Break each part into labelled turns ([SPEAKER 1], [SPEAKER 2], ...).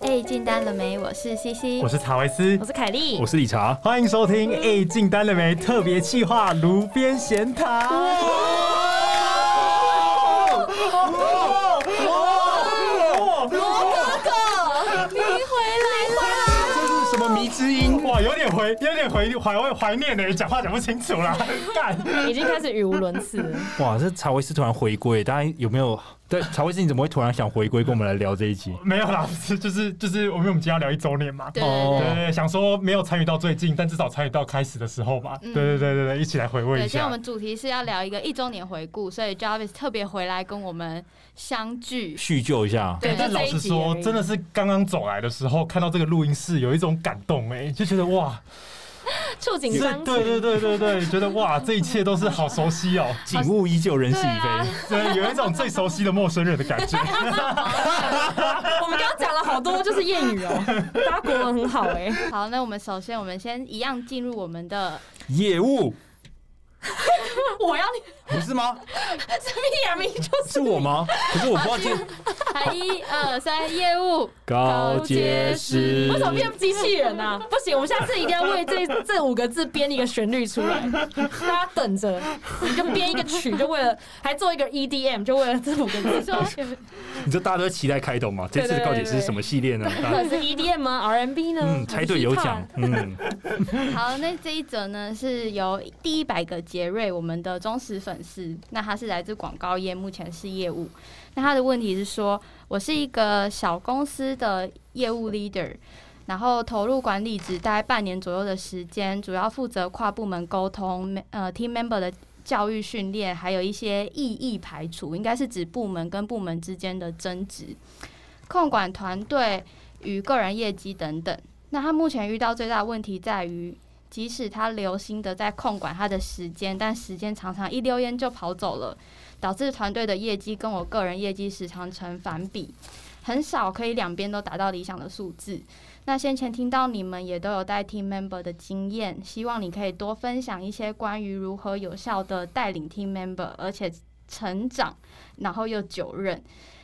[SPEAKER 1] 哎，进单了没？我是西西
[SPEAKER 2] 我，是查维斯
[SPEAKER 3] 我，是凯莉
[SPEAKER 4] 我，是理查，
[SPEAKER 2] 欢迎收
[SPEAKER 1] 嗯
[SPEAKER 2] 听《哎进单了没》特别企划《炉边闲谈》。
[SPEAKER 4] 这是什么迷之音？
[SPEAKER 2] 哇，有点回，有点回怀怀怀念呢，讲话讲不清楚啦， 干！
[SPEAKER 3] 已经开始语无伦次了。
[SPEAKER 4] 哇，这查维斯突然回归，大家有没有？对，查维斯你怎么会突然想回归，跟我们来聊这一集？
[SPEAKER 2] 没有啦， 不是就是就是，我们我们今天要聊一周年嘛，
[SPEAKER 1] 对
[SPEAKER 4] 哦
[SPEAKER 2] 对对对，想说没有参与到最近，但至少参与到开始的时候吧。
[SPEAKER 1] 嗯
[SPEAKER 2] 对对对对对，一起来回味
[SPEAKER 1] 对，
[SPEAKER 2] 一
[SPEAKER 1] 今天
[SPEAKER 2] 下
[SPEAKER 1] 我。们主题是要聊一个一周年回顾，所以 Jarvis 特别回来跟我们相聚。
[SPEAKER 4] 叙旧一下，
[SPEAKER 1] 对
[SPEAKER 2] 哎但
[SPEAKER 3] 就
[SPEAKER 2] 老
[SPEAKER 3] 这一
[SPEAKER 2] 实
[SPEAKER 3] 集
[SPEAKER 2] 说
[SPEAKER 3] 而，已
[SPEAKER 2] 真的是刚刚走来的时候，看到这个录音室，有一种感动哎、就觉得 哇，
[SPEAKER 3] 触景
[SPEAKER 2] 这
[SPEAKER 3] 伤
[SPEAKER 2] 对对
[SPEAKER 3] 情，
[SPEAKER 2] 对对对，觉得哇，这一切都是好熟悉 哦，
[SPEAKER 4] 景物依旧，人事
[SPEAKER 1] 对
[SPEAKER 4] 已
[SPEAKER 1] 啊
[SPEAKER 4] 非。，
[SPEAKER 2] 对，有一种最熟悉的陌生人的感 觉。
[SPEAKER 3] 我们刚刚讲了好多就是谚语哦，大家国文很好哎。
[SPEAKER 1] 好，那我们首先我们先一样进入我们的
[SPEAKER 4] 业务
[SPEAKER 3] 我要你
[SPEAKER 4] 不是吗？
[SPEAKER 3] 什么眼明就是
[SPEAKER 4] 是我吗？可是我不知道今
[SPEAKER 1] 来一二三业务，
[SPEAKER 4] 高
[SPEAKER 1] 阶
[SPEAKER 4] 阶
[SPEAKER 1] 师
[SPEAKER 4] 师
[SPEAKER 3] 为什么变机器人啊？不行，我们下次一定要为这这五个字编一个旋律出来，大家等着，你就编一个曲，就为了还做一个 EDM，就为了这五个字。
[SPEAKER 1] 说
[SPEAKER 4] 你知道大家都期待开头吗？这次的告解是什么系列呢？大
[SPEAKER 3] 到
[SPEAKER 4] 家
[SPEAKER 3] 底是 EDM 吗？R&B 呢？
[SPEAKER 4] 嗯，猜对有奖。嗯，
[SPEAKER 1] 好，那这一则呢是由第一百个杰瑞我们的忠实粉丝，那他是来自广告业，目前是业务。那他的问题是说，我是一个小公司的业务 leader，然后投入管理职大概半年左右的时间，主要负责跨部门沟通，呃，team member 的。教育训练，还有一些异议排除，应该是指部门跟部门之间的争执，控管团队与个人业绩等等。那他目前遇到最大的问题在于，即使他留心的在控管他的时间，但时间常常一溜烟就跑走了，导致团队的业绩跟我个人业绩时常成反比，很少可以两边都达到理想的数字。那先前听到你们也都有带 team member 的经验，希望你可以多分享一些关于如何有效的带领 team member，而且成长，然后又久任，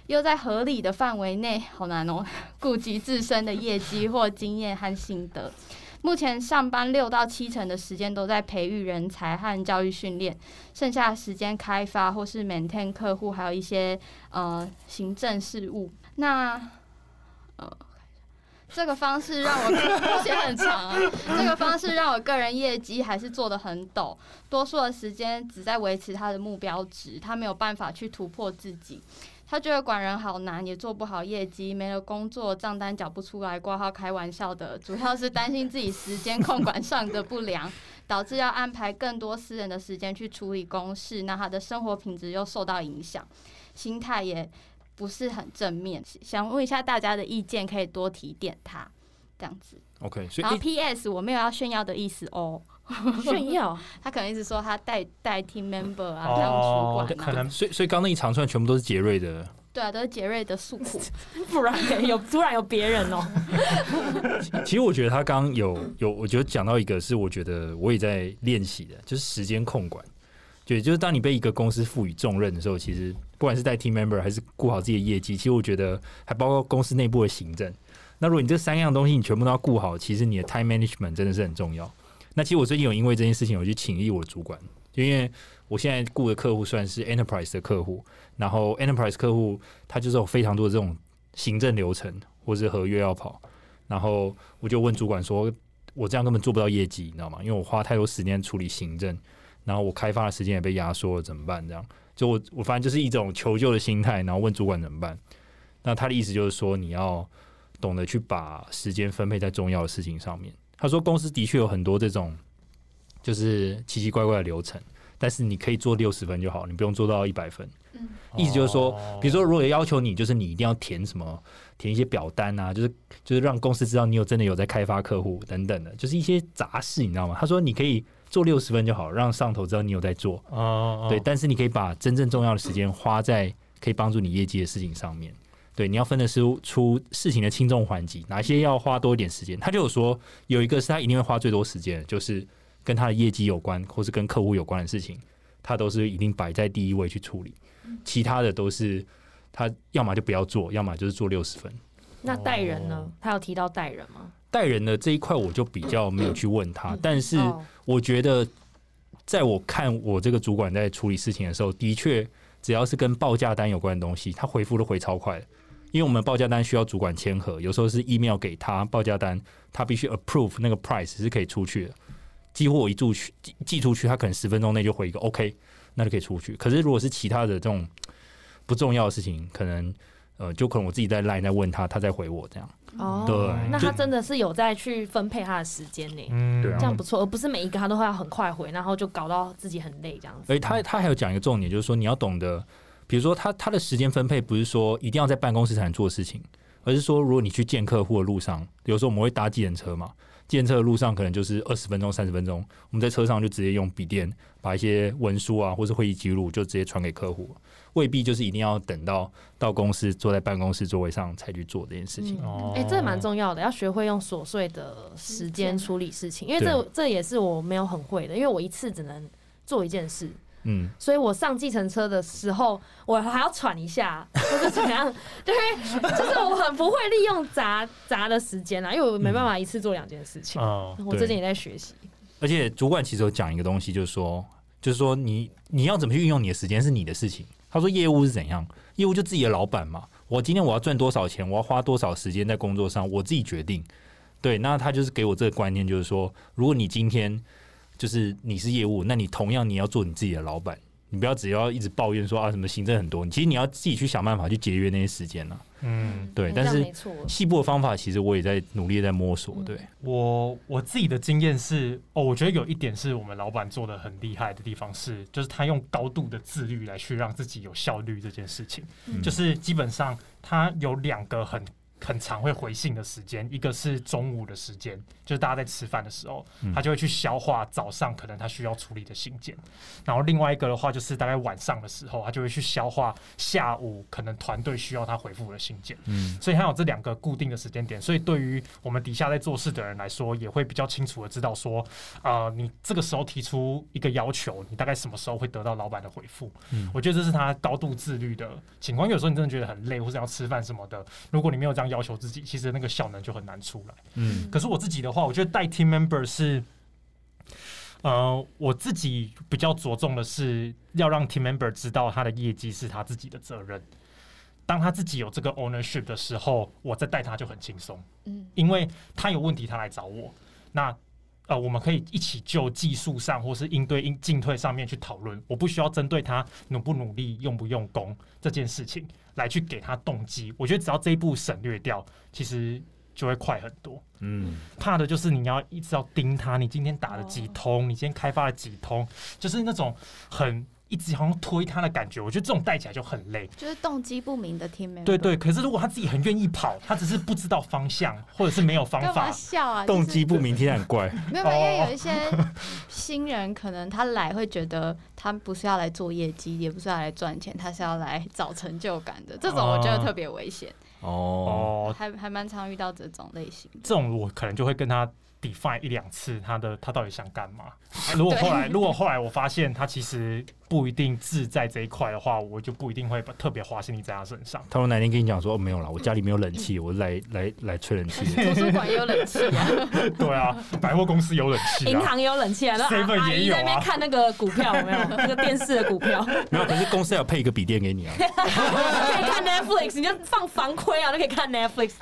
[SPEAKER 1] 又在合理的范围内，好难哦，顾及自身的业绩或经验和心得。目前上班六到七成的时间都在培育人才和教育训练，剩下的时间开发或是 maintain 客户，还有一些呃行政事务。那呃，这个方式让我而且很长啊，这个方式让我个人业绩还是做得很陡，多数的时间只在维持他的目标值，他没有办法去突破自己。他觉得管人好难，也做不好业绩，没了工作账单缴不出来，挂号开玩笑的，主要是担心自己时间控管上的不良，导致要安排更多私人的时间去处理公事，那他的生活品质又受到影响，心态也不是很正面。想问一下大家的意见，可以多提点他。这样子，
[SPEAKER 4] ，OK，所
[SPEAKER 1] 然后
[SPEAKER 4] 以
[SPEAKER 1] P.S. 我没有要炫耀的意思哦，
[SPEAKER 3] 炫耀，
[SPEAKER 1] 他可能一直说他带带 team member 啊，
[SPEAKER 2] 哦
[SPEAKER 1] 当主
[SPEAKER 2] 可
[SPEAKER 1] 管啊，
[SPEAKER 2] 能
[SPEAKER 4] 所以所以刚那一长串全部都是杰瑞的，
[SPEAKER 1] 对啊，都是杰瑞的诉 苦，
[SPEAKER 3] 不然嘞有突然有别人哦。
[SPEAKER 4] 其实我觉得他刚刚有有，我觉得讲到一个是我觉得我也在练习的，就是时间控管。对，就是当你被一个公司赋予重任的时候，其实不管是带 team member 还是顾好自己的业绩，其实我觉得还包括公司内部的行政。那如果你这三样东西你全部都要顾好，其实你的 time management 真的是很重要。那其实我最近有因为这件事情，我去请益我的主管，就因为我现在雇的客户算是 enterprise 的客户，然后 enterprise 客户他就是有非常多的这种行政流程或是合约要跑，然后我就问主管说，我这样根本做不到业绩，你知道吗？因为我花太多时间处理行政，然后我开发的时间也被压缩了，怎么办？这样，就我我反正就是一种求救的心态，然后问主管怎么办。那他的意思就是说，你要懂得去把时间分配在重要的事情上面。他说，公司的确有很多这种就是奇奇怪怪的流程，但是你可以做六十分就好，你不用做到一百分。
[SPEAKER 1] 嗯
[SPEAKER 4] 意思就是说，
[SPEAKER 2] 哦
[SPEAKER 4] 比如说，如果要求你，就是你一定要填什么，填一些表单啊，就是就是让公司知道你有真的有在开发客户等等的，就是一些杂事，你知道吗？他说你可以做六十分就好，让上头知道你有在做，
[SPEAKER 2] 哦，
[SPEAKER 4] 对，但是你可以把真正重要的时间花在可以帮助你业绩的事情上面。对，你要分得出出事情的轻重缓急，哪些要花多一点时间。他就有说，有一个是他一定会花最多时间的，就是跟他的业绩有关，或是跟客户有关的事情，他都是一定摆在第一位去处理。其他的都是他要么就不要做，要么就是做六十分。
[SPEAKER 3] 那带人呢
[SPEAKER 4] 哦？
[SPEAKER 3] 他有提到带人吗？
[SPEAKER 4] 带人的这一块我就比较没有去问他，但是
[SPEAKER 3] 哦
[SPEAKER 4] 我觉得，在我看我这个主管在处理事情的时候，的确只要是跟报价单有关的东西，他回复都回超快的。因为我们报价单需要主管签合，有时候是 email 给他报价单，他必须 approve 那个 price 是可以出去的。几乎我一注去寄寄出去，他可能十分钟内就回一个 OK，那就可以出去。可是如果是其他的这种不重要的事情，可能呃，就可能我自己在 line 在问他，他再回我这样。
[SPEAKER 3] 哦，
[SPEAKER 4] 对
[SPEAKER 3] 那
[SPEAKER 4] 就
[SPEAKER 3] 他真的是有在去分配他的时间呢、
[SPEAKER 2] 嗯，
[SPEAKER 4] 对啊
[SPEAKER 3] 这样不错，而不是每一个他都会要很快回，然后就搞到自己很累这样子。
[SPEAKER 4] 而且他他还有讲一个重点，就是说你要懂得，比如说他他的时间分配不是说一定要在办公室才能做事情，而是说如果你去见客户的路上，有时候我们会搭计程车嘛，计程车的路上可能就是二十分钟、三十分钟，我们在车上就直接用笔电把一些文书啊或是会议记录就直接传给客户，未必就是一定要等到到公司坐在办公室座位上才去做这件事情。
[SPEAKER 3] 嗯
[SPEAKER 2] 哦
[SPEAKER 3] 哎、这蛮重要的，要学会用琐碎的时间处理事情，因为这这也是我没有很会的，因为我一次只能做一件事，
[SPEAKER 4] 嗯，
[SPEAKER 3] 所以我上计程车的时候，我还要喘一下，或是怎样，就是就是我很不会利用杂杂的时间啊啦，因为我没办法一次做两件事
[SPEAKER 4] 嗯
[SPEAKER 3] 情。
[SPEAKER 2] 啊，
[SPEAKER 4] 哦
[SPEAKER 3] 我最近也在学习，
[SPEAKER 4] 而且主管其实有讲一个东西，就是说，就是说你你要怎么去运用你的时间是你的事情。他说业务是怎样，业务就自己的老板嘛。我今天我要赚多少钱，我要花多少时间在工作上，我自己决定。对，那他就是给我这个观念，就是说，如果你今天就是你是业务，那你同样你要做你自己的老板，你不要只要一直抱怨说啊什么行政很多，其实你要自己去想办法去节约那些时间了、啊
[SPEAKER 2] 嗯，
[SPEAKER 4] 对
[SPEAKER 3] 嗯
[SPEAKER 4] 但
[SPEAKER 3] 这样
[SPEAKER 4] 是
[SPEAKER 3] 没错，
[SPEAKER 4] 细部的方法其实我也在努力地在摸索，对，
[SPEAKER 2] 我我自己的经验是，哦，我觉得有一点是我们老板做的很厉害的地方是，就是他用高度的自律来去让自己有效率这件事情。
[SPEAKER 4] 嗯
[SPEAKER 2] 就是基本上他有两个很很常会回信的时间，一个是中午的时间，就是大家在吃饭的时候
[SPEAKER 4] 嗯，
[SPEAKER 2] 他就会去消化早上可能他需要处理的信件，然后另外一个的话就是大概晚上的时候，他就会去消化下午可能团队需要他回复的信件。
[SPEAKER 4] 嗯
[SPEAKER 2] 所以它有这两个固定的时间点，所以对于我们底下在做事的人来说，也会比较清楚的知道说，啊，你这个时候提出一个要求，你大概什么时候会得到老板的回复？
[SPEAKER 4] 嗯
[SPEAKER 2] 我觉得这是他高度自律的情况。因为有时候你真的觉得很累，或者要吃饭什么的，如果你没有这样要求自己，其实那个效能就很难出来。
[SPEAKER 4] 嗯
[SPEAKER 2] 可是我自己的话，我觉得带 team member 是，呃，我自己比较着重的是要让 team member 知道他的业绩是他自己的责任。当他自己有这个 ownership 的时候，我再带他就很轻松，
[SPEAKER 1] 嗯，
[SPEAKER 2] 因为他有问题他来找我，那呃，我们可以一起就技术上或是应对应进退上面去讨论，我不需要针对他努不努力、用不用功这件事情来去给他动机。我觉得只要这一步省略掉，其实就会快很多。
[SPEAKER 4] 嗯
[SPEAKER 2] 怕的就是你要一直要盯他，你今天打了几
[SPEAKER 3] 哦
[SPEAKER 2] 通，你今天开发了几通，就是那种很一直好像推他的感觉。我觉得这种带起来就很累。
[SPEAKER 1] 就是动机不明的 team member。
[SPEAKER 2] 对对，可是如果他自己很愿意跑，他只是不知道方向，或者是没有方
[SPEAKER 1] 干嘛
[SPEAKER 2] 法。
[SPEAKER 1] 笑啊？
[SPEAKER 4] 动
[SPEAKER 1] 就是
[SPEAKER 4] 机不明，听起来很怪。
[SPEAKER 1] 没有，没有因为
[SPEAKER 2] 哦
[SPEAKER 1] 有一些新人可能他来会觉得他不是要来做业绩，也不是要来赚钱，他是要来找成就感的。这种我觉得
[SPEAKER 2] 哦
[SPEAKER 1] 特别危险，
[SPEAKER 4] 哦，
[SPEAKER 2] 哦，
[SPEAKER 1] 还还蛮常遇到这种类型。
[SPEAKER 2] 这种我可能就会跟他 define 一两次，他的他到底想干 嘛。如果后来如果后来我发现他其实不一定志在这一块的话，我就不一定会特别花心力在他身 上。
[SPEAKER 4] 他说哪天跟你讲说、哦、没有啦，我家里没有冷气，我来来来吹 冷气。
[SPEAKER 1] 图书馆也有冷气啊，
[SPEAKER 2] 对啊，百货公司有冷气
[SPEAKER 3] 银
[SPEAKER 2] 啊。
[SPEAKER 3] 行也有冷气啊，然后
[SPEAKER 2] Seven
[SPEAKER 3] 阿阿
[SPEAKER 2] 也
[SPEAKER 3] 姨
[SPEAKER 2] 有啊
[SPEAKER 3] 在那边看那个股票有没有，那个电视的股 票，
[SPEAKER 4] 没有，可是公司还有配一个笔电 给你啊。
[SPEAKER 3] 可以看 Netflix，你就放防窥啊，都可以看 Netflix，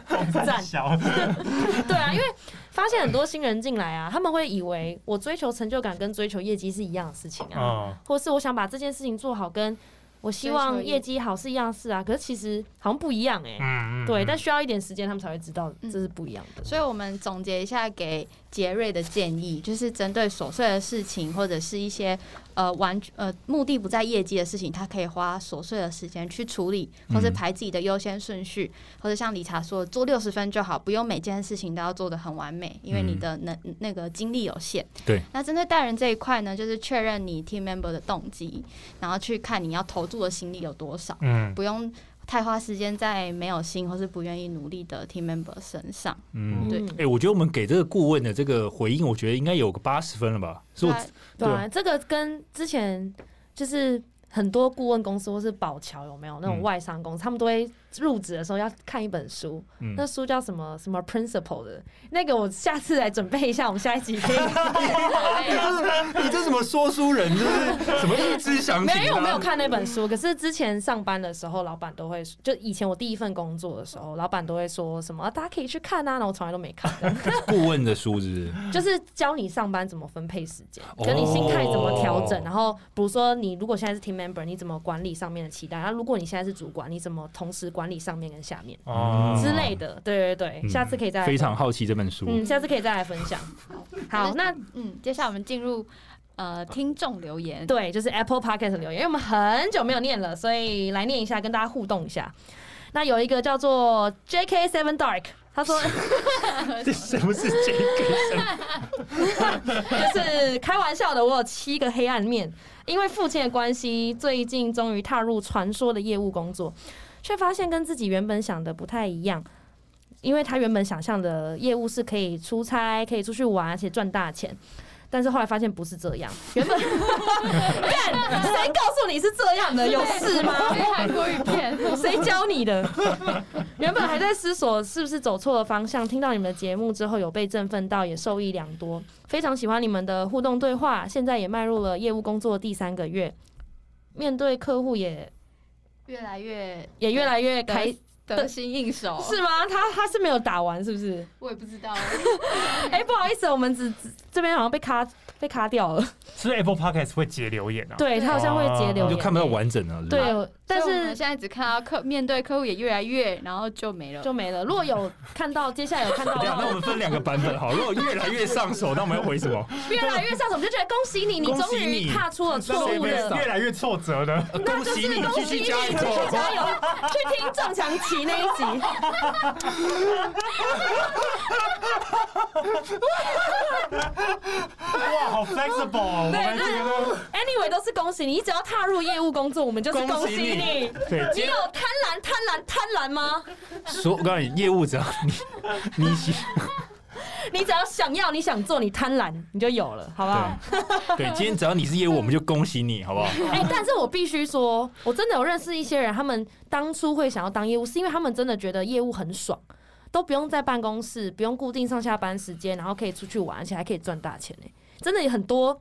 [SPEAKER 3] 赞。
[SPEAKER 2] 小
[SPEAKER 3] 对啊，因为发现很多新人进来啊，他们会以为我追求成就感跟追求业绩是一样的事情啊，
[SPEAKER 2] 嗯，
[SPEAKER 3] 或是我想把这件事情做好，跟我希望业绩好是一样的事啊，可是其实好像不一样哎、
[SPEAKER 2] 嗯，嗯
[SPEAKER 3] 对，但
[SPEAKER 2] 是
[SPEAKER 3] 需要一点时间，他们才会知道这
[SPEAKER 1] 嗯
[SPEAKER 3] 是不一样的。
[SPEAKER 1] 所以我们总结一下给杰瑞的建议，就是针对琐碎的事情或者是一些呃完呃目的不在业绩的事情，他可以花琐碎的时间去处理，或是
[SPEAKER 4] 嗯
[SPEAKER 1] 排自己的优先顺序，或者像理查说，做六十分就好，不用每件事情都要做得很完美，因为你
[SPEAKER 4] 嗯
[SPEAKER 1] 的能、那个精力有限。
[SPEAKER 4] 对。
[SPEAKER 1] 那针对带人这一块呢，就是确认你 team member 的动机，然后去看你要投注的心力有多少。
[SPEAKER 2] 嗯
[SPEAKER 1] 不用太花时间在没有心或是不愿意努力的 team member 身上。
[SPEAKER 4] 嗯，
[SPEAKER 1] 对
[SPEAKER 4] 哎、我觉得我们给这个顾问的这个回应，我觉得应该有个八十分了吧？是我
[SPEAKER 1] 对啊
[SPEAKER 3] 对啊，这个跟之前就是很多顾问公司或是宝桥有没有那种
[SPEAKER 4] 嗯
[SPEAKER 3] 外商公司，他们都会入职的时候要看一本书，
[SPEAKER 4] 嗯
[SPEAKER 3] 那书叫什么什么 principle 的，那个我下次来准备一下，我们下一集可以。
[SPEAKER 4] 哎你这是你这什么说书人，就是什么预知详
[SPEAKER 3] 没
[SPEAKER 4] 情、
[SPEAKER 3] 有，因
[SPEAKER 4] 啊？
[SPEAKER 3] 为我没有看那本书。可是之前上班的时候，老板都会说就以前我第一份工作的时候，老板都会说什么、啊、大家可以去看啊，然后我从来都没看，
[SPEAKER 4] 顾问的书，是不是？
[SPEAKER 3] 就是教你上班怎么分配时间，
[SPEAKER 4] 哦
[SPEAKER 3] 跟你心态怎么调整。然后比如说你如果现在是 team member，你怎么管理上面的期待？然后如果你现在是主管，你怎么同时管理上面跟下面
[SPEAKER 2] 哦
[SPEAKER 3] 之类的？对对对，
[SPEAKER 4] 嗯
[SPEAKER 3] 下次可以再来
[SPEAKER 4] 非常好奇这本书。
[SPEAKER 3] 嗯，下次可以再来分享。好，那
[SPEAKER 1] 嗯，接下来我们进入呃听众留言。
[SPEAKER 3] 对，就是 Apple Podcast 的留言，因为我们很久没有念了，所以来念一下，跟大家互动一下。那有一个叫做 J.K. Seven Dark，他说嗯
[SPEAKER 2] 这什么是 JK？
[SPEAKER 3] 就是开玩笑的，我有七个黑暗面，因为父亲的关系，最近终于踏入传说的业务工作，却发现跟自己原本想的不太一样。因为他原本想象的业务是可以出差、可以出去玩，而且赚大钱，但是后来发现不是这样。原本 干谁告诉你是这样的？有事吗？
[SPEAKER 1] 非韩国语片，
[SPEAKER 3] 谁教你的？原本还在思索是不是走错了方向，听到你们的节目之后有被振奋到，也受益良多。非常喜欢你们的互动对话，现在也迈入了业务工作第三个月，面对客户也
[SPEAKER 1] 越来越
[SPEAKER 3] 也越来越开，
[SPEAKER 1] 得心应手。
[SPEAKER 3] 是吗？他他是没有打完是不是？
[SPEAKER 1] 我也不知道，
[SPEAKER 3] 哎、不好意思，我们只只这边好像被卡被卡掉
[SPEAKER 1] 哦
[SPEAKER 3] 了，
[SPEAKER 2] 是不是 Apple Podcast 会截留言啊？
[SPEAKER 3] 对他好像会截留
[SPEAKER 4] 你
[SPEAKER 3] 言，
[SPEAKER 4] 哦就看不到。完整了，是不是，
[SPEAKER 3] 对，但
[SPEAKER 1] 啊所以我
[SPEAKER 3] 是
[SPEAKER 1] 们现在只看到客面对客户也越来越，然后就没了。
[SPEAKER 3] 就没了。如果有看到接下来有看到
[SPEAKER 4] 等一
[SPEAKER 3] 的
[SPEAKER 4] 下
[SPEAKER 3] 话
[SPEAKER 4] 那我们分两个版本好，如果越来越上手，那我们要回什 么？
[SPEAKER 3] 越来越上手，我们就觉得恭喜你，你
[SPEAKER 4] 恭
[SPEAKER 3] 终
[SPEAKER 4] 喜
[SPEAKER 3] 于
[SPEAKER 4] 你
[SPEAKER 3] 踏出了
[SPEAKER 2] 那
[SPEAKER 3] 错
[SPEAKER 2] 谁
[SPEAKER 3] 误
[SPEAKER 2] 会
[SPEAKER 3] 的。
[SPEAKER 2] 越来越挫折呢？
[SPEAKER 4] 呃恭喜你，继续加
[SPEAKER 3] 你继！
[SPEAKER 4] 油
[SPEAKER 3] 续 加油！去听郑强琪那一集。
[SPEAKER 2] 哇，好 flexible，哦我们觉
[SPEAKER 3] Anyway，都是恭喜你，你只要踏入业务工作，我们就是恭
[SPEAKER 4] 恭
[SPEAKER 3] 喜
[SPEAKER 4] 喜
[SPEAKER 3] 你。
[SPEAKER 4] 你
[SPEAKER 3] 你
[SPEAKER 2] 得对，
[SPEAKER 3] 有贪婪、贪婪、贪婪吗？
[SPEAKER 4] 说，我告诉你，业务只要你你 喜
[SPEAKER 3] 你只要想要，你想做，你贪婪，你就有了，好不好？
[SPEAKER 4] 啊对 对，今天只要你是业务，我们就恭喜你，好不好？
[SPEAKER 3] 哎、但是我必须说，我真的有认识一些人，他们当初会想要当业务，是因为他们真的觉得业务很爽，都不用在办公室，不用固定上下班时间，然后可以出去玩，而且还可以赚大钱呢、欸真的有很多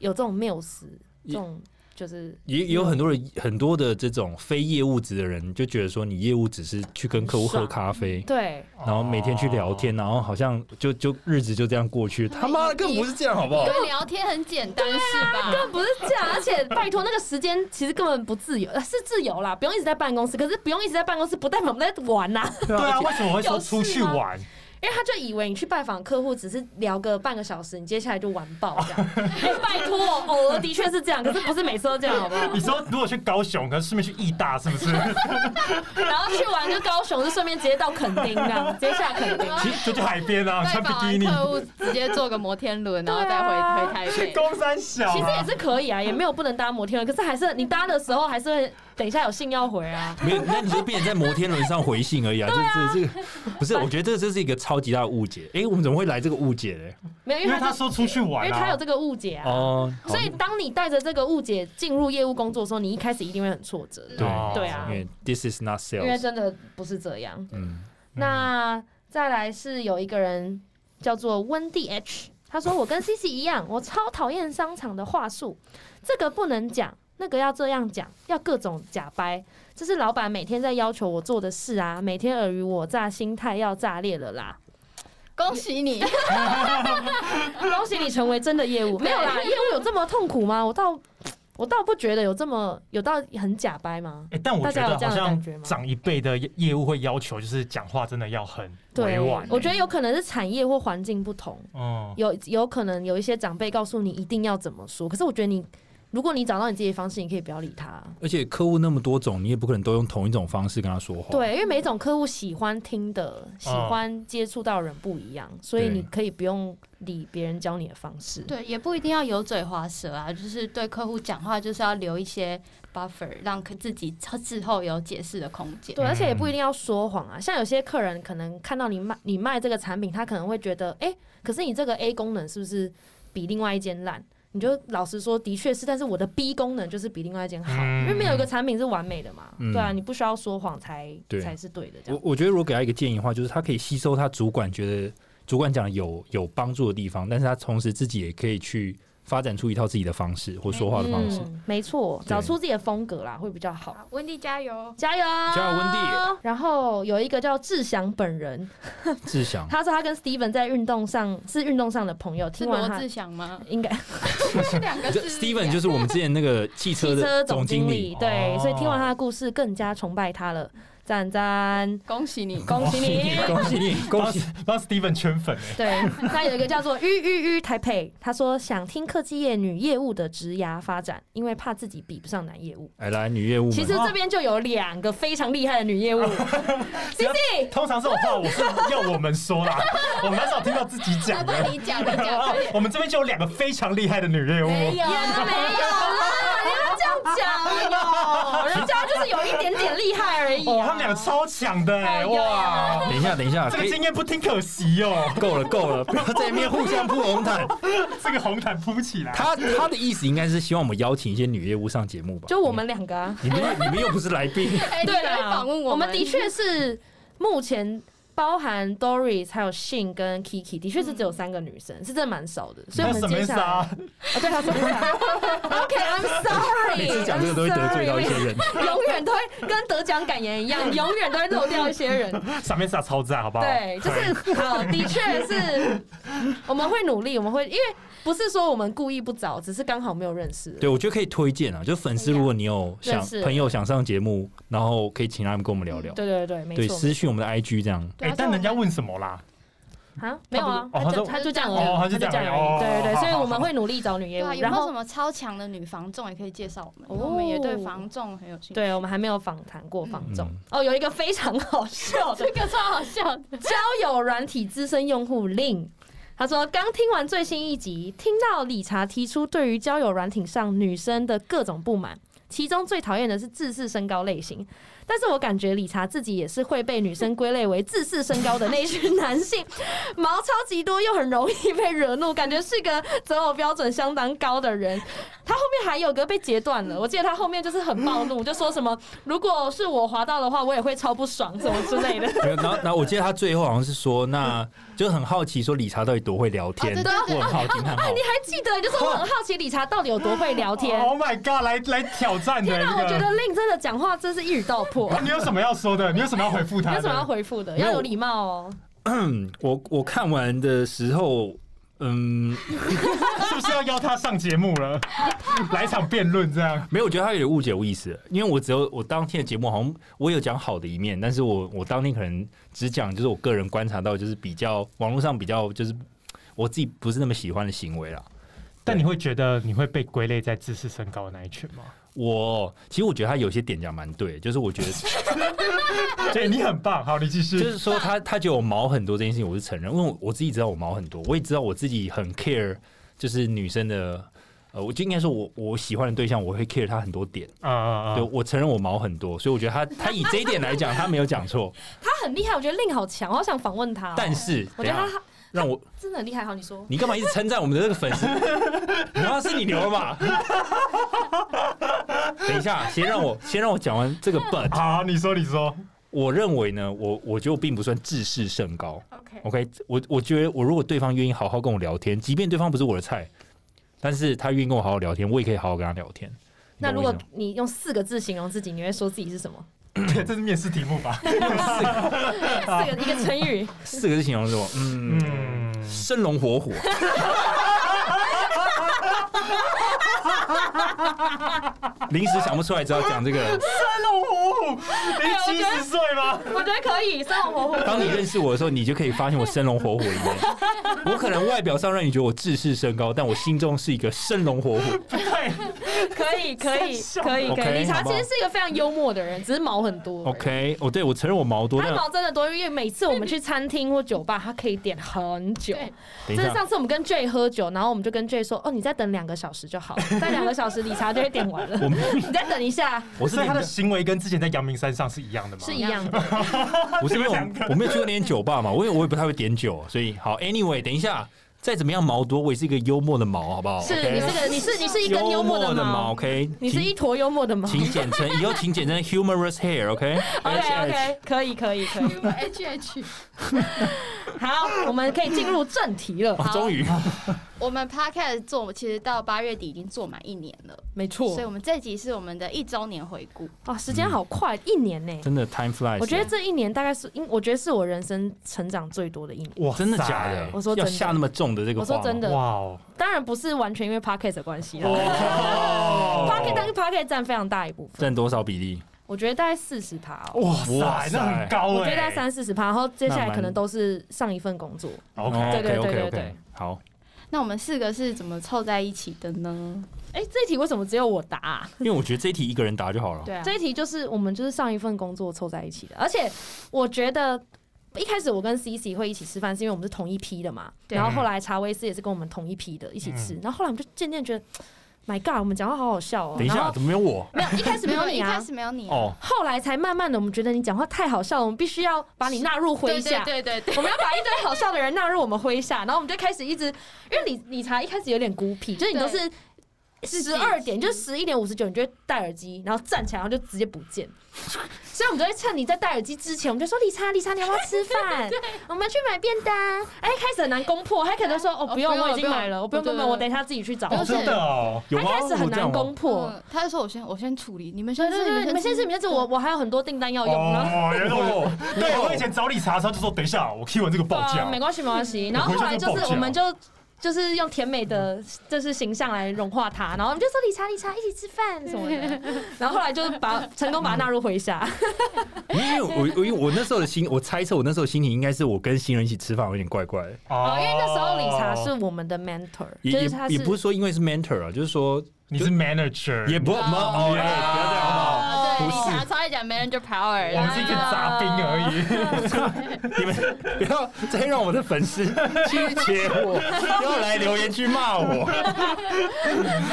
[SPEAKER 3] 有这种缪斯，这种就是
[SPEAKER 4] 也也有很多人很多的这种非业务职的人，就觉得说你业务只是去跟客户喝
[SPEAKER 3] 爽
[SPEAKER 4] 咖啡，
[SPEAKER 3] 对。
[SPEAKER 4] 然后每天去聊天，然后好像就就日子就这样过去，他妈的更不是这样，好不好
[SPEAKER 1] 因？为聊天很简单，是吧？
[SPEAKER 3] 根本啊不是这样，而且拜托，那个时间其实根本不自由，呃是自由啦，不用一直在办公室。可是不用一直在办公室，不代表我们在玩呐、
[SPEAKER 2] 对啊，为什么会说
[SPEAKER 3] 有事
[SPEAKER 2] 出去
[SPEAKER 3] 吗
[SPEAKER 2] 玩？
[SPEAKER 3] 因为他就以为你去拜访客户只是聊个半个小时，你接下来就玩爆这样。 哎、拜托，偶尔的确是这样，可是不是每次都这样，好不好？
[SPEAKER 2] 你说如果去高雄，可是顺便去义大，是不 是？
[SPEAKER 3] 然后去玩个高雄，就顺便直接到垦丁这样，直接下垦丁。
[SPEAKER 2] 其实就去海边啊，
[SPEAKER 1] 拜
[SPEAKER 2] 穿比
[SPEAKER 1] 访
[SPEAKER 2] 基
[SPEAKER 1] 完
[SPEAKER 2] 尼，
[SPEAKER 1] 客户，直接坐个摩天轮，然后
[SPEAKER 3] 对
[SPEAKER 1] 再
[SPEAKER 3] 啊
[SPEAKER 1] 回回台
[SPEAKER 2] 去
[SPEAKER 1] 北。
[SPEAKER 2] 高山小、啊。
[SPEAKER 3] 其实也是可以啊，也没有不能搭摩天轮，可是还是你搭的时候还是会等一下有信要回啊。
[SPEAKER 4] 没有，那你就变成在摩天轮上回信而已 啊！这这这个不是，我觉得这这是一个超级大的误解。哎，我们怎么会来这个误解嘞？
[SPEAKER 3] 没有，因
[SPEAKER 2] 因
[SPEAKER 3] 为
[SPEAKER 2] 为
[SPEAKER 3] 他
[SPEAKER 2] 他
[SPEAKER 3] 是
[SPEAKER 2] 说出去
[SPEAKER 3] 因
[SPEAKER 2] 玩、啊，
[SPEAKER 3] 为他有这个误解啊。
[SPEAKER 4] 哦，好
[SPEAKER 3] 所以，当你带着这个误解进入业务工作的时候，你一开始一定会很挫折，
[SPEAKER 4] 对
[SPEAKER 2] 哦
[SPEAKER 3] 对啊
[SPEAKER 4] 因为 this is not
[SPEAKER 3] 因为
[SPEAKER 4] sales，
[SPEAKER 3] 真的不是这样。
[SPEAKER 4] 嗯，
[SPEAKER 3] 那再来是有一个人叫做温蒂 H，他说我跟 C C 一样，我超讨厌商场的话术，这个不能讲，那个要这样讲，要各种假掰，这是老板每天在要求我做的事啊，每天尔虞我诈，心态要炸裂了啦。
[SPEAKER 1] 恭喜你，
[SPEAKER 3] 恭喜你成为真的业务，没有 啦，业务有这么痛苦吗？我倒我倒不觉得有这么有到很假掰吗？
[SPEAKER 2] 哎、但我觉
[SPEAKER 3] 大家有
[SPEAKER 2] 得
[SPEAKER 3] 这样
[SPEAKER 2] 好
[SPEAKER 3] 的感
[SPEAKER 2] 像
[SPEAKER 3] 觉吗
[SPEAKER 2] 长一辈的业业务会要求，就是讲话真的要很委
[SPEAKER 3] 对，
[SPEAKER 2] 婉、
[SPEAKER 3] 我觉得有可能是产业或环境不同，
[SPEAKER 2] 嗯，
[SPEAKER 3] 有有可能有一些长辈告诉你一定要怎么说，可是我觉得你如果你找到你自己的方式，你可以不要理他。
[SPEAKER 2] 哦
[SPEAKER 4] 而且客户那么多种，你也不可能都用同一种方式跟他说话。，
[SPEAKER 3] 对，因为每种客户喜欢听的、喜
[SPEAKER 2] 嗯
[SPEAKER 3] 欢接触到的人不一样，所以
[SPEAKER 4] 对
[SPEAKER 3] 你可以不用理别人教你的方式。
[SPEAKER 1] 对，也不一定要油嘴滑舌啊，就是对客户讲话就是要留一些 buffer，让客自己事后有解释的空间。
[SPEAKER 3] 对，而且也
[SPEAKER 4] 嗯
[SPEAKER 3] 不一定要说谎啊。像有些客人可能看到你卖你卖这个产品，他可能会觉得，哎、可是你这个 A 功能是不是比另外一间烂？你就老实说，的确是，但是我的 B 功能就是比另外一间好，
[SPEAKER 2] 嗯
[SPEAKER 3] 因为没有一个产品是完美的嘛，
[SPEAKER 4] 嗯
[SPEAKER 3] 对啊，你不需要说谎才
[SPEAKER 4] 对啊
[SPEAKER 3] 才是对的，这
[SPEAKER 4] 我
[SPEAKER 3] 样
[SPEAKER 4] 我觉得如果给他一个建议的话，就是他可以吸收他主管觉得主管讲的有有帮助的地方，但是他同时自己也可以去发展出一套自己的方式或说话的方式。
[SPEAKER 3] 嗯，没错，
[SPEAKER 4] 对
[SPEAKER 3] 找出自己的风格啦，会比较好。
[SPEAKER 1] 好，啊温蒂加油！
[SPEAKER 3] 加油，
[SPEAKER 4] 加油温蒂！
[SPEAKER 3] 然后有一个叫志祥本人，
[SPEAKER 4] 志祥，
[SPEAKER 3] 他说他跟 Steven 在运动上是运动上的朋友，
[SPEAKER 1] 是
[SPEAKER 3] 听完
[SPEAKER 1] 罗
[SPEAKER 3] 他
[SPEAKER 1] 志祥吗？
[SPEAKER 3] 应该
[SPEAKER 1] 两个
[SPEAKER 4] 这
[SPEAKER 1] 字
[SPEAKER 4] Steven 就是我们之前 那个汽车
[SPEAKER 3] 汽
[SPEAKER 4] 的
[SPEAKER 3] 车
[SPEAKER 4] 总
[SPEAKER 3] 总
[SPEAKER 4] 经
[SPEAKER 3] 经
[SPEAKER 4] 理，
[SPEAKER 3] 理，对，
[SPEAKER 2] 哦
[SPEAKER 3] 所以听完他的故事更加崇拜他了，赞赞，
[SPEAKER 1] 恭喜
[SPEAKER 2] 哦
[SPEAKER 1] 你，
[SPEAKER 3] 恭喜你！
[SPEAKER 4] 恭喜你，恭喜！
[SPEAKER 2] 帮 Steven 圈粉哎、
[SPEAKER 3] 对，那有一个叫做“吁吁吁台北”，他说想听科技业女业务的职涯发展，因为怕自己比不上男业务。
[SPEAKER 4] 哎，来女业务
[SPEAKER 3] 其实
[SPEAKER 4] 们，
[SPEAKER 3] 这边就有两个非常厉害的女 业务，C C，
[SPEAKER 2] 通常这种话我是要我们说 啦，我蛮少听到自己
[SPEAKER 1] 要
[SPEAKER 2] 讲哦
[SPEAKER 1] 不
[SPEAKER 2] 的。
[SPEAKER 1] 然你讲，你 讲，快点
[SPEAKER 2] 我们这边就有两个非常厉害的女业务，
[SPEAKER 1] 有
[SPEAKER 3] 也没有啦，你要这样
[SPEAKER 1] 啊
[SPEAKER 3] 讲哟，人家就是有一点点厉害而已、
[SPEAKER 2] 哦，
[SPEAKER 3] 啊。
[SPEAKER 2] 他们两个超强的哎、
[SPEAKER 3] 哦有
[SPEAKER 2] 哇！
[SPEAKER 4] 等一下，等一下，
[SPEAKER 2] 这
[SPEAKER 4] 可
[SPEAKER 2] 个
[SPEAKER 4] 以
[SPEAKER 2] 经验不听可惜哦，
[SPEAKER 4] 够了，够了，不要在那边互相铺红毯。
[SPEAKER 2] 这个红毯铺起来。
[SPEAKER 4] 他他的意思应该是希望我们邀请一些女业务上节目吧？
[SPEAKER 3] 就我们两个、啊，
[SPEAKER 4] 你们，你们又你们又不是来宾，
[SPEAKER 1] 哎你
[SPEAKER 3] 对
[SPEAKER 1] 来
[SPEAKER 3] 啦，
[SPEAKER 1] 访问
[SPEAKER 3] 我
[SPEAKER 1] 们
[SPEAKER 3] 们的确是目前。包含 Doris 还有 Shin 跟 Kiki，的确是只有三个女生，是真的蛮少的。所以我们
[SPEAKER 2] 什么
[SPEAKER 3] 接
[SPEAKER 2] 意思
[SPEAKER 3] 下来，
[SPEAKER 2] 啊？
[SPEAKER 3] 哦，对，他说 OK，I'm sorry，
[SPEAKER 4] 每次讲这个都会得罪到一些人。
[SPEAKER 3] 永远都会跟得奖感言一 样，永远都会漏掉一些人。
[SPEAKER 2] 上面是超赞，好不好？哎
[SPEAKER 3] 对，就是好，的确是，我们会努力，我们会，因为不是说我们故意不找，只是刚好没有认识。
[SPEAKER 4] 对，我觉得可以推荐啊，就粉丝，如果你有想
[SPEAKER 3] 认识
[SPEAKER 4] 朋友想上节目，然后可以请他们跟我们聊聊。
[SPEAKER 3] 对对对，没
[SPEAKER 4] 嗯对，
[SPEAKER 3] 错
[SPEAKER 4] 私讯我们的 IG 这样。
[SPEAKER 1] 对
[SPEAKER 2] 哎
[SPEAKER 1] 啊，
[SPEAKER 2] 但人家问什么啦？
[SPEAKER 3] 啊，没有啊，
[SPEAKER 2] 哦他说
[SPEAKER 3] 就他就这样
[SPEAKER 2] 哦
[SPEAKER 3] 而
[SPEAKER 2] 他
[SPEAKER 3] 已，
[SPEAKER 2] 就这样
[SPEAKER 3] 而已
[SPEAKER 2] 哦
[SPEAKER 3] 对对对，
[SPEAKER 2] 好
[SPEAKER 3] 所以
[SPEAKER 2] 好
[SPEAKER 3] 我们会努力找女业
[SPEAKER 1] 对啊，
[SPEAKER 3] 务，
[SPEAKER 1] 有
[SPEAKER 3] 然
[SPEAKER 1] 没有什
[SPEAKER 3] 后
[SPEAKER 1] 么超强的女防重也可以介绍我们？因为我们也哦对防重很有兴趣。
[SPEAKER 3] 对我们还没有访谈过房总
[SPEAKER 4] 嗯
[SPEAKER 3] 哦，有一个非常好 笑的
[SPEAKER 1] 这个超好笑的，
[SPEAKER 3] 交友软体资深用户令。他说：“刚听完最新一集，听到理查提出对于交友软体上女生的各种不满，其中最讨厌的是自视身高类型。但是我感觉理查自己也是会被女生归类为自视身高的那一群男性， 毛超级多，又很容易被惹怒，感觉是个择偶标准相当高的人。他后面还有个被截断了，我记得他后面就是很暴怒，就说什么如果是我滑到的话，我也会超不爽什么之类的。”
[SPEAKER 4] 没有然后，然后我记得他最后好像是说， 那就很好奇，说理查到底多会聊天，
[SPEAKER 1] 哦对对对
[SPEAKER 4] 我很好奇，很好
[SPEAKER 3] 你还记得，就是我很好奇理查到底有多会聊天。
[SPEAKER 4] 哦
[SPEAKER 2] Oh my god！来来挑战的
[SPEAKER 3] 天哪，
[SPEAKER 2] 这
[SPEAKER 3] 我觉
[SPEAKER 2] 个，哦
[SPEAKER 3] 得令真的讲话真是一语道 破。
[SPEAKER 2] 你有什么要说的？你有什么要回复
[SPEAKER 3] 你
[SPEAKER 2] 他？
[SPEAKER 3] 有
[SPEAKER 2] 的？
[SPEAKER 3] 什么要回复的？
[SPEAKER 4] 没有
[SPEAKER 3] 要有礼貌哦。
[SPEAKER 4] 嗯 我我看完的时候，嗯，
[SPEAKER 2] 是不是要邀他上节目 了？来一场辩论这样？
[SPEAKER 4] 没有，我觉得他有点误解我意思了，因为我只有我当天的节目好像我有讲好的一面，但是我我当天可能只讲就是我个人观察到，就是比较网络上比较就是我自己不是那么喜欢的行为啦。
[SPEAKER 2] 但你会觉得你会被归类在自视身高的那一群 吗？
[SPEAKER 4] 我其实我觉得他有些点讲蛮对，就是我觉得
[SPEAKER 2] 对，你很棒。好，你继续。
[SPEAKER 4] 就是说他他觉得我毛很多这件事情，我是承认，因为我我自己知道我毛很多，我也知道我自己很 care，就是女生的呃，我就应该说我我喜欢的对象，我会 care 他很多点，
[SPEAKER 2] 啊啊啊！
[SPEAKER 4] 对我承认我毛很多，所以我觉得他他以这一点来讲，他没有 讲错，
[SPEAKER 3] 他很厉害，我觉得令好强，我好想访问他哦。
[SPEAKER 4] 但是
[SPEAKER 3] 哦我
[SPEAKER 4] 等一
[SPEAKER 3] 觉得
[SPEAKER 4] 下
[SPEAKER 3] 他
[SPEAKER 4] 让我
[SPEAKER 3] 真的很厉害。好，你说。
[SPEAKER 4] 你干嘛一直称赞我们的这个粉丝？然后是你留了吧？等一下，先让我先让我讲完这个 but。
[SPEAKER 2] 好，你说，你说。
[SPEAKER 4] 我认为呢，我我觉得我并不算自视甚高。
[SPEAKER 1] OK，
[SPEAKER 4] OK，我我觉得我如果对方愿意好好跟我聊天，即便对方不是我的菜，但是他愿意跟我好好聊天，我也可以好好跟他聊天。你
[SPEAKER 3] 那
[SPEAKER 4] 懂
[SPEAKER 3] 如
[SPEAKER 4] 我意
[SPEAKER 3] 果
[SPEAKER 4] 思吗
[SPEAKER 3] 你用四个字形容自己，你会说自己是什 么？
[SPEAKER 2] 这是面试题目吧？
[SPEAKER 3] 四个一个成 语，
[SPEAKER 4] 四个字形容是什么？嗯，
[SPEAKER 2] 嗯，
[SPEAKER 4] 生龙活 虎。临时想不出来，只好讲这个。
[SPEAKER 3] 哎
[SPEAKER 2] 生龙活虎，你七十岁吗？
[SPEAKER 3] 我觉得可以，生龙活虎。
[SPEAKER 4] 当你认识我的时候，你就可以发现我生龙活虎的一 面。我可能外表上让你觉得我自视身高，但我心中是一个生龙活虎。
[SPEAKER 2] 对，
[SPEAKER 3] 可以，可以，可以，可
[SPEAKER 4] OK，
[SPEAKER 3] 以。理查其
[SPEAKER 4] 好
[SPEAKER 3] 实
[SPEAKER 4] 吧
[SPEAKER 3] 是一个非常幽默的人，只是毛很多而已。
[SPEAKER 4] OK，哦，对，我承认我毛多，
[SPEAKER 3] 他
[SPEAKER 4] 但
[SPEAKER 3] 毛真的多，因为每次我们去餐厅或酒吧，他可以点很久。
[SPEAKER 1] 对
[SPEAKER 4] 等一
[SPEAKER 3] 就是
[SPEAKER 4] 下，
[SPEAKER 3] 上次我们跟 J 喝酒，然后我们就跟 J 说：“哦，你再等两个小时就好，再两个小时理查就会点完了，
[SPEAKER 4] 我们
[SPEAKER 3] 你再等一下。
[SPEAKER 4] 我 是
[SPEAKER 2] 所以他的
[SPEAKER 4] 连
[SPEAKER 2] 行为跟之前在阳明山上是一样的”吗？
[SPEAKER 3] 是一样的，
[SPEAKER 4] 我是因为
[SPEAKER 2] 你们两
[SPEAKER 4] 我
[SPEAKER 2] 个
[SPEAKER 4] 我没有去过那间酒吧嘛，我也我也不太会点酒，所以好，anyway，等一下，再怎么样毛多，我也是一个幽默的毛，好不好？
[SPEAKER 3] 是
[SPEAKER 4] OK？
[SPEAKER 3] 你是个你是你是一根幽默
[SPEAKER 4] 默
[SPEAKER 3] 的
[SPEAKER 4] 毛
[SPEAKER 3] 毛，
[SPEAKER 4] ，OK？
[SPEAKER 3] 你是一坨幽默的毛。
[SPEAKER 4] 请请简称，以后请简称 humorous hair，OK？
[SPEAKER 3] OK OK，可以可以可以。
[SPEAKER 1] H H，
[SPEAKER 3] 好，我们可以进入正题了。
[SPEAKER 4] 哦，终于，
[SPEAKER 1] 我们 podcast 做其实到八月底已经做满一年了，
[SPEAKER 3] 没
[SPEAKER 1] 所
[SPEAKER 3] 错
[SPEAKER 1] 以，我们这集是我们的一周年回顾。
[SPEAKER 3] 哇，时间好快，一年呢。
[SPEAKER 4] 真的 time flies。
[SPEAKER 3] 我觉得这一年大概是，因我觉得是我人生成长最多的一年。
[SPEAKER 2] 哇塞，
[SPEAKER 4] 真的假的？
[SPEAKER 3] 我说真
[SPEAKER 4] 要
[SPEAKER 3] 的
[SPEAKER 4] 下那么重的这个
[SPEAKER 3] 我
[SPEAKER 4] 话吗，
[SPEAKER 3] 说真的
[SPEAKER 2] 哇哦，
[SPEAKER 3] 当然不是完全因为 Pocket 的关系啦
[SPEAKER 4] 哦
[SPEAKER 2] 哇
[SPEAKER 3] ，Pocket 但是 Pocket 占非常大一部分，
[SPEAKER 4] 占多少比例？
[SPEAKER 3] 我觉得大概四十趴哦。
[SPEAKER 2] 哇
[SPEAKER 4] 哇
[SPEAKER 2] 塞，
[SPEAKER 4] 塞
[SPEAKER 2] 那很高哎、
[SPEAKER 3] 我觉得大概三四十趴，然后接下
[SPEAKER 4] 哦那
[SPEAKER 3] 来
[SPEAKER 4] 蛮
[SPEAKER 3] 可能都是上一份工作。
[SPEAKER 2] OK，
[SPEAKER 3] 对对对
[SPEAKER 4] OK OK
[SPEAKER 3] 对
[SPEAKER 4] OK，
[SPEAKER 3] 对
[SPEAKER 4] 哦好，
[SPEAKER 1] 那我们四个是怎么凑在一起的 呢？
[SPEAKER 3] 哎，这一题为什么只有我答啊？
[SPEAKER 4] 因为我觉得这一题一个人答就好了。
[SPEAKER 1] 对啊，
[SPEAKER 3] 这一题就是我们就是上一份工作凑在一起的，而且我觉得。一开始我跟 CC 会一起吃饭，是因为我们是同一批的嘛。
[SPEAKER 1] 对
[SPEAKER 3] 然后后来查威斯也是跟我们同一批的，一起
[SPEAKER 4] 嗯
[SPEAKER 3] 吃。然后后来我们就渐渐觉得，My God，我们讲话好好笑哦、
[SPEAKER 4] 等一
[SPEAKER 3] 然
[SPEAKER 4] 下，
[SPEAKER 3] 后
[SPEAKER 4] 怎么没有我？
[SPEAKER 3] 没有一 开始
[SPEAKER 1] 没
[SPEAKER 3] 没
[SPEAKER 1] 有
[SPEAKER 3] 有
[SPEAKER 1] 你，
[SPEAKER 3] 你
[SPEAKER 1] 一
[SPEAKER 3] 啊
[SPEAKER 1] 开，始没有你啊，
[SPEAKER 4] 哦，
[SPEAKER 3] 后来才慢慢的，我们觉得你讲话太好笑了，我们必须要把你纳入麾
[SPEAKER 1] 对
[SPEAKER 3] 下。
[SPEAKER 1] 对对对
[SPEAKER 3] 我们要把一堆好笑的人纳入我们麾下，然后我们就开始一直，因为理理查一开始有点孤僻，就是你都是
[SPEAKER 1] 自己
[SPEAKER 3] 十二点，就十一点五十九，你就会戴耳机，然后站起来，然后就直接不见。 所以我们就会趁你在戴耳机之前，我们就说理查，理查，你要不要吃 饭？我们去买便当。哎，开始很难攻破，他可能说哦
[SPEAKER 1] 哦
[SPEAKER 3] 不用，
[SPEAKER 1] 不用
[SPEAKER 3] 我已经
[SPEAKER 1] 不用
[SPEAKER 3] 买了，我不用
[SPEAKER 1] 对
[SPEAKER 3] 不
[SPEAKER 1] 对
[SPEAKER 3] 用，
[SPEAKER 1] 对
[SPEAKER 3] 我等一下自己去找。
[SPEAKER 1] 不
[SPEAKER 2] 哦，
[SPEAKER 1] 是
[SPEAKER 2] 真的哦，
[SPEAKER 4] 有
[SPEAKER 3] 他
[SPEAKER 4] 吗？
[SPEAKER 3] 开始很
[SPEAKER 4] 我这样
[SPEAKER 3] 难
[SPEAKER 4] 吗
[SPEAKER 3] 攻破。
[SPEAKER 1] 嗯，他就说我先我先处理，你们
[SPEAKER 3] 对
[SPEAKER 1] 先
[SPEAKER 3] 对
[SPEAKER 1] 吃，
[SPEAKER 3] 对，你们先吃，
[SPEAKER 1] 吃，
[SPEAKER 3] 你们先吃，我我还有很多订单要用。然后
[SPEAKER 2] 哦，原来我对我以前找理查的时候就说，等一下，我 Q 完这个报
[SPEAKER 3] 对
[SPEAKER 2] 价
[SPEAKER 3] 啊，没关系，没关系。然后后来就是我们就就是用甜美的就是形象来融化它，然后我们就说理查理查一起吃饭什么 的。然后后来就是把成功把它纳入麾下，
[SPEAKER 4] 因为我我因为我那时候的心，我猜测我那时候的心情应该是我跟新人一起吃饭，我有点怪怪的，
[SPEAKER 3] 哦，因为那时候理查是我们的 mentor，
[SPEAKER 4] 哦也
[SPEAKER 3] 就是
[SPEAKER 4] 也
[SPEAKER 3] 他
[SPEAKER 4] 也不是说因为是 mentor 啊，就是说
[SPEAKER 2] 你是 manager，
[SPEAKER 4] 也不
[SPEAKER 1] 哦
[SPEAKER 4] 没有哦，哎不要这样好不好？
[SPEAKER 1] 哦对，
[SPEAKER 4] 不是
[SPEAKER 1] 理查超爱讲 manager
[SPEAKER 2] 我们
[SPEAKER 1] power，
[SPEAKER 2] 是一个杂兵
[SPEAKER 4] 啊
[SPEAKER 2] 而已。
[SPEAKER 4] 你们不要再让我的粉丝曲解 我，不要来留言去骂我。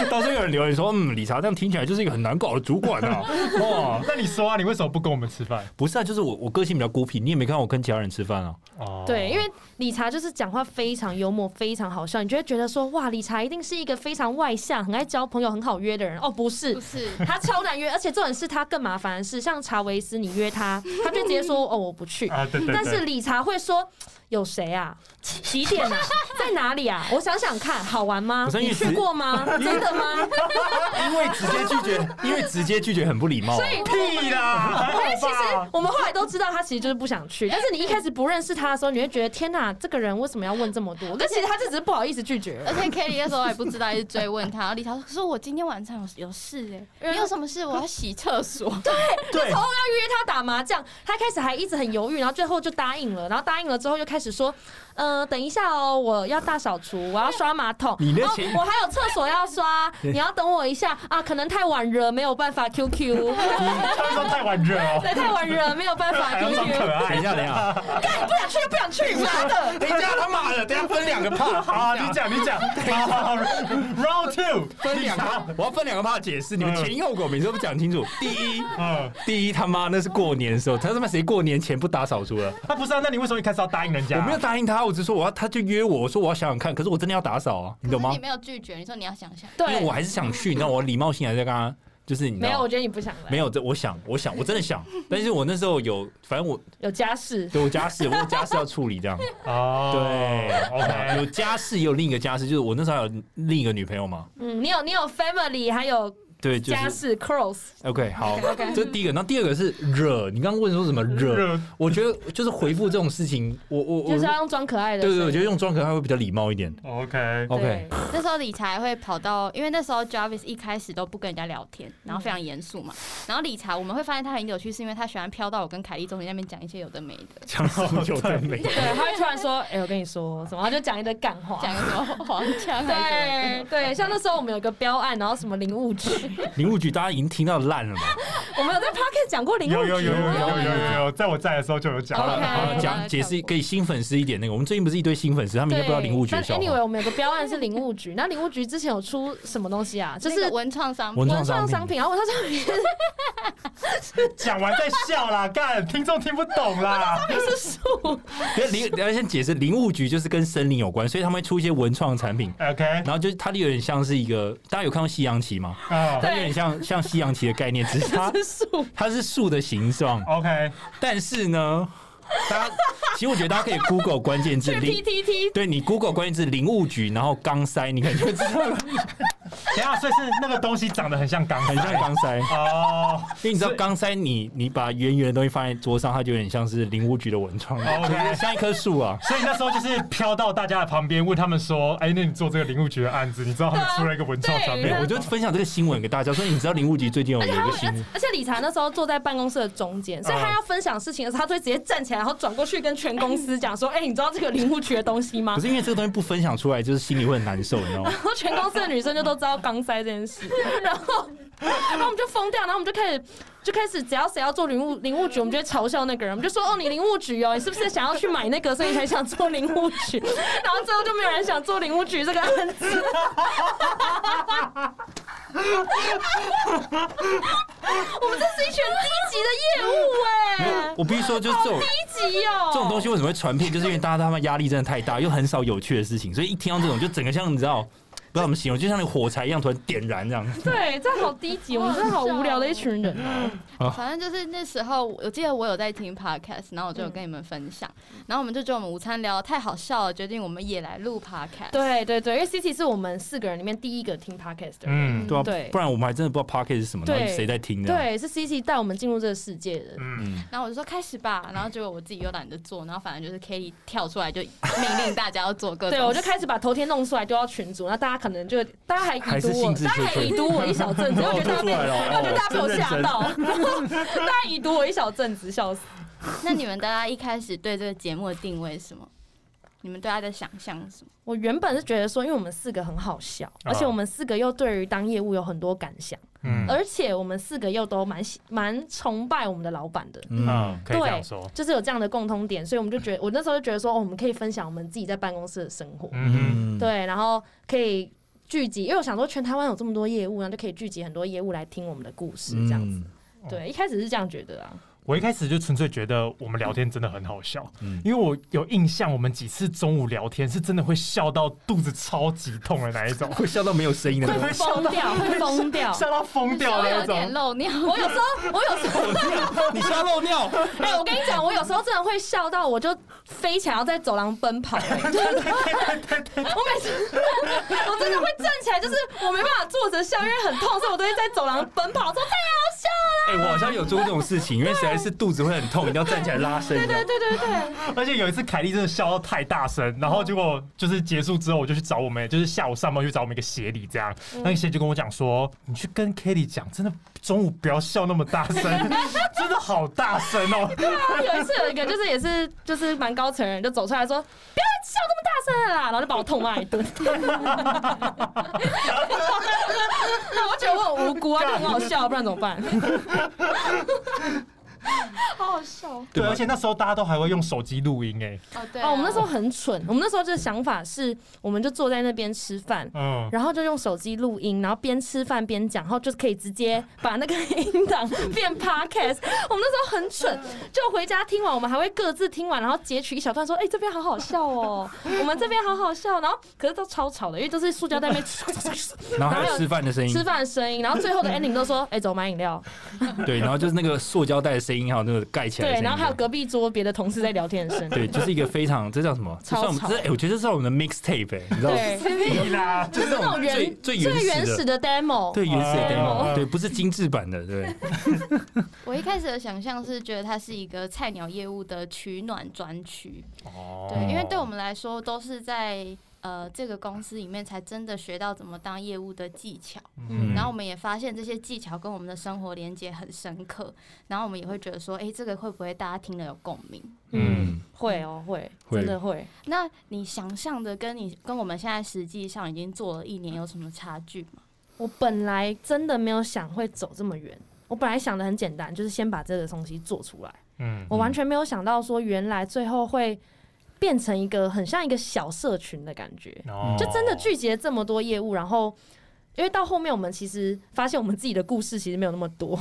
[SPEAKER 4] 到时候有人留言说，嗯，理查这样听起来就是一个很难搞的主管啊。哇，
[SPEAKER 2] 那你说啊，你为什么不跟我们吃饭？
[SPEAKER 4] 不是啊，就是我我个性比较孤僻，你也没看我跟其他人吃饭啊。
[SPEAKER 2] 哦，
[SPEAKER 3] 对，因为理查就是讲话非常幽默，非常好笑，你就会觉得说哇，理查一定是一个非常外向、很爱交朋友、很好约的人。哦，不是
[SPEAKER 1] 不，是，
[SPEAKER 3] 他超难约，而且重点是他更麻烦的是，像查维斯，你约他，他就直接说哦我不去，
[SPEAKER 2] 啊，对对对，
[SPEAKER 3] 但是理查会说有谁啊？几点 啊？在哪里啊？我想想看，好玩吗
[SPEAKER 4] 不？ 是因为
[SPEAKER 3] 你去
[SPEAKER 4] 直
[SPEAKER 3] 过吗？真的吗？
[SPEAKER 4] 因为直接拒绝，因为直接拒绝很不礼貌啊、
[SPEAKER 3] 所以
[SPEAKER 2] 屁啦，还好吧。
[SPEAKER 3] 我们后来都知道他其实就是不想去，但是你一开始不认识他的时候，你会觉得天哪，这个人为什么要问这么多？但其实他就只是不好意思拒绝而已。
[SPEAKER 1] 而且 Kelly 那时候还不知道，一直追问他。然后理查说：“可是我今天晚上有有事哎、你有什么事？我要洗厕所。
[SPEAKER 4] 对
[SPEAKER 3] 然后要约他打麻将，他一开始还一直很犹豫，然后最后就答应了。然后答应了之后，又开始说：“呃，等一下哦，我要大扫除，我要刷马桶，
[SPEAKER 4] 你那
[SPEAKER 3] 哦
[SPEAKER 4] 前
[SPEAKER 3] 我还有厕所要刷， 你要等我一下啊，可能太晚了，没有办法 QQ，
[SPEAKER 2] 他们说太晚热哦，
[SPEAKER 3] 对，太晚了，没有办法
[SPEAKER 2] 还要
[SPEAKER 3] QQ，
[SPEAKER 2] 装可爱。
[SPEAKER 4] 等一下，等一下，
[SPEAKER 3] 不想去就不想去，妈的！
[SPEAKER 4] 啊等一下，他妈的，等一下分两个怕，
[SPEAKER 2] 好啊，你讲，你讲。好好好 Round Two，
[SPEAKER 4] 分两个，我要分两个怕解释，你们前因后果每次都不讲清楚。第一，
[SPEAKER 2] 嗯，
[SPEAKER 4] 第一他妈那是过年的时候，他他妈谁过年前不打扫除了？
[SPEAKER 2] 那不是啊，那你为什么一开始要答应人家？
[SPEAKER 4] 我没有答应他，我只说我要，他就约我，我说我要想想看，可是我真的要打扫啊，”你
[SPEAKER 1] 可
[SPEAKER 4] 懂
[SPEAKER 1] 是
[SPEAKER 4] 吗
[SPEAKER 1] 你？没有拒绝，你说你要想想。
[SPEAKER 4] 因为我
[SPEAKER 3] 对，
[SPEAKER 4] 还是想去，你知道，我礼貌性还在跟他，就是你知道
[SPEAKER 3] 没有，我觉得你不想来，
[SPEAKER 4] 没有这，我想，我想，我真的想，但是我那时候有，反正我
[SPEAKER 3] 有家事，
[SPEAKER 4] 对我家事，我有家事要处理，这样
[SPEAKER 2] 哦，
[SPEAKER 4] 对
[SPEAKER 2] ，OK，
[SPEAKER 4] 有家事也有另一个家事，就是我那时候还有另一个女朋友嘛，
[SPEAKER 3] 嗯，你有你有 family，还有
[SPEAKER 4] 对，就
[SPEAKER 3] 家
[SPEAKER 4] 是
[SPEAKER 3] 事 cross，
[SPEAKER 4] OK 好，
[SPEAKER 3] OK
[SPEAKER 4] 这是第一个，那第二个是惹，你刚刚问说什么惹？
[SPEAKER 2] 热
[SPEAKER 4] 我觉得就是回复这种事情，我我我，
[SPEAKER 3] 就是要用装可爱的
[SPEAKER 4] 对
[SPEAKER 3] 声音，
[SPEAKER 4] 对，我觉得用装可爱会比较礼貌一点。
[SPEAKER 2] OK，
[SPEAKER 4] OK，
[SPEAKER 3] 对
[SPEAKER 1] 那时候理查会跑到，因为那时候 Jarvis 一开始都不跟人家聊天，然后非常严肃嘛。
[SPEAKER 3] 嗯
[SPEAKER 1] 然后理查我们会发现他很有趣，是因为他喜欢飘到我跟凯莉中间那边讲一些有的没的，
[SPEAKER 4] 讲很久的美。
[SPEAKER 3] 对，他会突然说：“哎、我跟你说什么？”他就讲一堆干话。
[SPEAKER 1] 讲一个什么黄腔还是什么啊
[SPEAKER 3] 对对，像那时候我们有一个标案，然后什么零物质，
[SPEAKER 4] 林务局大家已经听到烂了嘛。
[SPEAKER 3] 我们有在 Pocket 讲过零
[SPEAKER 2] 有有有有
[SPEAKER 3] 吗
[SPEAKER 2] 有有有有，在我在的时候就有讲
[SPEAKER 4] 好了
[SPEAKER 1] 好
[SPEAKER 4] 好了，
[SPEAKER 1] OK，
[SPEAKER 4] 讲解释给新粉丝一点那个，我们最近不是一堆新粉丝，他们应该不知道林务局的
[SPEAKER 3] 但
[SPEAKER 4] 笑
[SPEAKER 3] anyway，
[SPEAKER 4] 话。
[SPEAKER 3] 我们有个标案是林务局，那林务局之前有出什么东西啊？就
[SPEAKER 1] 就是是文创商品
[SPEAKER 4] 文。
[SPEAKER 3] 文
[SPEAKER 4] 创
[SPEAKER 3] 创商
[SPEAKER 4] 商品，
[SPEAKER 3] 品，然后文创商品
[SPEAKER 2] 讲完再笑啦，干听众听不懂啦。
[SPEAKER 3] 是树，
[SPEAKER 4] 因为林，你要先解释，林务局就是跟森林有关，所以他们会出一些文创产品，
[SPEAKER 2] OK
[SPEAKER 4] 然后就是它有点像是一个，大家有看过西洋棋吗？
[SPEAKER 2] 啊
[SPEAKER 4] 它有点像像西洋棋的概念，只是 它
[SPEAKER 3] 是树，
[SPEAKER 4] 它是树的形状，
[SPEAKER 2] ，OK，
[SPEAKER 4] 但是呢，大家其实我觉得大家可以 Google 关键字
[SPEAKER 3] 去
[SPEAKER 4] 林，
[SPEAKER 3] PTT
[SPEAKER 4] 对你 Google 关键字林务局，然后钢塞，你可能就知道了，
[SPEAKER 2] 等一下，所以是那个东西长得很像钢塞，
[SPEAKER 4] 很像钢塞。
[SPEAKER 2] 哦
[SPEAKER 4] 因为你知道
[SPEAKER 2] 所以
[SPEAKER 4] 钢塞你，你把圆圆的东西放在桌上，它就有点像是林务局的文创，
[SPEAKER 3] 哦
[SPEAKER 2] ，OK。
[SPEAKER 4] 像一棵树啊。
[SPEAKER 2] 所以那时候就是飘到大家的旁边，问他们说：“哎，那你做这个林务局的案子，你知道他们出了一个文创产品
[SPEAKER 4] 对，我就分享这个新闻给大家，说你知道林务局最近有有一个嗯新，
[SPEAKER 3] 而且理查那时候坐在办公室的中间，所以他要分享事情的时候，他就会直接站起来，然后转过去跟全公司讲说：“哎、你知道这个林务局的东西吗
[SPEAKER 4] 可是因为这个东西不分享出来，就是心里会很难受，你知道吗？”？
[SPEAKER 3] 然后 全公司的女生就都知道钢塞这件事， 然后，然后我们就疯掉，然后我们就开始就开始，只要谁要做林务林务局，我们就会嘲笑那个人，我们就说：“哦，你林务局哦，你是不是想要去买那个，所以你才想做林务局？” 然后最后就没有人想做林务局这个 案子。我们这是一群低级的业务
[SPEAKER 4] 没有
[SPEAKER 3] 哎、
[SPEAKER 4] 我必须说，就是这种
[SPEAKER 3] 低级哦、
[SPEAKER 4] 这种东西为什么会传遍，就是因为大家他们压力真的太大，又很少有趣的事情，所以一听到这种就整个像你知道。不知道怎么形容，就像那个火柴一样，突然点燃这样。
[SPEAKER 3] 对，这好低级，我们真的好无聊的一群人。
[SPEAKER 1] 反正就是那时候，我记得我有在听 podcast，然后我就有跟你们分享，
[SPEAKER 3] 嗯
[SPEAKER 1] 然后我们就觉得我们午餐聊得太好笑了，决定我们也来录 podcast。
[SPEAKER 3] 对对对，因为 Cici 是我们四个人里面第一个听 podcast 的人。
[SPEAKER 2] 嗯
[SPEAKER 4] 对啊，
[SPEAKER 3] 对
[SPEAKER 4] 不然我们还真的不知道 Pocket 是什么，
[SPEAKER 3] 对
[SPEAKER 4] 然后谁在听这样。
[SPEAKER 3] 对，是 Cici 带我们进入这个世界的。
[SPEAKER 2] 嗯，
[SPEAKER 4] 嗯，
[SPEAKER 1] 然后我就说开始吧，然后结果我自己又懒得做，然后反正就是 k a t i e 跳出来就命令大家要做各种。
[SPEAKER 3] 对，我就开始把头贴弄出来丢到群组，那大家可能就大家还
[SPEAKER 4] 嗯还
[SPEAKER 3] 已
[SPEAKER 4] 是
[SPEAKER 3] 读我，
[SPEAKER 4] 兴致
[SPEAKER 3] 大家
[SPEAKER 4] 缺
[SPEAKER 3] 还
[SPEAKER 4] 缺
[SPEAKER 3] 已读我一小阵子， 因为我觉得大家被，
[SPEAKER 4] 了哦
[SPEAKER 3] 因为我觉得 大家被我吓
[SPEAKER 4] 真认真
[SPEAKER 3] 到， 然后 大家已读我一小阵子，笑死。
[SPEAKER 1] 那你们大家一开始对这个节目的定位是什么？你们对它的想象是什么？
[SPEAKER 3] 我原本是觉得说，因为我们四个很好笑，
[SPEAKER 4] 啊
[SPEAKER 3] 而且我们四个又对于当业务有很多感想，
[SPEAKER 2] 嗯
[SPEAKER 3] 而且我们四个又都蛮喜蛮崇拜我们的老板的。
[SPEAKER 4] 嗯
[SPEAKER 2] 嗯，，可以这样说，
[SPEAKER 3] 就是有这样的共通点，所以我们就觉得，我那时候就觉得说，哦，我们可以分享我们自己在办公室的生活，
[SPEAKER 2] 嗯，
[SPEAKER 3] 对，然后可以聚集，因为我想说全台湾有这么多业务，然后就可以聚集很多业务来听我们的故事，这样子。
[SPEAKER 4] 子。
[SPEAKER 3] 对，一开始是这样觉得啊，
[SPEAKER 2] 我一开始就纯粹觉得我们聊天真的很好笑，
[SPEAKER 4] 嗯，
[SPEAKER 2] 因为我有印象，我们几次中午聊天是真的会笑到肚子超级痛的那一种
[SPEAKER 4] 会笑到没有声音的那种。
[SPEAKER 2] 会笑
[SPEAKER 3] 疯
[SPEAKER 2] 到
[SPEAKER 3] 掉，会疯 掉。
[SPEAKER 2] 笑到疯掉
[SPEAKER 1] 我
[SPEAKER 2] 的那
[SPEAKER 1] 有点
[SPEAKER 2] 种。
[SPEAKER 1] 漏尿，
[SPEAKER 3] 我有时候，我有时候，
[SPEAKER 4] 你笑漏尿，
[SPEAKER 3] 哎、我跟你讲，我有时候真的会笑到，我就飞起来要在走廊奔跑、哎 就是我每次，我真的会站起来，就是我没办法坐着笑，因为很痛，所以我都会在走廊奔跑，说太好笑了。
[SPEAKER 4] 哎、我好像有做过这种事情，因为实在是肚子会很痛，一定要站起来拉伸这样。
[SPEAKER 3] 对对对，
[SPEAKER 2] 而且有一次凯莉真的笑到太大声，然后结果就是结束之后，我就去找我们，就是下午上班去找我们一个协理，这样，那个协理就跟我讲说，你去跟 k a t i e 讲，真的中午不要笑那么大声， 真的好大声哦。
[SPEAKER 3] 有一次有一个就是也是就是蛮高层的人就走出来说，不要笑这么大声了啦，然后就把我痛骂一顿。 我觉得我很无辜啊，就很好笑，不然怎么办？好好笑哦！
[SPEAKER 2] 对，
[SPEAKER 4] 吧
[SPEAKER 2] 而且那时候大家都还会用手机录音，哎，
[SPEAKER 1] 哦对啊、
[SPEAKER 3] 哦，我们那时候很蠢，我们那时候的想法是，我们就坐在那边吃饭。
[SPEAKER 2] 嗯，
[SPEAKER 3] 然后就用手机录音，然后边吃饭边讲，然后就可以直接把那个音档变 podcast。我 们那时候很蠢，
[SPEAKER 4] 嗯
[SPEAKER 3] 就回家听完，我们还会各自听完，然后截取一小段说：“哎、这边好好笑哦，我们这边好好笑。”然后可是都超吵的，因为都是塑胶在那边
[SPEAKER 4] 然后还有吃饭的声音
[SPEAKER 3] 吃，饭的声音，然后 最后的 ending 都说：“哎、走买饮料。
[SPEAKER 4] 对，然后就是那个塑胶袋的声音，还有那个盖”起来的
[SPEAKER 3] 对，
[SPEAKER 4] 声音。
[SPEAKER 3] 然后还有隔壁桌别的同事在聊天的声音。
[SPEAKER 4] 对，就是一个非常这叫什么？这
[SPEAKER 3] 超
[SPEAKER 4] 算我们
[SPEAKER 3] 吵
[SPEAKER 4] 这哎、我觉得这是我们的 mixtape，、哎，你知道吗？
[SPEAKER 3] 对，
[SPEAKER 2] 你 啦，
[SPEAKER 4] 就是那
[SPEAKER 3] 那种
[SPEAKER 4] 最
[SPEAKER 3] 原最
[SPEAKER 4] 最原
[SPEAKER 3] 原
[SPEAKER 4] 始
[SPEAKER 3] 始
[SPEAKER 4] 的，
[SPEAKER 3] 的 demo，
[SPEAKER 4] 对原始的
[SPEAKER 2] 哦
[SPEAKER 4] demo，对，不是精致版的，对，
[SPEAKER 1] 我一开始的想象是觉得它是一个菜鸟业务的取暖专区，
[SPEAKER 2] 哦
[SPEAKER 1] 对，因为对我们来说都是在呃这个公司里面才真的学到怎么当业务的技巧，
[SPEAKER 4] 嗯
[SPEAKER 1] 然后我们也发现这些技巧跟我们的生活连接很深刻，然后我们也会觉得说，哎、这个会不会大家听了有共鸣？
[SPEAKER 4] 嗯，
[SPEAKER 3] 会哦，会，
[SPEAKER 4] 会
[SPEAKER 3] 真的会。嗯
[SPEAKER 1] 那你想象的跟你跟我们现在实际上已经做了一年有什么差距吗？
[SPEAKER 3] 我本来真的没有想会走这么远，我本来想的很简单，就是先把这个东西做出来。
[SPEAKER 2] 嗯，
[SPEAKER 3] 我完全没有想到说，原来最后会变成一个很像一个小社群的感觉，
[SPEAKER 2] 哦
[SPEAKER 3] 就真的聚集了这么多业务，然后。因为到后面我们其实发现我们自己的故事其实没有那么多，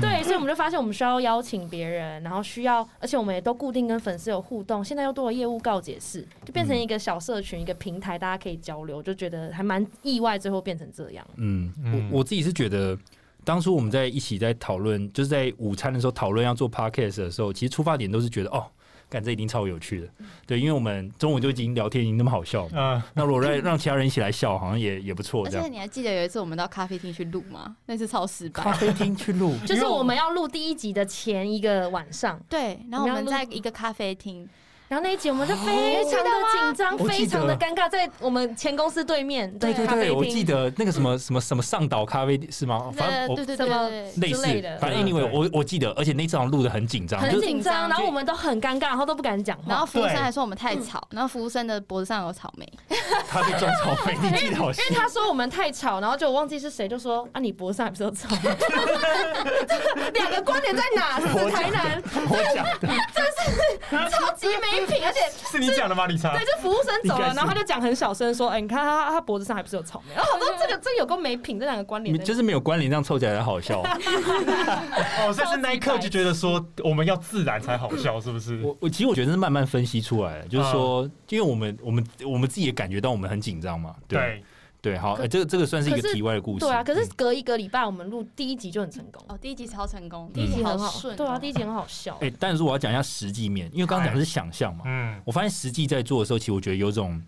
[SPEAKER 3] 对，所以我们就发现我们需要邀请别人，然后需要，而且我们也都固定跟粉丝有互动，现在又多了业务告解室，就变成一个小社群、一个平台，大家可以交流，就觉得还蛮意外，最后变成这样。
[SPEAKER 4] 嗯，
[SPEAKER 2] 嗯
[SPEAKER 4] 我我自己是觉得，当初我们在一起在讨论，就是在午餐的时候讨论要做 podcast 的时候，其实出发点都是觉得哦。干这一定超有趣的，对，因为我们中午就已经聊天，已经那么好笑了。
[SPEAKER 2] 嗯
[SPEAKER 4] 那如果让让其他人一起来笑，好像也也不错。
[SPEAKER 1] 而且
[SPEAKER 4] 这样
[SPEAKER 1] 你还记得有一次我们到咖啡厅去录吗？那次超失败。
[SPEAKER 4] 咖啡厅去录，
[SPEAKER 3] 就是我们要录第一集的前一个晚上，
[SPEAKER 1] 对，然后我
[SPEAKER 3] 我们要
[SPEAKER 1] 们
[SPEAKER 3] 录
[SPEAKER 1] 在一个咖啡厅，
[SPEAKER 3] 然后那一集我们就非常的紧张，
[SPEAKER 4] 我记得
[SPEAKER 3] 非常的尴尬，在我们前公司对面，
[SPEAKER 4] 对对
[SPEAKER 3] 咖啡
[SPEAKER 4] 对，
[SPEAKER 3] 厅
[SPEAKER 4] 我记得那个什么什么什么上岛咖啡是吗？反正
[SPEAKER 1] 呃
[SPEAKER 4] 我
[SPEAKER 1] 对对对
[SPEAKER 3] 什么
[SPEAKER 1] 对对
[SPEAKER 4] 类似
[SPEAKER 3] 之类的，
[SPEAKER 4] 反正 anyway，
[SPEAKER 2] 对
[SPEAKER 4] 我我记得，而且那次好像录的很紧张，
[SPEAKER 3] 很
[SPEAKER 4] 就是
[SPEAKER 3] 紧张，然后我们都很尴尬，然后都不敢讲
[SPEAKER 1] 然
[SPEAKER 3] 话。
[SPEAKER 1] 后服务生
[SPEAKER 2] 对
[SPEAKER 1] 还说我们太吵，然后服务生的脖子上有草莓，
[SPEAKER 4] 他被撞草莓，你记得好
[SPEAKER 3] 因
[SPEAKER 4] 像
[SPEAKER 3] 为他说我们太吵，然后就我忘记是谁就说啊，你脖上还不是有草莓？ 两个观点在哪？是台南，
[SPEAKER 2] 我讲的
[SPEAKER 3] 超级没品，而且
[SPEAKER 2] 是你讲的吗，理查
[SPEAKER 3] 对，？这服务生走
[SPEAKER 2] 你敢
[SPEAKER 3] 了，
[SPEAKER 2] 说
[SPEAKER 3] 然后他就讲很小声说，哎，你看他他脖子上还不是有草莓？然后我说这个这个有够没品，这两个观点
[SPEAKER 4] 你
[SPEAKER 3] 在哪
[SPEAKER 4] 就是没有关联，这样凑起来才好笑。
[SPEAKER 2] 哦，所以是那一刻就觉得说我们要自然才好笑，是不是？
[SPEAKER 4] 我我其实我觉得是慢慢分析出来的，
[SPEAKER 3] 嗯
[SPEAKER 4] 就是说，因为我们我们我们自己也感觉到我们很紧张嘛，对
[SPEAKER 2] 对，
[SPEAKER 4] 对，好，
[SPEAKER 3] 可
[SPEAKER 4] 呃这个这个算是一
[SPEAKER 3] 可
[SPEAKER 4] 个
[SPEAKER 3] 是
[SPEAKER 4] 题外的故事，嗯
[SPEAKER 3] 对啊，可是隔一个礼拜我们录第一集就很成功，
[SPEAKER 1] 哦，第一集超成功，
[SPEAKER 4] 第一
[SPEAKER 3] 第一集嗯很好
[SPEAKER 1] 顺哦，
[SPEAKER 3] 对啊，第一集很好笑。
[SPEAKER 4] 哎，但是我要讲一下实际面，因为刚刚讲
[SPEAKER 3] 哎
[SPEAKER 4] 的是想象嘛，
[SPEAKER 2] 嗯，
[SPEAKER 4] 我发现实际在做的时候，其实我觉得有种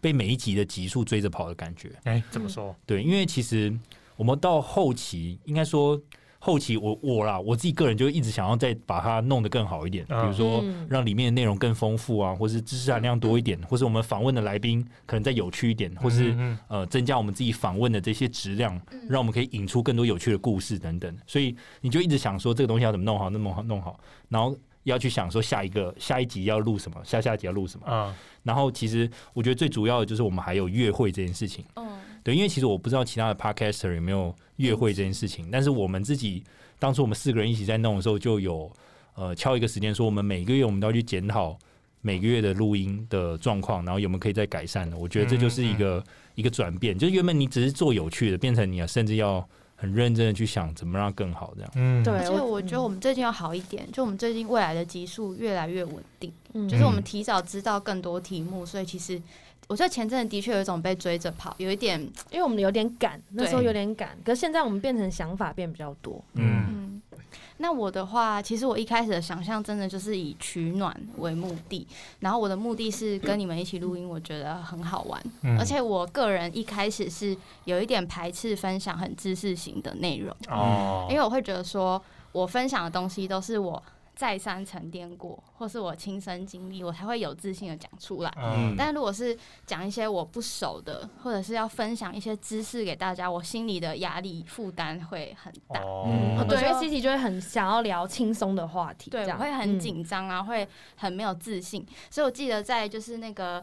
[SPEAKER 4] 被每一集的集数追着跑的感觉，
[SPEAKER 2] 哎，怎么说？
[SPEAKER 4] 对，因为其实我们到后期，应该说后期我我啦，我自己个人就一直想要再把它弄得更好一点，比
[SPEAKER 2] 嗯
[SPEAKER 4] 如说
[SPEAKER 3] 嗯
[SPEAKER 4] 让里面的内容更丰富啊，或是知识含量多一点，或是我们访问的来宾可能再有趣一点，或是
[SPEAKER 2] 嗯
[SPEAKER 4] 呃增加我们自己访问的这些质量，让我们可以引出更多有趣的故事等等。所以你就一直想说这个东西要怎么弄好，那么好弄好，然后。要去想说下一个下一集要录什么，下下集要录什么。
[SPEAKER 2] 嗯
[SPEAKER 4] 然后其实我觉得最主要的就是我们还有约会这件事情。
[SPEAKER 1] 嗯，
[SPEAKER 4] 对，因为其实我不知道其他的 podcaster 有没有约会这件事情，但是我们自己当初我们四个人一起在弄的时候，就有呃敲一个时间说，我们每个月我们都要去检讨每个月的录音的状况，然后有没有可以再改善的。我觉得这就是一个、一个转变，就是原本你只是做有趣的，变成你要甚至要很认真的去想怎么让它更好这样。
[SPEAKER 2] 嗯，
[SPEAKER 3] 对
[SPEAKER 1] 而且我觉得我们最近要好一点，就我们最近未来的集数越来越稳定，就是我们提早知道更多题目，所以其实我觉得前阵子的确有一种被追着跑，有一点
[SPEAKER 3] 因为我们有点赶，那时候
[SPEAKER 4] 对
[SPEAKER 3] 有点赶，可是现在我们变成想法变比较多。
[SPEAKER 2] 嗯
[SPEAKER 1] 嗯，那我的话，其实我一开始的想象真的就是以取暖为目的，然后我的目的是跟你们一起录音，我觉得很好玩，
[SPEAKER 2] 嗯
[SPEAKER 1] 而且我个人一开始是有一点排斥分享很知识型的内容，
[SPEAKER 3] 哎
[SPEAKER 4] 嗯
[SPEAKER 2] 哦，
[SPEAKER 1] 因为我会觉得说我分享的东西都是我再三沉淀过，或是我亲身经历，我才会有自信的讲出来。
[SPEAKER 2] 嗯
[SPEAKER 1] 但如果是讲一些我不熟的，或者是要分享一些知识给大家，我心里的压力负担会很大。
[SPEAKER 2] 哦
[SPEAKER 4] 嗯
[SPEAKER 3] 对，因
[SPEAKER 1] 我就
[SPEAKER 3] 为 C T 就会很想要聊轻松的话题，
[SPEAKER 1] 对，我
[SPEAKER 3] 这样嗯
[SPEAKER 1] 会很。紧张啊，会很没有自信。所以我记得在就是那个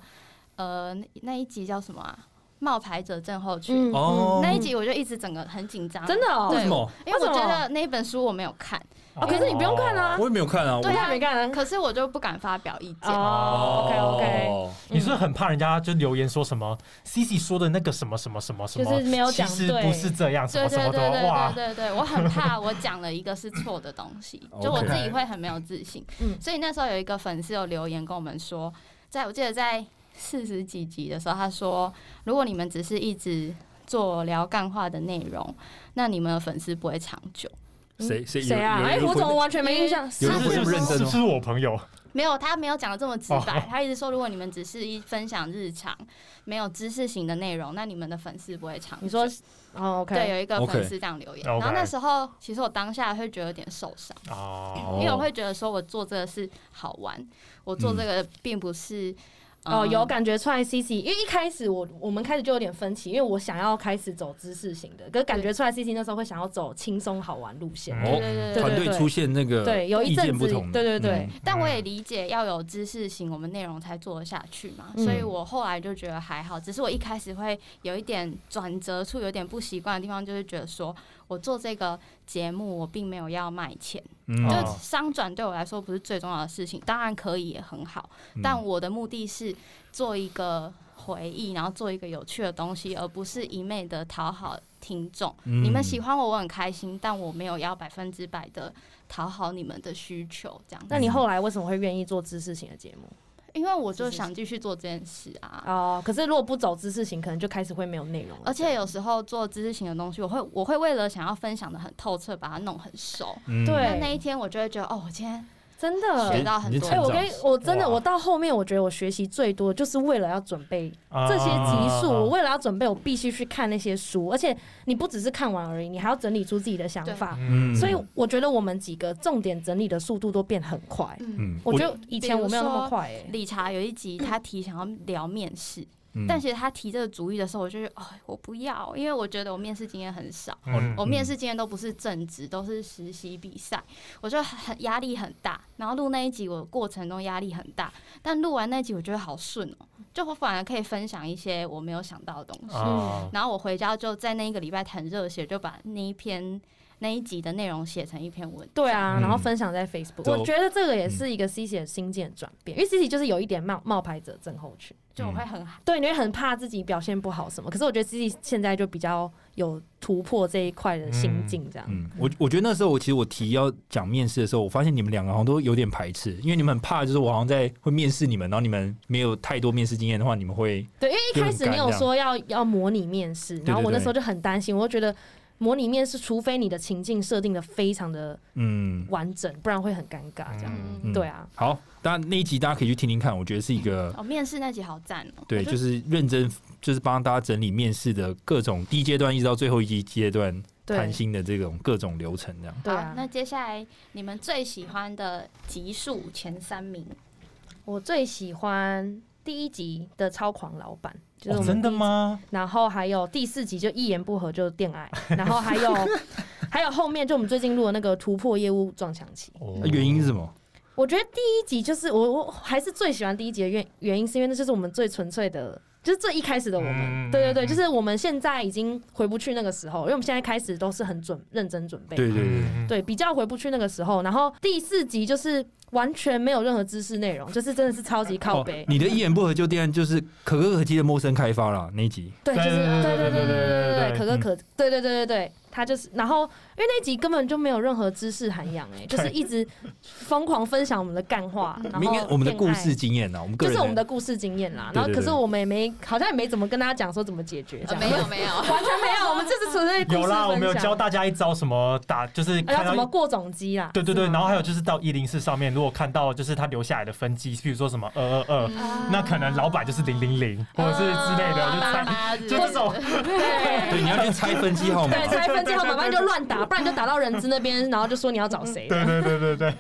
[SPEAKER 1] 呃那那一集叫什么啊？冒牌者症候群、
[SPEAKER 3] 嗯
[SPEAKER 4] 哦
[SPEAKER 1] 那一集，我就一直整个很紧张，
[SPEAKER 3] 真的哦
[SPEAKER 1] 对
[SPEAKER 4] 为什么？
[SPEAKER 1] 因为我
[SPEAKER 3] 为什
[SPEAKER 1] 觉
[SPEAKER 3] 么
[SPEAKER 1] 得那本书我没有看，
[SPEAKER 3] 哦，可是你不用看啊，
[SPEAKER 4] 我也没有看啊，我
[SPEAKER 1] 对
[SPEAKER 3] 我
[SPEAKER 1] 啊
[SPEAKER 3] 也没看啊。
[SPEAKER 1] 可是我就不敢发表意见。
[SPEAKER 3] 哦，OK OK，
[SPEAKER 4] 哦，
[SPEAKER 2] 你是不是很怕人家就留言说什么 c c 说的那个什么什么什么什么，
[SPEAKER 3] 就是没有
[SPEAKER 2] 其
[SPEAKER 3] 讲
[SPEAKER 2] 实
[SPEAKER 3] 对
[SPEAKER 2] 不是这样，啊什
[SPEAKER 1] 对
[SPEAKER 2] 么
[SPEAKER 1] 对
[SPEAKER 2] 什么
[SPEAKER 1] 对对
[SPEAKER 2] 的，哇
[SPEAKER 1] 对，对对，我很怕我讲了一个是错的东西就我
[SPEAKER 4] OK
[SPEAKER 1] 自己会很没有自信。
[SPEAKER 3] 嗯
[SPEAKER 1] 所以那时候有一个粉丝有留言跟我们说，在我记得在四十几集的时候，他说，如果你们只是一直做聊干话的内容，那你们的粉丝不会长久。
[SPEAKER 4] 谁谁有
[SPEAKER 3] 谁啊？
[SPEAKER 4] 有
[SPEAKER 3] 哎，
[SPEAKER 4] 人
[SPEAKER 3] 我
[SPEAKER 4] 回
[SPEAKER 3] 怎么完全没印象？
[SPEAKER 4] 有人
[SPEAKER 1] 是
[SPEAKER 4] 会这么认
[SPEAKER 2] 是
[SPEAKER 4] 真
[SPEAKER 2] 不
[SPEAKER 4] 吗？
[SPEAKER 2] 是我朋友？
[SPEAKER 1] 没有，他没有讲的这么直白，
[SPEAKER 2] 哦
[SPEAKER 1] 他一直说，如果你们只是一分享日常，没有知识型的内容，那你们的粉丝不会长久。
[SPEAKER 3] 你说哦，OK，
[SPEAKER 1] 对，有一个
[SPEAKER 4] OK
[SPEAKER 1] 粉丝这样留言
[SPEAKER 2] OK
[SPEAKER 1] 然后那时候其实我当下会觉得有点受伤。
[SPEAKER 2] 哦，
[SPEAKER 4] 嗯
[SPEAKER 1] 因为我会觉得说，我做这个是好玩，我做这个并不是、呃
[SPEAKER 3] 哦，有感觉出来 C C，因为一开始我我们开始就有点分歧，因为我想要开始走知识型的，可是感觉出来 C C 那时候会想要走轻松好玩路线。
[SPEAKER 2] 嗯
[SPEAKER 1] 对
[SPEAKER 4] 哦
[SPEAKER 1] 对对
[SPEAKER 3] 对
[SPEAKER 1] 对。
[SPEAKER 4] 团队出现那个
[SPEAKER 3] 对，有一
[SPEAKER 4] 意
[SPEAKER 3] 阵
[SPEAKER 4] 见不
[SPEAKER 3] 子
[SPEAKER 4] 同，的，
[SPEAKER 3] 对对对
[SPEAKER 4] 嗯，
[SPEAKER 1] 但我也理解要有知识型，我们内容才做得下去嘛，
[SPEAKER 3] 嗯
[SPEAKER 1] 所以我后来就觉得还好。只是我一开始会有一点转折处，有点不习惯的地方，就是觉得说我做这个节目，我并没有要卖钱，
[SPEAKER 4] 嗯
[SPEAKER 1] 就
[SPEAKER 2] 哦
[SPEAKER 1] 是商转对我来说不是最重要的事情，当然可以也很好，
[SPEAKER 4] 嗯
[SPEAKER 1] 但我的目的是做一个回忆，然后做一个有趣的东西，而不是一昧的讨好听众。你们喜欢
[SPEAKER 4] 欢
[SPEAKER 1] 我，我很开心，但我没有要百分之百的讨好你们的需求，这样子。
[SPEAKER 3] 那你后来为什么会愿意做知识型的节目？
[SPEAKER 1] 因为我就想继续做这件事啊。
[SPEAKER 3] 哦，可是如果不走知识型，可能就开始会没有内容了。
[SPEAKER 1] 而且有时候做知识型的东西，我会我会为了想要分享的很透彻，把它弄很熟。
[SPEAKER 4] 嗯
[SPEAKER 3] 对
[SPEAKER 1] 那那一天我就会觉得，哦，我今天
[SPEAKER 3] 真的，
[SPEAKER 1] 学到很
[SPEAKER 4] 你
[SPEAKER 1] 多。
[SPEAKER 3] 哎、
[SPEAKER 4] 是成
[SPEAKER 3] 我
[SPEAKER 4] 长
[SPEAKER 3] 跟我真的，
[SPEAKER 2] 哇
[SPEAKER 3] 我到后面我觉得我学习最多就是为了要准备这些
[SPEAKER 4] 啊
[SPEAKER 3] 集数，
[SPEAKER 2] 哦
[SPEAKER 3] 我为了要准备，我必须去看那些书，而且你不只是看完而已，你还要整理出自己的想法。
[SPEAKER 4] 嗯
[SPEAKER 3] 所以我觉得我们几个重点整理的速度都变很快。
[SPEAKER 1] 嗯，
[SPEAKER 4] 嗯，
[SPEAKER 3] 我觉得以前我没有那么快、欸，
[SPEAKER 1] 理查有一集他提想要聊面试，
[SPEAKER 4] 嗯
[SPEAKER 1] 但其实他提这个主意的时候，我就觉得，哦，我不要，因为我觉得我面试经验很少。
[SPEAKER 2] 嗯
[SPEAKER 3] 哦
[SPEAKER 1] 我面试经验都不是正职，都是实习比赛，我就很压力很大。然后录那一集，我过程中压力很大，但录完那集我觉得好顺哦、就我反而可以分享一些我没有想到的东
[SPEAKER 4] 哦
[SPEAKER 1] 西。
[SPEAKER 2] 啊，
[SPEAKER 1] 然后我回家就在那一个礼拜很热血，就把那一篇那一集的内容写成一篇文。
[SPEAKER 3] 对啊，
[SPEAKER 4] 嗯
[SPEAKER 3] 然后分享在 Facebook，、
[SPEAKER 4] 对啊嗯
[SPEAKER 3] 我觉得这个也是一个 C C 的心境的转变，因为 C C 就是有一点冒冒牌者症候群，
[SPEAKER 1] 就我会
[SPEAKER 4] 嗯
[SPEAKER 1] 很
[SPEAKER 3] 对，你会很怕自己表现不好什么。可是我觉得 C C 现在就比较有突破这一块的心境，这样。
[SPEAKER 4] 嗯，我我觉得那时候我其实我提要讲面试的时候，我发现你们两个好像都有点排斥，因为你们很怕，就是我好像在会面试你们，然后你们没有太多面试经验的话，你们会
[SPEAKER 3] 对，因为一开始你有说要要模拟面试，
[SPEAKER 4] 对
[SPEAKER 3] 然后我那
[SPEAKER 4] 对
[SPEAKER 3] 时候就很担心，我就觉得模拟面试，除非你的情境设定的非常的
[SPEAKER 4] 嗯
[SPEAKER 3] 完整，不然会很尴尬这样。
[SPEAKER 1] 嗯
[SPEAKER 4] 嗯
[SPEAKER 3] 对啊，
[SPEAKER 4] 好，当然那一集大家可以去听听看，我觉得是一个
[SPEAKER 3] 嗯
[SPEAKER 1] 哦，面试那集好赞哦、
[SPEAKER 4] 对，
[SPEAKER 1] 我就
[SPEAKER 4] 就是认真就是帮大家整理面试的各种第一阶段一直到最后一阶段
[SPEAKER 3] 对
[SPEAKER 4] 谈，心的这种各种流程这样。
[SPEAKER 3] 对
[SPEAKER 1] 好
[SPEAKER 3] 啊。
[SPEAKER 1] 那接下来你们最喜欢的集数前三名，
[SPEAKER 3] 我最喜欢第一集的超狂老板，就
[SPEAKER 2] 哦
[SPEAKER 3] 是我们
[SPEAKER 2] 真的
[SPEAKER 3] 第一集
[SPEAKER 2] 吗？
[SPEAKER 3] 然后还有第四集就一言不合就 恋爱，然后还有还有后面就我们最近录的那个突破业务撞墙期。
[SPEAKER 2] 哦
[SPEAKER 4] 那啊原因是什么？
[SPEAKER 3] 我觉得第一集就是我我还是最喜欢第一集的原原因，是因为那就是我们最纯粹的，就是最一开始的我们。
[SPEAKER 2] 嗯
[SPEAKER 3] 对对对，就是我们现在已经回不去那个时候，因为我们现在开始都是很准认真准备。
[SPEAKER 4] 对对
[SPEAKER 2] 嗯
[SPEAKER 4] 哦对，
[SPEAKER 3] 对，比较回不去那个时候。然后第四集就是完全没有任何知识内容，就是真的是超级靠背。
[SPEAKER 4] 哦你的一言不合就电，就是可歌可泣的陌生开发啦那一集。
[SPEAKER 3] 对，就是
[SPEAKER 2] 对对
[SPEAKER 3] 对对对对
[SPEAKER 2] 对
[SPEAKER 3] 对
[SPEAKER 2] 对
[SPEAKER 3] 对
[SPEAKER 2] 对
[SPEAKER 3] 对，
[SPEAKER 2] 对嗯
[SPEAKER 3] 可歌可，对对对对对，他就是，然后因为那集根本就没有任何知识涵养，哎，就是一直疯狂分享我们的干话，然
[SPEAKER 4] 我们应该
[SPEAKER 3] 后
[SPEAKER 4] 我们的故
[SPEAKER 3] 恋爱
[SPEAKER 4] 事经验啊，我们个
[SPEAKER 3] 就
[SPEAKER 4] 人
[SPEAKER 3] 是我们的故事经验啦。
[SPEAKER 4] 对
[SPEAKER 3] 然后
[SPEAKER 4] 对
[SPEAKER 3] 可是
[SPEAKER 4] 对
[SPEAKER 3] 我们也没，好像也没怎么跟大家讲说怎么解决这
[SPEAKER 1] 呃
[SPEAKER 3] 样，
[SPEAKER 1] 没有没有，
[SPEAKER 3] 完全没有，我们就是纯粹故事
[SPEAKER 2] 有啦，我们有
[SPEAKER 3] 分
[SPEAKER 2] 教
[SPEAKER 3] 享，
[SPEAKER 2] 大家一招什么打，就是
[SPEAKER 3] 哎要
[SPEAKER 2] 看
[SPEAKER 3] 怎么
[SPEAKER 2] 到。
[SPEAKER 3] 过总机啦。
[SPEAKER 2] 对对对，
[SPEAKER 3] 是吗
[SPEAKER 2] 然后还有就是到一零四上面，如果看到就是他留下来的分机，譬如说什么二二二，
[SPEAKER 1] 啊
[SPEAKER 2] 那可能老板就是零零零，或者是之类
[SPEAKER 3] 啊
[SPEAKER 2] 的，就
[SPEAKER 1] 八
[SPEAKER 2] 猜
[SPEAKER 1] 八之类
[SPEAKER 2] 就
[SPEAKER 1] 的
[SPEAKER 2] 这种，
[SPEAKER 4] 对，你要去猜分机号码。
[SPEAKER 3] 对，拆分机号码，不然就乱打，不然就打到人资那边，然后就说你要找谁。
[SPEAKER 2] 对对对对对，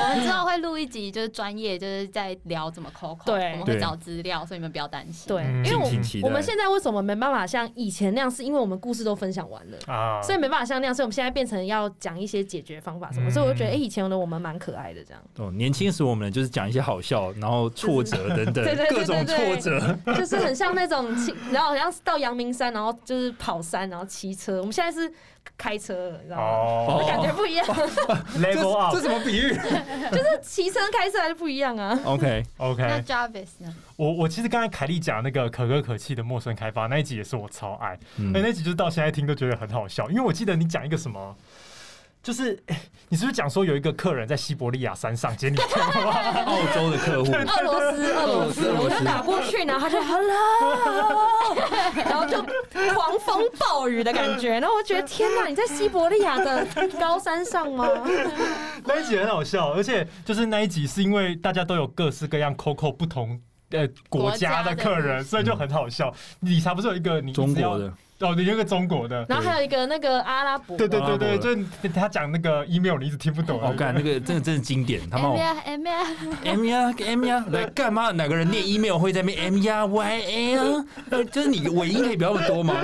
[SPEAKER 1] 我们之后会录一集，就是专业，就是在聊怎么 COCO，
[SPEAKER 3] 对
[SPEAKER 1] 我们会找资料，所以你们不要担心。
[SPEAKER 3] 对，
[SPEAKER 2] 嗯
[SPEAKER 3] 因为
[SPEAKER 4] 敬请期
[SPEAKER 3] 我
[SPEAKER 4] 待
[SPEAKER 3] 我们现在为什么没办法像以前那样，是因为我们故事都分享完了。
[SPEAKER 2] 啊，
[SPEAKER 3] 所以没办法像那样，所以我们现在变成要讲一些解决方法什么，
[SPEAKER 2] 嗯
[SPEAKER 3] 所以我就觉得，哎、以前的我们蛮可爱的 这样，
[SPEAKER 4] 哦，年轻时我们就是讲一些好笑，然后挫折等等
[SPEAKER 3] 对对对对
[SPEAKER 4] 各种挫折。
[SPEAKER 3] 就是很像那种骑，然后好像是到阳明山，然后就是跑山，然后骑车。我们现在是开车，你知道吗？
[SPEAKER 2] 哦
[SPEAKER 3] 那感觉不一样，
[SPEAKER 2] ，level
[SPEAKER 4] 这什么比 喻
[SPEAKER 3] 就是骑车开车还是不一 样啊。
[SPEAKER 4] ？OK，
[SPEAKER 1] 那
[SPEAKER 2] up，OK。
[SPEAKER 1] Jarvis 呢？
[SPEAKER 2] 我我其实刚才凯莉讲那个可歌可泣的陌生开发那一集也是我超爱，
[SPEAKER 4] 嗯
[SPEAKER 2] 哎、那集就是到现在听都觉得很好笑，因为我记得你讲一个什么，就是、哎你是不是讲说有一个客人在西伯利亚山上接你电话？
[SPEAKER 4] 澳洲的客 户，
[SPEAKER 3] 俄罗斯，俄罗斯，
[SPEAKER 4] 俄罗斯
[SPEAKER 3] 我就打过去，然后他就 hello，然后就狂风暴雨的感觉，然后我觉得天哪，你在西伯利亚的高山上吗？
[SPEAKER 2] 那一集很好笑，而且就是那一集是因为大家都有各式各样 Coco 不同呃国
[SPEAKER 1] 国家
[SPEAKER 2] 家的
[SPEAKER 1] 的
[SPEAKER 2] 客人，
[SPEAKER 1] 故
[SPEAKER 2] 所以就
[SPEAKER 4] 嗯
[SPEAKER 2] 很好笑。理查不是有一个你一直
[SPEAKER 4] 中
[SPEAKER 2] 要
[SPEAKER 4] 国的
[SPEAKER 2] 哦，你有一个中国的，
[SPEAKER 3] 然后还有一个那个阿拉伯，
[SPEAKER 2] 对对
[SPEAKER 4] 阿拉
[SPEAKER 2] 对
[SPEAKER 4] 伯
[SPEAKER 2] 对，
[SPEAKER 4] 的
[SPEAKER 2] 就是他讲那个 email 你一直听不懂。
[SPEAKER 4] 哦，干那个真的真是经典，他妈
[SPEAKER 1] ，M
[SPEAKER 4] 我
[SPEAKER 1] 呀 M 呀，
[SPEAKER 4] M 呀 M 呀，来干嘛？哪个人念 email 会在那边 M 呀 Y A 啊？呃就是你尾音可以不要那么多吗？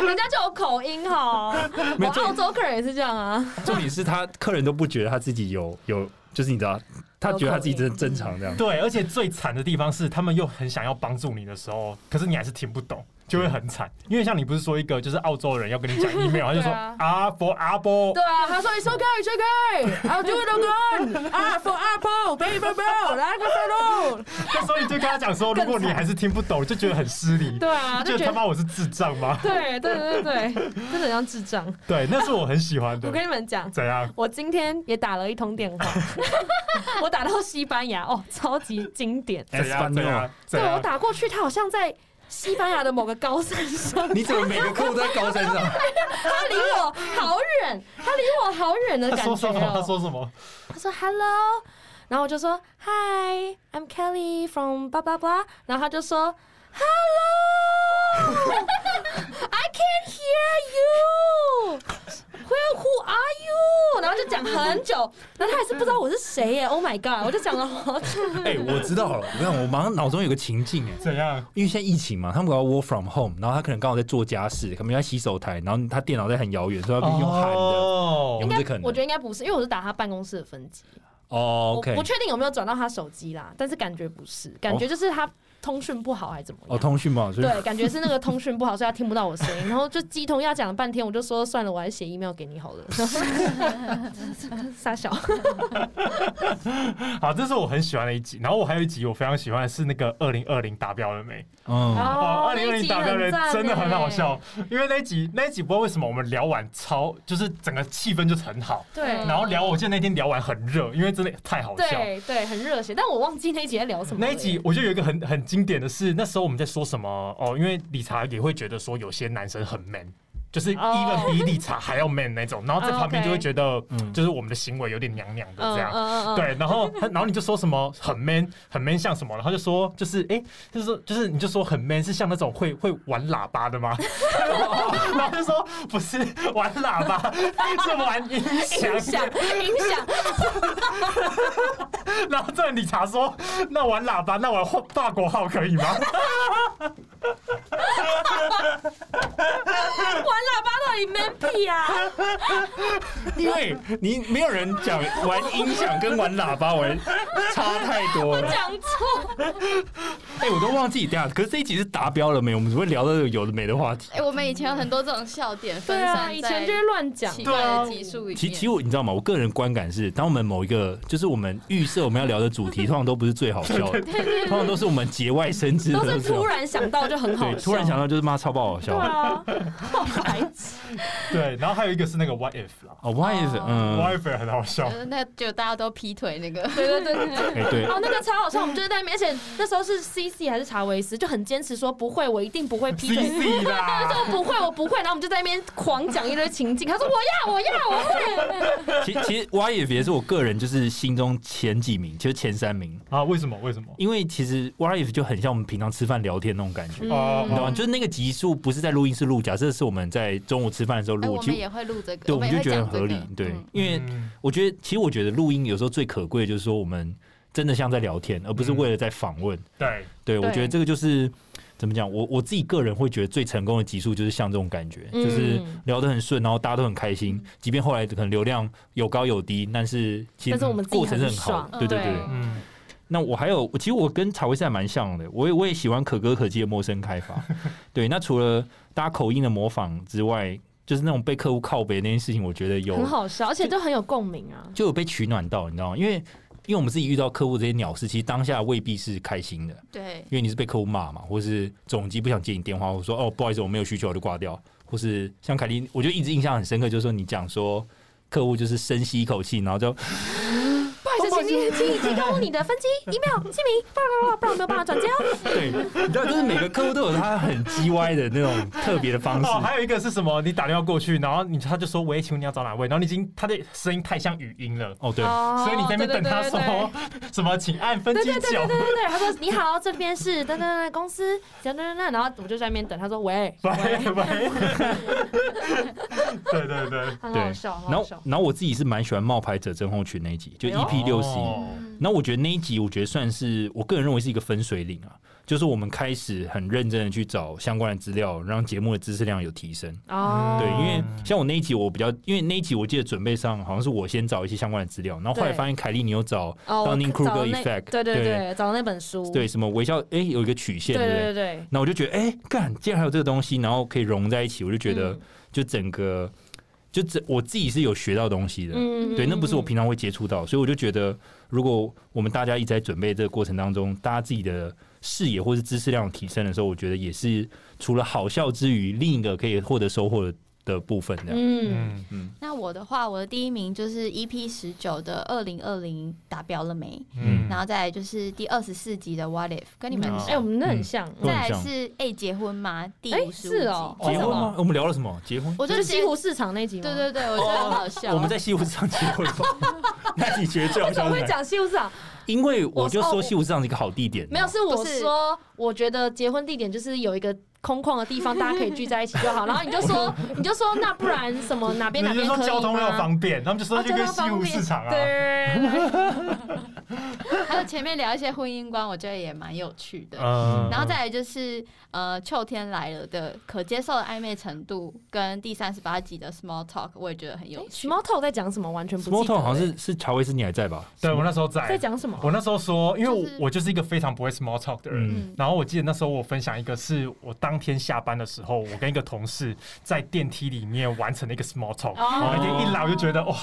[SPEAKER 3] 人家就有口音哈。我
[SPEAKER 4] 没有重
[SPEAKER 3] 澳洲客人也是这样啊，
[SPEAKER 4] 重点是他客人都不觉得他自己有有，就是你知道，他觉得他自己真的正常这样。
[SPEAKER 2] 对，而且最惨的地方是，他们又很想要帮助你的时候，可是你还是听不懂，就会很惨。因为像你不是说一个就是澳洲人要跟你 讲 email，他就说
[SPEAKER 3] 对啊
[SPEAKER 2] 阿波阿波
[SPEAKER 3] 对，啊，他说 It's okay, it's okay, I'll do it again. Ah, for apple, baby bell, 来个 follow。
[SPEAKER 2] 那 所以就跟他讲说，如果你还是听不懂，就觉得很失礼。
[SPEAKER 3] 对啊，
[SPEAKER 2] 就觉
[SPEAKER 3] 就觉
[SPEAKER 2] 得他
[SPEAKER 3] 得。
[SPEAKER 2] 妈我是智障吗？
[SPEAKER 3] 对对对对，对真的很像智障。
[SPEAKER 2] 对，那是我很喜欢
[SPEAKER 3] 我
[SPEAKER 2] 的。
[SPEAKER 3] 跟你们讲，
[SPEAKER 2] 怎 样？
[SPEAKER 3] 我今天也打了一通电话， 我打到西班牙哦，超级经典。
[SPEAKER 2] 怎样？
[SPEAKER 4] Espanol
[SPEAKER 2] 哎怎样？怎
[SPEAKER 3] 对我
[SPEAKER 2] 样？
[SPEAKER 3] 打过去，他好像在西班牙的某个高山上，
[SPEAKER 4] 你怎么每个客户都在高山上？
[SPEAKER 3] 他离我好远，他离我好远的
[SPEAKER 2] 他
[SPEAKER 3] 感觉、
[SPEAKER 2] 说
[SPEAKER 3] 哦。
[SPEAKER 2] 什么？他说什么？
[SPEAKER 3] 他说 Hello，然后我就说 Hi，I'm Kelly from blah blah blah，然后他就说 Hello，I can hear you，Where who are you？然后就讲很久，然后他还是不知道我是谁耶，Oh my god！我就讲了好久，
[SPEAKER 4] 哎、我知道了，我看我马上脑中有个情境哎、
[SPEAKER 2] 怎样？
[SPEAKER 4] 因为现在疫情嘛，他们搞到 work from home，然后他可能刚好在做家事，可能在洗手台，然后他电脑在很遥远，所以他必须用喊的。
[SPEAKER 2] 哦
[SPEAKER 4] 有
[SPEAKER 3] 应
[SPEAKER 4] 没有
[SPEAKER 3] 该
[SPEAKER 4] 这可能
[SPEAKER 3] 我觉得应该不是，因为我是打他办公室的分机，
[SPEAKER 4] 哦、
[SPEAKER 3] 我
[SPEAKER 4] o k
[SPEAKER 3] 不确定有没有转到他手机啦，但是感觉不是，感觉就是他通讯不好还是怎么样
[SPEAKER 4] 哦，。通讯嘛，所以
[SPEAKER 3] 对，感觉是那个通讯不好，所以他听不到我声音。然后就鸡同鸭讲了半天，我就说算了，我还是写 email 给你好了。 傻小，
[SPEAKER 2] 好，这是我很喜欢的一集。然后我还有一集我非常喜欢的是那个二零二零达标了没？
[SPEAKER 4] 嗯，
[SPEAKER 2] 哦，二
[SPEAKER 3] 那
[SPEAKER 2] 零二
[SPEAKER 3] 一
[SPEAKER 2] 零
[SPEAKER 3] 集
[SPEAKER 2] 达标
[SPEAKER 3] 很
[SPEAKER 2] 了
[SPEAKER 3] 赞
[SPEAKER 2] 真的很好
[SPEAKER 3] 欸。
[SPEAKER 2] 笑，因为那一集那一集不知道为什么我们聊完超就是整个气氛就是很好，
[SPEAKER 3] 对，
[SPEAKER 2] 然后聊我记得那天聊完很热，因为真的太好笑。
[SPEAKER 3] 嗯对对，很热血，但我忘记那一集在聊什么了。
[SPEAKER 2] 那一集我就有一个很很经典的是，那时候我们在说什么哦，因为理查也会觉得说有些男生很 man，就是
[SPEAKER 3] 哦
[SPEAKER 2] even 比理查还要 man 那种，然后在旁边就会觉得
[SPEAKER 4] 嗯
[SPEAKER 2] 就是我们的行为有点娘娘的
[SPEAKER 3] 嗯
[SPEAKER 2] 这样。
[SPEAKER 3] 嗯嗯，
[SPEAKER 2] 对，然后他，然后你就说什么很 man，很 man 像什么，然后就说就是哎、诶就是说就是你就说很 man 是像那种会会玩喇叭的吗？ 然后就说不是玩喇叭， 是玩音响。
[SPEAKER 3] 影响影响，
[SPEAKER 2] 然后这理查说，那玩喇叭，那玩法国号可以吗？
[SPEAKER 3] 玩喇叭到底 man 屁啊！
[SPEAKER 4] 因为你没有人讲玩音响跟玩喇叭玩差太 多了。
[SPEAKER 3] 讲错，
[SPEAKER 4] 哎、我都忘记等一下，可是这一集是达标了没？我们只会聊到有的没的话题。
[SPEAKER 1] 哎，我们以前有很多这种笑点分
[SPEAKER 3] 对啊，
[SPEAKER 1] 散
[SPEAKER 3] 以前
[SPEAKER 1] 在
[SPEAKER 3] 就是乱讲。
[SPEAKER 1] 奇
[SPEAKER 2] 对
[SPEAKER 1] 怪
[SPEAKER 2] 啊
[SPEAKER 1] 的技术语
[SPEAKER 4] 其其实
[SPEAKER 1] 言。
[SPEAKER 4] 我你知道吗？我个人观感是，当我们某一个就是我们预设我们要聊的主题，通常都不是最好笑的，通常都是我们节外生枝的
[SPEAKER 3] 都
[SPEAKER 4] 时候，
[SPEAKER 3] 是突然想到就很好
[SPEAKER 4] 对，突然
[SPEAKER 3] 笑
[SPEAKER 4] 想到就是妈超爆好
[SPEAKER 3] 对
[SPEAKER 4] 笑。
[SPEAKER 3] 啊，好白痴。
[SPEAKER 2] 对，然后还有一个是那个 what if 啦、
[SPEAKER 4] 哦，Why is 嗯
[SPEAKER 2] w，h a t if 也很好笑。
[SPEAKER 1] 呃那就大家都劈腿那个，
[SPEAKER 3] 对对对对对。
[SPEAKER 4] 哎对，
[SPEAKER 3] 哦，那个超好笑，我们就是在那边，而且那时候是 C C 还是查维斯，就很坚持说不会，我一定不会劈
[SPEAKER 2] C
[SPEAKER 3] 腿。
[SPEAKER 2] C
[SPEAKER 3] 他
[SPEAKER 2] 啦，
[SPEAKER 3] 说不会，我不会，然后我们就在那边狂讲一堆情境。他说我要，我要，我会。
[SPEAKER 4] 其其实 Why if 也是我个人就是心中前几名，其实前三名，
[SPEAKER 2] 啊，为什么？为什么？
[SPEAKER 4] 因为其实 Why if 就很像我们平常吃饭聊天那种感觉。
[SPEAKER 2] 哦
[SPEAKER 4] 你懂吗？
[SPEAKER 2] 嗯
[SPEAKER 4] 就是那个集数不是在录音室录，假设是我们在中午吃饭的时候
[SPEAKER 1] 哎，
[SPEAKER 4] 录，
[SPEAKER 1] 我
[SPEAKER 4] 其
[SPEAKER 1] 们
[SPEAKER 4] 实
[SPEAKER 1] 也会录这个，
[SPEAKER 4] 对我们
[SPEAKER 1] 也
[SPEAKER 4] 就
[SPEAKER 1] 会
[SPEAKER 4] 觉得很
[SPEAKER 1] 讲这
[SPEAKER 4] 合理
[SPEAKER 1] 个。
[SPEAKER 4] 对
[SPEAKER 1] 嗯，
[SPEAKER 4] 因为
[SPEAKER 2] 嗯
[SPEAKER 4] 我觉得，其实我觉得录音有时候最可贵的就是说，我们真的像在聊天，而不是为了在访问。
[SPEAKER 2] 对，
[SPEAKER 4] 对我
[SPEAKER 3] 对
[SPEAKER 4] 觉得这个就是怎么讲，我我自己个人会觉得最成功的集数就是像这种感觉，
[SPEAKER 3] 嗯
[SPEAKER 4] 就是聊得很顺，然后大家都很开心，即便后来可能流量有高有低，但是其
[SPEAKER 3] 但是
[SPEAKER 4] 实
[SPEAKER 3] 我们自己
[SPEAKER 4] 过程是
[SPEAKER 3] 很
[SPEAKER 4] 很好
[SPEAKER 3] 爽
[SPEAKER 4] 的。对对
[SPEAKER 3] 对
[SPEAKER 4] 对。
[SPEAKER 2] 嗯，
[SPEAKER 4] 那我还有，我其实我跟茶会赛蛮像的，我也我也喜欢可歌可泣的陌生开发。 对，那除了大家口音的模仿之外，就是那种被客户靠北那件事情，我觉得有
[SPEAKER 3] 很好笑，而且就很有共鸣啊。
[SPEAKER 4] 就有被取暖到，你知道吗？因为因为我们自己遇到客户这些鸟事，其实当下未必是开心的，
[SPEAKER 1] 对，
[SPEAKER 4] 因为你是被客户骂嘛，或是总机不想接你电话，或说哦不好意思我没有需求我就挂掉，或是像凯莉，我就一直印象很深刻，就是说你讲说客户就是深吸一口气，然后就
[SPEAKER 3] 不好意思，请你你已经告诉你的分 机、email、姓名，不然不然没有办法转交。
[SPEAKER 4] 对， 你知道，就是每个客户都有他很叽歪的那 种特别的方
[SPEAKER 2] 哦，
[SPEAKER 4] 式。
[SPEAKER 2] 还有一个是什么？你打电话过去，然后你他就说：“喂，请问你要找哪位？”然后你已经他的声音太像语音了，
[SPEAKER 4] 哦，对，
[SPEAKER 3] 哦
[SPEAKER 2] 所以你在那边等他
[SPEAKER 3] 对对对对
[SPEAKER 2] 说什么？请按分
[SPEAKER 3] 对
[SPEAKER 2] 机
[SPEAKER 3] 对对对
[SPEAKER 2] 九
[SPEAKER 3] 对。对对，他说你好，这边是等等等公司，等等等，然后我就在那边等，他说喂，
[SPEAKER 2] 喂喂，
[SPEAKER 3] 嗯
[SPEAKER 2] 对对对，
[SPEAKER 3] 很
[SPEAKER 4] 对
[SPEAKER 3] 好笑，很
[SPEAKER 4] 然
[SPEAKER 3] 好
[SPEAKER 4] 后
[SPEAKER 3] 笑，。
[SPEAKER 4] 然后我自己是蛮喜欢冒牌者症候群那一集，就
[SPEAKER 3] 哎呦
[SPEAKER 4] EP 六 C。
[SPEAKER 2] 哦
[SPEAKER 1] 嗯
[SPEAKER 4] 然后我觉得那一集，我觉得算是我个人认为是一个分水岭啊，就是我们开始很认真的去找相关的资料，让节目的知识量有提升。
[SPEAKER 3] 哦，
[SPEAKER 4] 对，因为
[SPEAKER 2] 嗯
[SPEAKER 4] 像我那一集，我比较因为那一集我记得准备上好像是我先找一些相关的资料，然后后来
[SPEAKER 3] 对
[SPEAKER 4] 发现凯莉你有找
[SPEAKER 3] 哦我
[SPEAKER 4] Dunning-Kruger
[SPEAKER 3] 找那
[SPEAKER 4] effect，
[SPEAKER 3] 对对
[SPEAKER 4] 对
[SPEAKER 3] 对，找那本书，
[SPEAKER 4] 对什么微笑，哎，有一个曲线，
[SPEAKER 3] 对
[SPEAKER 4] 对不
[SPEAKER 3] 对？
[SPEAKER 4] 对
[SPEAKER 3] 对，
[SPEAKER 4] 那我就觉得，哎，干，竟然还有这个东西，然后可以融在一起，我就觉得
[SPEAKER 3] 嗯
[SPEAKER 4] 就整个就整我自己是有学到东西的。
[SPEAKER 3] 嗯
[SPEAKER 4] 对，那不是我
[SPEAKER 3] 嗯
[SPEAKER 4] 平常会接触到，所以我就觉得，如果我们大家一直在准备这个过程当中，大家自己的视野或是知识量提升的时候，我觉得也是除了好笑之余，另一个可以获得收获的的部分的。
[SPEAKER 3] 嗯，
[SPEAKER 2] 嗯，
[SPEAKER 4] 嗯，
[SPEAKER 1] 那我的话，我的第一名就是 EP 十九的二零二零达标了没？
[SPEAKER 2] 嗯
[SPEAKER 1] 然后再来就是第二十四集的 What If，跟你们很
[SPEAKER 2] 嗯
[SPEAKER 1] 像
[SPEAKER 3] 哎，我们那很像，
[SPEAKER 4] 嗯
[SPEAKER 1] 再来是哎结婚吗？第
[SPEAKER 3] 哎
[SPEAKER 1] 五十五
[SPEAKER 3] 是哦
[SPEAKER 1] 集
[SPEAKER 2] 嗯
[SPEAKER 3] 结
[SPEAKER 4] 结
[SPEAKER 3] 婚
[SPEAKER 4] 婚
[SPEAKER 3] 吗
[SPEAKER 4] 吗？嗯我们聊了什么？结婚？
[SPEAKER 1] 我就
[SPEAKER 3] 就是西
[SPEAKER 1] 结
[SPEAKER 3] 湖市场那集吗，
[SPEAKER 1] 对对对，我觉得很好笑。
[SPEAKER 4] 哦我们在西湖市场结婚吗？那你觉得最好
[SPEAKER 3] 为什
[SPEAKER 4] 笑
[SPEAKER 3] 么
[SPEAKER 4] 是
[SPEAKER 3] 会
[SPEAKER 4] 哪？
[SPEAKER 3] 讲西湖市场？
[SPEAKER 4] 因为我就
[SPEAKER 3] 我
[SPEAKER 4] 说西湖市场是一个好地点。
[SPEAKER 3] 没有，哦是我
[SPEAKER 1] 不是
[SPEAKER 3] 说，我觉得结婚地点就是有一个空旷的地方，大家可以聚在一起 就好。然后你就说，你就说，那不然什么哪边哪
[SPEAKER 2] 你就
[SPEAKER 3] 边
[SPEAKER 2] 说
[SPEAKER 3] 可以
[SPEAKER 2] 交通要
[SPEAKER 3] 吗
[SPEAKER 2] 方便，他们就说
[SPEAKER 3] 哦
[SPEAKER 2] 就跟
[SPEAKER 3] 交通
[SPEAKER 2] 西
[SPEAKER 3] 方
[SPEAKER 2] 湖
[SPEAKER 3] 便
[SPEAKER 2] 市场啊，
[SPEAKER 3] 对，
[SPEAKER 1] 还有前面聊一些婚姻观，我觉得也蛮有趣的。
[SPEAKER 2] 嗯
[SPEAKER 1] 然后再来就是呃，秋天来了的可接受的暧昧程度，跟第三十八集的 Small Talk，我也觉得很
[SPEAKER 3] 哎
[SPEAKER 1] 有趣。
[SPEAKER 3] Small Talk 在讲什么？完全不记得
[SPEAKER 4] Small Talk 好像是是乔维斯，你还在吧？
[SPEAKER 2] 对我那时候在
[SPEAKER 3] 在讲什么？
[SPEAKER 2] 我那时候说，因为我
[SPEAKER 1] 就是
[SPEAKER 2] 我就是一个非常不会 small talk 的人。
[SPEAKER 4] 嗯
[SPEAKER 1] 嗯，
[SPEAKER 2] 然后我记得那时候我分享一个，是我当天下班的时候，我跟一个同事在电梯里面完成了一个 small talk，
[SPEAKER 3] 哦
[SPEAKER 2] 那天一来我就觉得哇，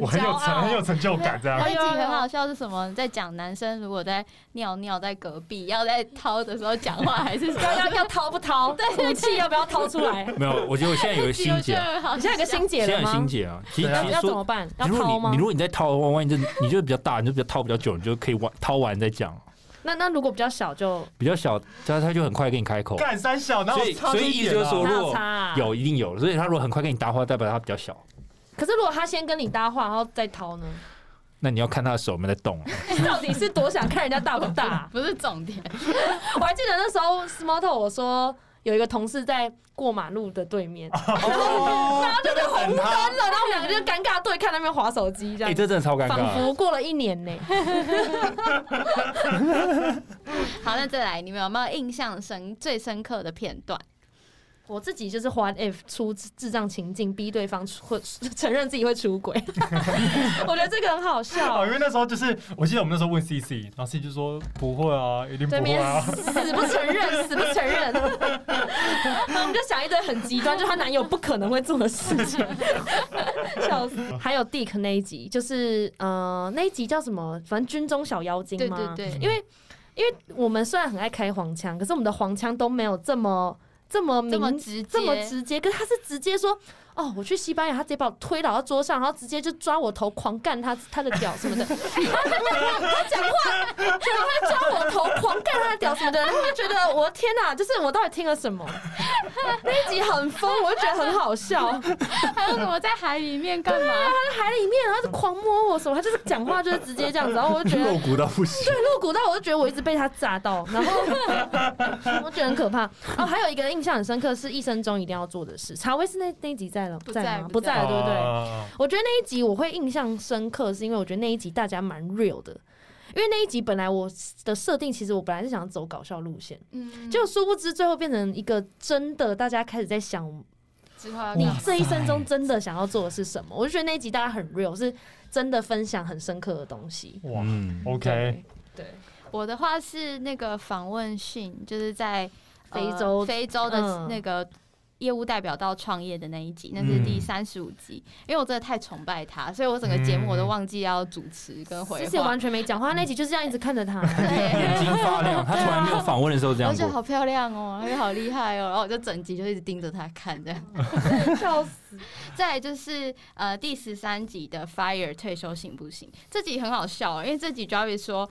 [SPEAKER 2] 我很
[SPEAKER 3] 骄
[SPEAKER 2] 有
[SPEAKER 3] 傲
[SPEAKER 2] 成很有成就感这样
[SPEAKER 1] 那。一集
[SPEAKER 3] 哎呦
[SPEAKER 1] 很好笑是什么？在讲男生如果在尿尿在隔壁，要在掏的时候讲话，还是什
[SPEAKER 3] 要要
[SPEAKER 1] 么？
[SPEAKER 3] 要掏不 掏？武器要不要掏出来？
[SPEAKER 4] 没有，我觉得我现在有一个
[SPEAKER 1] 这集我
[SPEAKER 4] 心
[SPEAKER 1] 觉
[SPEAKER 4] 结，啊
[SPEAKER 1] 得好
[SPEAKER 3] 你
[SPEAKER 1] 笑
[SPEAKER 3] 现在有个心结
[SPEAKER 4] 现在
[SPEAKER 3] 了
[SPEAKER 4] 有
[SPEAKER 3] 吗？
[SPEAKER 4] 心结啊。其实
[SPEAKER 2] 对啊
[SPEAKER 4] 其
[SPEAKER 3] 要
[SPEAKER 4] 实
[SPEAKER 3] 怎
[SPEAKER 4] 说
[SPEAKER 3] 么，办？要
[SPEAKER 4] 如
[SPEAKER 3] 掏
[SPEAKER 4] 果你
[SPEAKER 3] 吗
[SPEAKER 4] 你如？果你再掏的话，万一就你就比较大，你就比较掏比较久，你就可以完掏完再讲。
[SPEAKER 3] 那那如果比较小就
[SPEAKER 4] 比较小，他他就很快给你开口。
[SPEAKER 2] 干三小，然后
[SPEAKER 4] 所以
[SPEAKER 2] 差
[SPEAKER 4] 所以
[SPEAKER 2] 这一
[SPEAKER 4] 意思
[SPEAKER 2] 点
[SPEAKER 4] 就是
[SPEAKER 2] 啊
[SPEAKER 4] 说，
[SPEAKER 3] 哪
[SPEAKER 4] 如
[SPEAKER 3] 有
[SPEAKER 4] 果
[SPEAKER 3] 差啊
[SPEAKER 4] 有一定有，所以他如果很快跟你搭话，代表他比较小。
[SPEAKER 3] 可是如果他先跟你搭话，然后再掏 呢？
[SPEAKER 4] 那你要看他的手有没有在动啊。
[SPEAKER 3] 到底是多想看人家大不大啊？
[SPEAKER 1] 不是重点，
[SPEAKER 3] 我还记得那时候 Small Talk 我说有一个同事在过马路的对面，然
[SPEAKER 2] 哦，
[SPEAKER 3] 后就是红灯
[SPEAKER 2] 等他
[SPEAKER 3] 了，然后我们两个就尴尬对看那边划手机这
[SPEAKER 4] 哎、
[SPEAKER 3] 样。
[SPEAKER 4] 这真的超尴
[SPEAKER 3] 仿
[SPEAKER 4] 尬。
[SPEAKER 3] 佛过了一年呢、
[SPEAKER 1] 好，那再来，你们有没有印象深最深刻的片段？
[SPEAKER 3] 我自己就是花 F 出智障情境，逼对方出会承认自己会出轨， 我觉得这个很好笑
[SPEAKER 2] 哦，。因为那时候就是，我记得我们那时候问 C C，然后 C 就说不会啊， 一定不
[SPEAKER 3] 对
[SPEAKER 2] 会
[SPEAKER 3] 面
[SPEAKER 2] 啊。
[SPEAKER 3] 死不承认，死不承认。 然后我们就想一堆很极端，就她男友不可能会做的事情， 笑死。还有 Dick 那一集，就是呃那一集叫什么？反正军中小妖精
[SPEAKER 1] 对
[SPEAKER 3] 吗？
[SPEAKER 1] 对对，
[SPEAKER 3] 因为因为我们虽然很爱开黄腔，可是我们的黄腔都没有这么这么明
[SPEAKER 1] 这么直接，
[SPEAKER 3] 这么直接，可是他是直接说。哦，我去西班牙，他直接把我推倒到桌上，然后直接就抓我头，狂干他他的屌什么的。 他讲话，他抓我头，狂干他的屌什么的，然后我就觉得我的天哪，就是我到底听了什么？ 那一集很疯，我就觉得很好笑。
[SPEAKER 1] 还有什么在海里面干嘛？
[SPEAKER 3] 他在海里面，然后就狂摸我什么，他就是讲话就是直接这样子，然后我就觉得
[SPEAKER 4] 露骨到不行
[SPEAKER 3] 对，，露骨到我就觉得我一直被他炸到，然 后我觉得很可怕。哦，还有一个印象很深刻是一生中一定要做的事。查威斯那那一集在了，
[SPEAKER 1] 不在
[SPEAKER 3] 在吗？
[SPEAKER 1] 不
[SPEAKER 3] 不
[SPEAKER 1] 在
[SPEAKER 3] 在了，对不对？
[SPEAKER 2] 哦
[SPEAKER 3] 我觉得那一集我会印象深刻，是因为我觉得那一集大家蛮 real 的。因为那一集本来我的设定，其实我本来是想走搞笑路线，
[SPEAKER 1] 嗯，
[SPEAKER 3] 就殊不知最后变成一个真的，大家开始在想
[SPEAKER 1] 之后要
[SPEAKER 2] 你
[SPEAKER 1] 干嘛
[SPEAKER 3] 这一生中真的想要做的是什么。我就觉得那一集大家很 real，是真的分享很深刻的东西。
[SPEAKER 2] 哇
[SPEAKER 4] 嗯，
[SPEAKER 2] ，OK，
[SPEAKER 3] 对，对
[SPEAKER 1] 我的话是那个访问信，就是在、呃
[SPEAKER 3] 非洲
[SPEAKER 1] 非洲的
[SPEAKER 3] 嗯
[SPEAKER 1] 那个业务代表到创业的那一集，那是第
[SPEAKER 4] 嗯
[SPEAKER 1] 三十五集，因为我真的太崇拜他，所以我整个节目我都
[SPEAKER 2] 嗯
[SPEAKER 1] 忘记要主持跟回
[SPEAKER 3] 之前
[SPEAKER 1] 话
[SPEAKER 3] 完。全没讲话，那集就是这样一直看 着 他。
[SPEAKER 1] 对，
[SPEAKER 4] 眼睛 发亮，他从来没有访问的时候这
[SPEAKER 1] 我
[SPEAKER 4] 样
[SPEAKER 1] 觉得
[SPEAKER 4] 过。
[SPEAKER 1] 好漂亮哦，哎，好厉害哦，然后我就整集就一直盯着他看这样。
[SPEAKER 3] 笑死！
[SPEAKER 1] 再来就是呃第十三集的 Fire 退休行不行？这集很好笑、哦，因为这集 Javi 说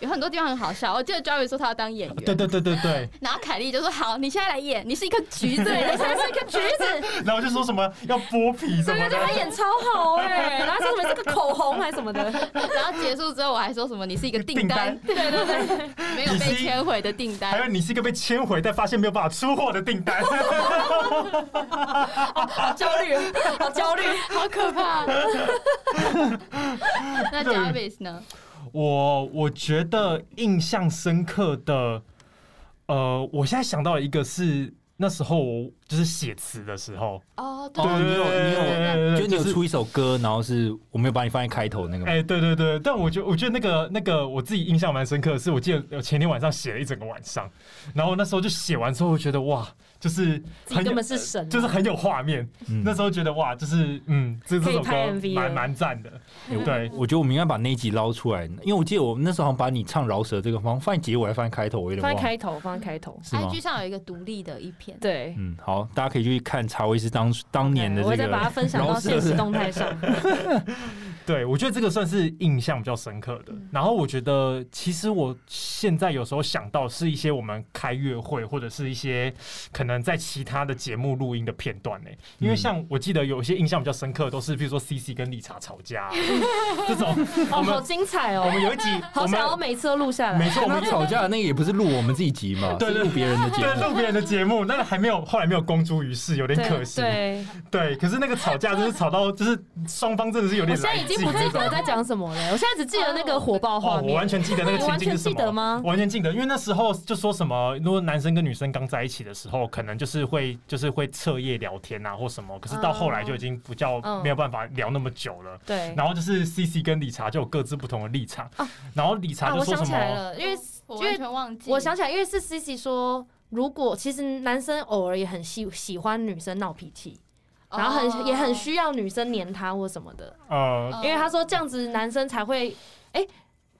[SPEAKER 1] 有很多地方很好笑。我记得 Javi 说他要当演员，
[SPEAKER 2] 对对对对对，
[SPEAKER 1] 然后凯莉就说好，你现在来演，你是一颗橘子，你现在是一颗橘 子，
[SPEAKER 2] 然后就说什么要剥皮什
[SPEAKER 3] 对
[SPEAKER 2] 么
[SPEAKER 3] 对对，他
[SPEAKER 2] 的，
[SPEAKER 3] 演超好哎、然后说什么这个口红还是什么的，
[SPEAKER 1] 然后结束之后我还说什么你是一个订单，
[SPEAKER 2] 订
[SPEAKER 1] 对对对，没有
[SPEAKER 2] 你是
[SPEAKER 1] 被
[SPEAKER 2] 一
[SPEAKER 1] 签回的订
[SPEAKER 2] 还有
[SPEAKER 1] 单，
[SPEAKER 2] 你是一个被签回但发现没有办法出货的订单，
[SPEAKER 3] 好焦虑，好焦 虑。
[SPEAKER 1] 啊好可 怕。那 Javis 呢？
[SPEAKER 2] 我我觉得印象深刻的，呃，我现在想到一个是那时候我就是写词的时候，
[SPEAKER 1] 哦，对
[SPEAKER 4] 哦，你有你有，
[SPEAKER 2] 对
[SPEAKER 4] 就你有
[SPEAKER 2] 是
[SPEAKER 4] 出一首歌，然后是我没有把你放在开头那个吗
[SPEAKER 2] 哎、？对对对，但我觉得我觉得那个那个我自己印象蛮深刻的是，我记得我前天晚上写了一整个晚上，然后那时候就写完之后，我觉得哇，就是
[SPEAKER 3] 自己
[SPEAKER 2] 很有
[SPEAKER 3] 根本是神啊
[SPEAKER 2] 就是很有画面。
[SPEAKER 4] 嗯
[SPEAKER 2] 那时候觉得哇，就是嗯，这
[SPEAKER 3] 可
[SPEAKER 2] 这
[SPEAKER 3] 以
[SPEAKER 2] 首
[SPEAKER 3] 拍
[SPEAKER 2] 歌
[SPEAKER 3] MV
[SPEAKER 2] 蛮
[SPEAKER 3] 了
[SPEAKER 2] 蛮赞的，
[SPEAKER 4] 嗯
[SPEAKER 2] 对。
[SPEAKER 4] 我觉得我们应该把那一集捞出来，因为我记得我那时候好像把你唱饶舌这个方放在结尾，还放在开头，我有
[SPEAKER 2] 啊
[SPEAKER 4] 点
[SPEAKER 3] 放在
[SPEAKER 4] 忘了，
[SPEAKER 3] 开头，放在开头。
[SPEAKER 4] 是吗
[SPEAKER 1] ，IG？上有一个独立的一篇，
[SPEAKER 3] 对，
[SPEAKER 4] 嗯，好，大家可以去看查韦斯当当年的
[SPEAKER 3] 我
[SPEAKER 4] 这
[SPEAKER 3] 会再
[SPEAKER 4] 个
[SPEAKER 3] 把它分享到
[SPEAKER 4] 饶舌
[SPEAKER 3] 现实动 态上。哦
[SPEAKER 2] 对，我觉得这个算是印象比较深刻的。
[SPEAKER 3] 嗯
[SPEAKER 2] 然后我觉得，其实我现在有时候想到是一些我们开月会，或者是一些可能在其他的节目录音的片段呢、因为
[SPEAKER 4] 嗯
[SPEAKER 2] 像我记得有一些印象比较深刻的，都是比如说 CC 跟丽茶吵 架啊、这种。
[SPEAKER 3] 哦，
[SPEAKER 2] 我们
[SPEAKER 3] 好精彩
[SPEAKER 2] 我
[SPEAKER 3] 哦！
[SPEAKER 2] 们有一集，
[SPEAKER 3] 好
[SPEAKER 2] 我们
[SPEAKER 3] 想要每次都录下
[SPEAKER 2] 没
[SPEAKER 3] 来。
[SPEAKER 2] 错，我
[SPEAKER 4] 跟他
[SPEAKER 2] 们
[SPEAKER 4] 吵架的那个也不是录我们自己集 嘛，
[SPEAKER 2] 对
[SPEAKER 4] 是
[SPEAKER 2] 对
[SPEAKER 4] 录别人的节
[SPEAKER 2] 对
[SPEAKER 4] 目。
[SPEAKER 2] 录别人的节目，那还没有后来没有公诸于世，有点可惜。
[SPEAKER 3] 对，
[SPEAKER 2] 对，可是那个吵架就是吵到，就是双方真的是有
[SPEAKER 3] 我
[SPEAKER 2] 点
[SPEAKER 3] 现在
[SPEAKER 2] 来
[SPEAKER 3] 已
[SPEAKER 2] 劲
[SPEAKER 3] 经不记
[SPEAKER 2] 那种
[SPEAKER 3] 得在讲什么了，我现在只记得那个火爆画
[SPEAKER 2] 哦，我完
[SPEAKER 3] 面。
[SPEAKER 2] 全记得那个
[SPEAKER 3] 你
[SPEAKER 2] 情
[SPEAKER 3] 完
[SPEAKER 2] 境
[SPEAKER 3] 全
[SPEAKER 2] 是什
[SPEAKER 3] 记
[SPEAKER 2] 么，
[SPEAKER 3] 得吗
[SPEAKER 2] 我完全记得，因为那时候就说什么，如果男生跟女生刚在一起的时候，可能就是会就是会彻夜聊天啊或什么，可是到后来就已经不叫、
[SPEAKER 3] 嗯
[SPEAKER 2] 没有办法聊那么久了。
[SPEAKER 3] 对，
[SPEAKER 2] 然后就是 C C 跟理查就有各自不同的立场，
[SPEAKER 3] 啊
[SPEAKER 2] 然后理查
[SPEAKER 3] 啊，
[SPEAKER 2] 就
[SPEAKER 3] 我
[SPEAKER 2] 说
[SPEAKER 3] 想
[SPEAKER 2] 什
[SPEAKER 3] 起
[SPEAKER 2] 么，嗯
[SPEAKER 3] 来了，因为
[SPEAKER 1] 我
[SPEAKER 3] 因为
[SPEAKER 1] 完全忘记，
[SPEAKER 3] 我想起来，因为是 C C 说，如果其实男生偶尔也很喜喜欢女生闹脾气，然后很、
[SPEAKER 1] 哦
[SPEAKER 3] 也很需要女生黏他或什么的，
[SPEAKER 2] 呃，
[SPEAKER 3] 因为他说这样子男生才会，哎、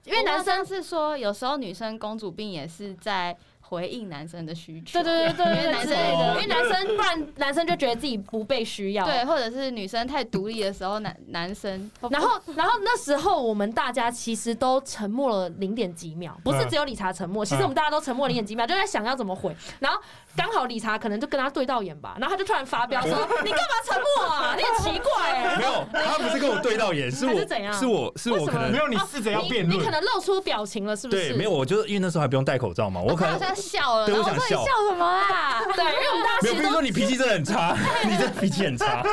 [SPEAKER 3] 因为男生。
[SPEAKER 1] 是说，有时候女生公主病也是在回应男生的需求，
[SPEAKER 3] 对对对对
[SPEAKER 1] 因为
[SPEAKER 3] 对，
[SPEAKER 1] 男
[SPEAKER 3] 之
[SPEAKER 1] 生
[SPEAKER 3] 类
[SPEAKER 2] 哦
[SPEAKER 3] 的，因为男生不然男生就觉得自己不被需要。
[SPEAKER 1] 对，或者是女生太独立的时候，男男生
[SPEAKER 3] 然后然后那时候我们大家其实都沉默了零点几秒，不
[SPEAKER 4] 嗯
[SPEAKER 3] 是只有理查沉默，其实我们大家都沉默零点几秒，就在想要怎么回。然后刚好理查可能就跟他对到眼吧，然后他就突然发飙说：“你干嘛沉默啊？你很奇怪哎、
[SPEAKER 4] 嗯没有，他不是跟我对到眼，是
[SPEAKER 3] 还
[SPEAKER 4] 我
[SPEAKER 3] 是怎样
[SPEAKER 4] 是我是
[SPEAKER 3] 为
[SPEAKER 4] 我
[SPEAKER 3] 什
[SPEAKER 4] 可
[SPEAKER 3] 么
[SPEAKER 2] 没
[SPEAKER 4] 能
[SPEAKER 2] 有你试着要辩
[SPEAKER 3] 啊你，你可
[SPEAKER 2] 论，
[SPEAKER 3] 能露出表情了，是不是？
[SPEAKER 4] 对，没有，我就是因为那时候还不用戴口罩嘛，我可
[SPEAKER 1] 他好
[SPEAKER 4] 能
[SPEAKER 1] 像笑了，
[SPEAKER 4] 对
[SPEAKER 1] 然后
[SPEAKER 4] 我
[SPEAKER 1] 我说
[SPEAKER 4] 想
[SPEAKER 1] 你
[SPEAKER 4] 笑
[SPEAKER 3] 啊
[SPEAKER 1] 笑什么啦？
[SPEAKER 3] 对，因为我们大家其
[SPEAKER 4] 没有，
[SPEAKER 3] 实
[SPEAKER 4] 比如
[SPEAKER 3] 都
[SPEAKER 4] 说你脾气真的 很差，你这脾气很差，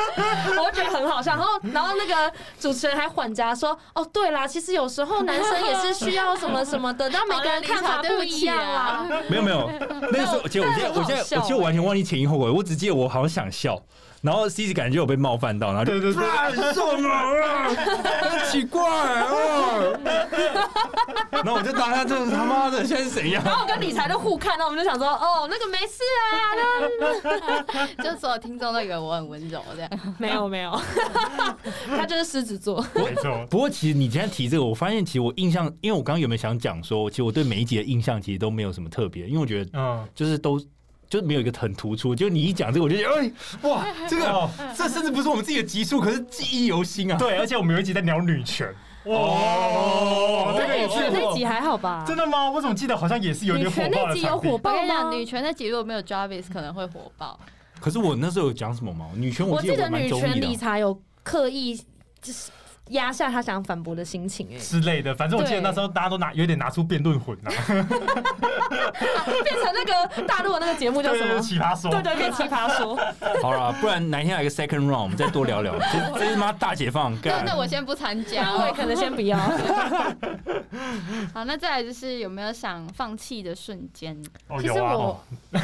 [SPEAKER 3] 我就觉得很好笑。然后，然后那个主持人还缓颊说：“哦，对啦，其实有时候男生也是需要什么什么的，但每个人看法不一样啊
[SPEAKER 1] 好
[SPEAKER 3] 啦。
[SPEAKER 4] 没有没 有，那个欸时候，其实我现在我现在我其实我完全忘记前因后果，我只记得我好像想笑，然后 C C 感觉有被冒犯到，然后就
[SPEAKER 2] 对 对对
[SPEAKER 4] 啊什么啊，很奇怪哦，然后我就打他，这是他妈的现在是怎样？
[SPEAKER 3] 然后我跟理财都互看，然后我们就想说：“哦，那个没事啊，那
[SPEAKER 1] 就所有听众都以为我很温柔这样。
[SPEAKER 3] 没有没有， 他就是狮子座。
[SPEAKER 2] 没错，
[SPEAKER 4] 不过其实你今天提这个，我发现其实我印象，因为我刚刚有没有想讲说，其实我对每一集的印象其实都没有什么特别，因为我觉得
[SPEAKER 2] 嗯，
[SPEAKER 4] 就是都。就是没有一个很突出，就你一讲这个，我就觉得，哎、哇，这个、
[SPEAKER 2] 哦
[SPEAKER 4] 这甚至不是我们自己的集数，可是记忆犹新啊。
[SPEAKER 2] 对，而且我们有一集在聊女权，
[SPEAKER 4] 哦
[SPEAKER 2] 哦，这
[SPEAKER 4] 那
[SPEAKER 2] 个 也
[SPEAKER 4] 是
[SPEAKER 3] 那
[SPEAKER 2] 是
[SPEAKER 3] 集还好吧？
[SPEAKER 2] 真的吗？我怎么记得好像也是有
[SPEAKER 3] 女
[SPEAKER 2] 点火
[SPEAKER 3] 权
[SPEAKER 2] 爆
[SPEAKER 3] 那
[SPEAKER 2] 的
[SPEAKER 3] 集有
[SPEAKER 2] 场地
[SPEAKER 3] 火，
[SPEAKER 1] 我
[SPEAKER 3] 爆
[SPEAKER 1] 跟你讲，
[SPEAKER 3] 吗？
[SPEAKER 1] 女权那集如果没有 Jarvis 可能会火爆。
[SPEAKER 4] 可是我那时候有讲什么吗？女权
[SPEAKER 3] 我
[SPEAKER 4] 记
[SPEAKER 3] 记
[SPEAKER 4] 得
[SPEAKER 3] 得
[SPEAKER 4] 蛮
[SPEAKER 3] 女
[SPEAKER 4] 中
[SPEAKER 3] 权
[SPEAKER 4] 意的
[SPEAKER 3] 理
[SPEAKER 4] 啊，
[SPEAKER 3] 财有刻意就是压下他想反驳的心情、哎，
[SPEAKER 2] 之类的，反正我记得
[SPEAKER 3] 对
[SPEAKER 2] 那时候大家都拿有点拿出辩论魂啊，
[SPEAKER 3] 变成那个大陆的那个节目叫
[SPEAKER 2] 对
[SPEAKER 3] 什
[SPEAKER 2] 对对，？
[SPEAKER 3] 么
[SPEAKER 2] 奇葩说，
[SPEAKER 3] 对对，变奇葩 说。
[SPEAKER 4] 好啦，不然哪一天来个 second round，我们再多 聊聊。这这他妈大解放，
[SPEAKER 1] 那
[SPEAKER 4] 干！
[SPEAKER 1] 那我先不参加
[SPEAKER 3] 啊
[SPEAKER 1] 哦
[SPEAKER 3] 我也可能先不要。
[SPEAKER 1] 好，那再来就是有没有想放弃的瞬 间？
[SPEAKER 2] 哦
[SPEAKER 3] 其
[SPEAKER 2] 有
[SPEAKER 3] 实
[SPEAKER 2] 啊，
[SPEAKER 3] 我
[SPEAKER 2] 哦
[SPEAKER 3] 有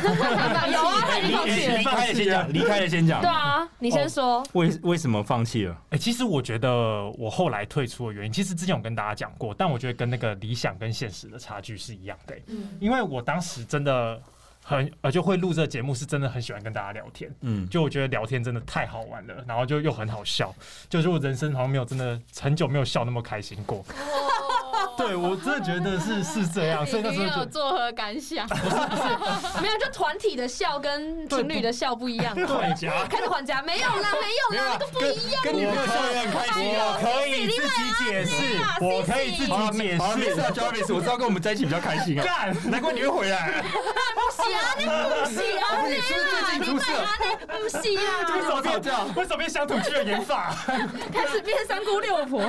[SPEAKER 3] 啊，他已
[SPEAKER 4] 离
[SPEAKER 3] 经放弃了。
[SPEAKER 4] 离开了先讲，离开了先讲。
[SPEAKER 3] 对啊，你先说。
[SPEAKER 4] 为为什么放弃了？
[SPEAKER 2] 哎、其实我觉得我后来退出的原因，其实之前我跟大家讲
[SPEAKER 4] 嗯
[SPEAKER 2] 过，但我觉得跟那个理想跟现实的差距是一样的欸、因为我当时真的很呃就会录这个节目，是真的很喜欢跟大家聊天。
[SPEAKER 4] 嗯，
[SPEAKER 2] 就我觉得聊天真的太好玩了，然后就又很好笑，就是我人生好像没有真的很久没有笑那么开心过。
[SPEAKER 3] 哦
[SPEAKER 2] 对我真的觉得是是这样，所以那时
[SPEAKER 1] 女
[SPEAKER 2] 候
[SPEAKER 1] 友
[SPEAKER 2] 就
[SPEAKER 1] 作何感想？
[SPEAKER 3] 没有，就团体的笑跟情侣的笑不一样。啊
[SPEAKER 2] 对夹
[SPEAKER 3] 开始还价，没有啦，没
[SPEAKER 5] 没有
[SPEAKER 3] 有啦，
[SPEAKER 5] 啦
[SPEAKER 3] 都不一样。
[SPEAKER 5] 跟女朋友笑得也很开心
[SPEAKER 2] 我
[SPEAKER 5] 啊。
[SPEAKER 2] 可以自己解释，我可以
[SPEAKER 3] 啊
[SPEAKER 2] 自己解
[SPEAKER 5] 好了，没事
[SPEAKER 2] 释。
[SPEAKER 5] 啊，Jarvis，我知道跟我们在一起比较开心啊。
[SPEAKER 2] 干，
[SPEAKER 5] 难怪你会回来，
[SPEAKER 3] 不是 啊，那不是 啊，
[SPEAKER 5] 不是是不是最近出事了？
[SPEAKER 3] 那不是
[SPEAKER 2] 为什
[SPEAKER 3] 啊，
[SPEAKER 2] 么
[SPEAKER 5] 吵架
[SPEAKER 2] 变为什么变乡土剧的演 法？
[SPEAKER 3] 开始变三姑六婆，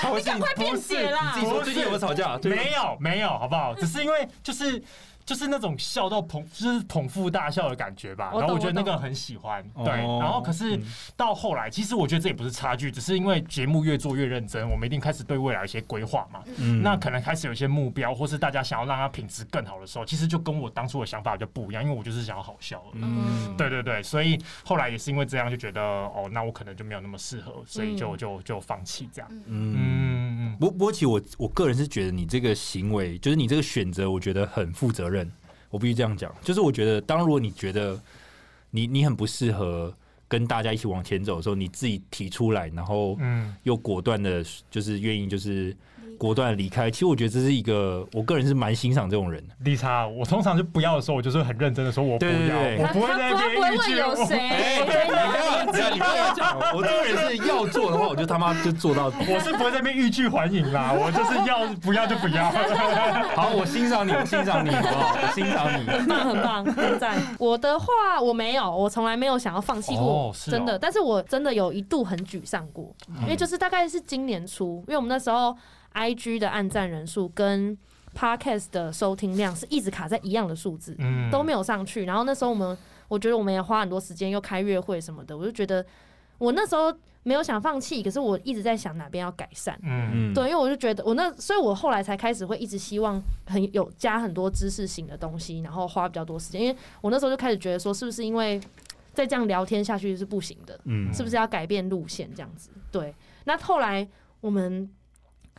[SPEAKER 5] 超近，
[SPEAKER 3] 快辩解啦
[SPEAKER 5] 自！己说最近有没有吵架？最近
[SPEAKER 2] 没有没有，好不好？只是因为就是就是那种笑到捧，就是捧腹大笑的感觉吧。
[SPEAKER 3] 我懂
[SPEAKER 2] 然后我觉得那
[SPEAKER 3] 我
[SPEAKER 2] 个
[SPEAKER 3] 懂
[SPEAKER 2] 很喜欢，
[SPEAKER 5] 哦
[SPEAKER 2] 对。然后可是
[SPEAKER 5] 嗯
[SPEAKER 2] 到后来，其实我觉得这也不是差距，只是因为节目越做越认真，我们一定开始对未来有一些规划嘛。
[SPEAKER 4] 嗯
[SPEAKER 2] 那可能开始有一些目标，或是大家想要让它品质更好的时候，其实就跟我当初的想法就不一样，因为我就是想要好笑而已。
[SPEAKER 3] 嗯
[SPEAKER 2] 对对对，所以后来也是因为这样，就觉得哦，那我可能就没有那么适合，所以就
[SPEAKER 3] 嗯
[SPEAKER 2] 就就放弃这样。
[SPEAKER 4] 嗯。
[SPEAKER 2] 嗯，
[SPEAKER 4] 不不过其实我我个人是觉得你这个行为，就是你这个选择，我觉得很负责任。我必须这样讲，就是我觉得，当如果你觉得你你很不适合跟大家一起往前走的时候，你自己提出来，然后
[SPEAKER 2] 嗯，
[SPEAKER 4] 又果断的，就是愿意就是果断地离开。其实我觉得这是一个，我个人是蛮欣赏这种人的。
[SPEAKER 2] 丽莎，我通常就不要的时候，我就是很认真的说我不要，
[SPEAKER 4] 对对对
[SPEAKER 2] 我不会在那
[SPEAKER 3] 他不
[SPEAKER 2] 边
[SPEAKER 3] 会
[SPEAKER 2] 一
[SPEAKER 3] 问
[SPEAKER 2] 句
[SPEAKER 3] 有谁，啊
[SPEAKER 5] 哎，
[SPEAKER 3] 我跟你
[SPEAKER 5] 你
[SPEAKER 3] 讲
[SPEAKER 5] 不要你不要讲，
[SPEAKER 4] 我这个人是要做的话，我就他妈就做到。
[SPEAKER 2] 我是不会在那边欲拒还迎啦，我就是 要不要就不要。
[SPEAKER 4] 好，我欣赏你，我欣赏你，好不好？我欣赏你。
[SPEAKER 3] 很棒，很棒，很赞。我的话，我没有，我从来没有想要放弃过，
[SPEAKER 2] 哦是哦嗯
[SPEAKER 3] 真的。但是我真的有一度很沮丧过，因为就是大概是今年初，因为我们那时候 I G 的按赞人数跟 Podcast 的收听量是一直卡在一样的数字，
[SPEAKER 2] 嗯
[SPEAKER 3] 都没有上去。然后那时候我们，我觉得我们也花很多时间，又开月会什么的，我就觉得我那时候没有想放弃，可是我一直在想哪边要改善。
[SPEAKER 2] 嗯
[SPEAKER 4] 嗯，
[SPEAKER 3] 对，因为我就觉得我那，所以我后来才开始会一直希望很有加很多知识型的东西，然后花比较多时间。因为我那时候就开始觉得说，是不是因为再这样聊天下去是不行的，
[SPEAKER 4] 嗯
[SPEAKER 3] 是不是要改变路线这样子？对，那后来我们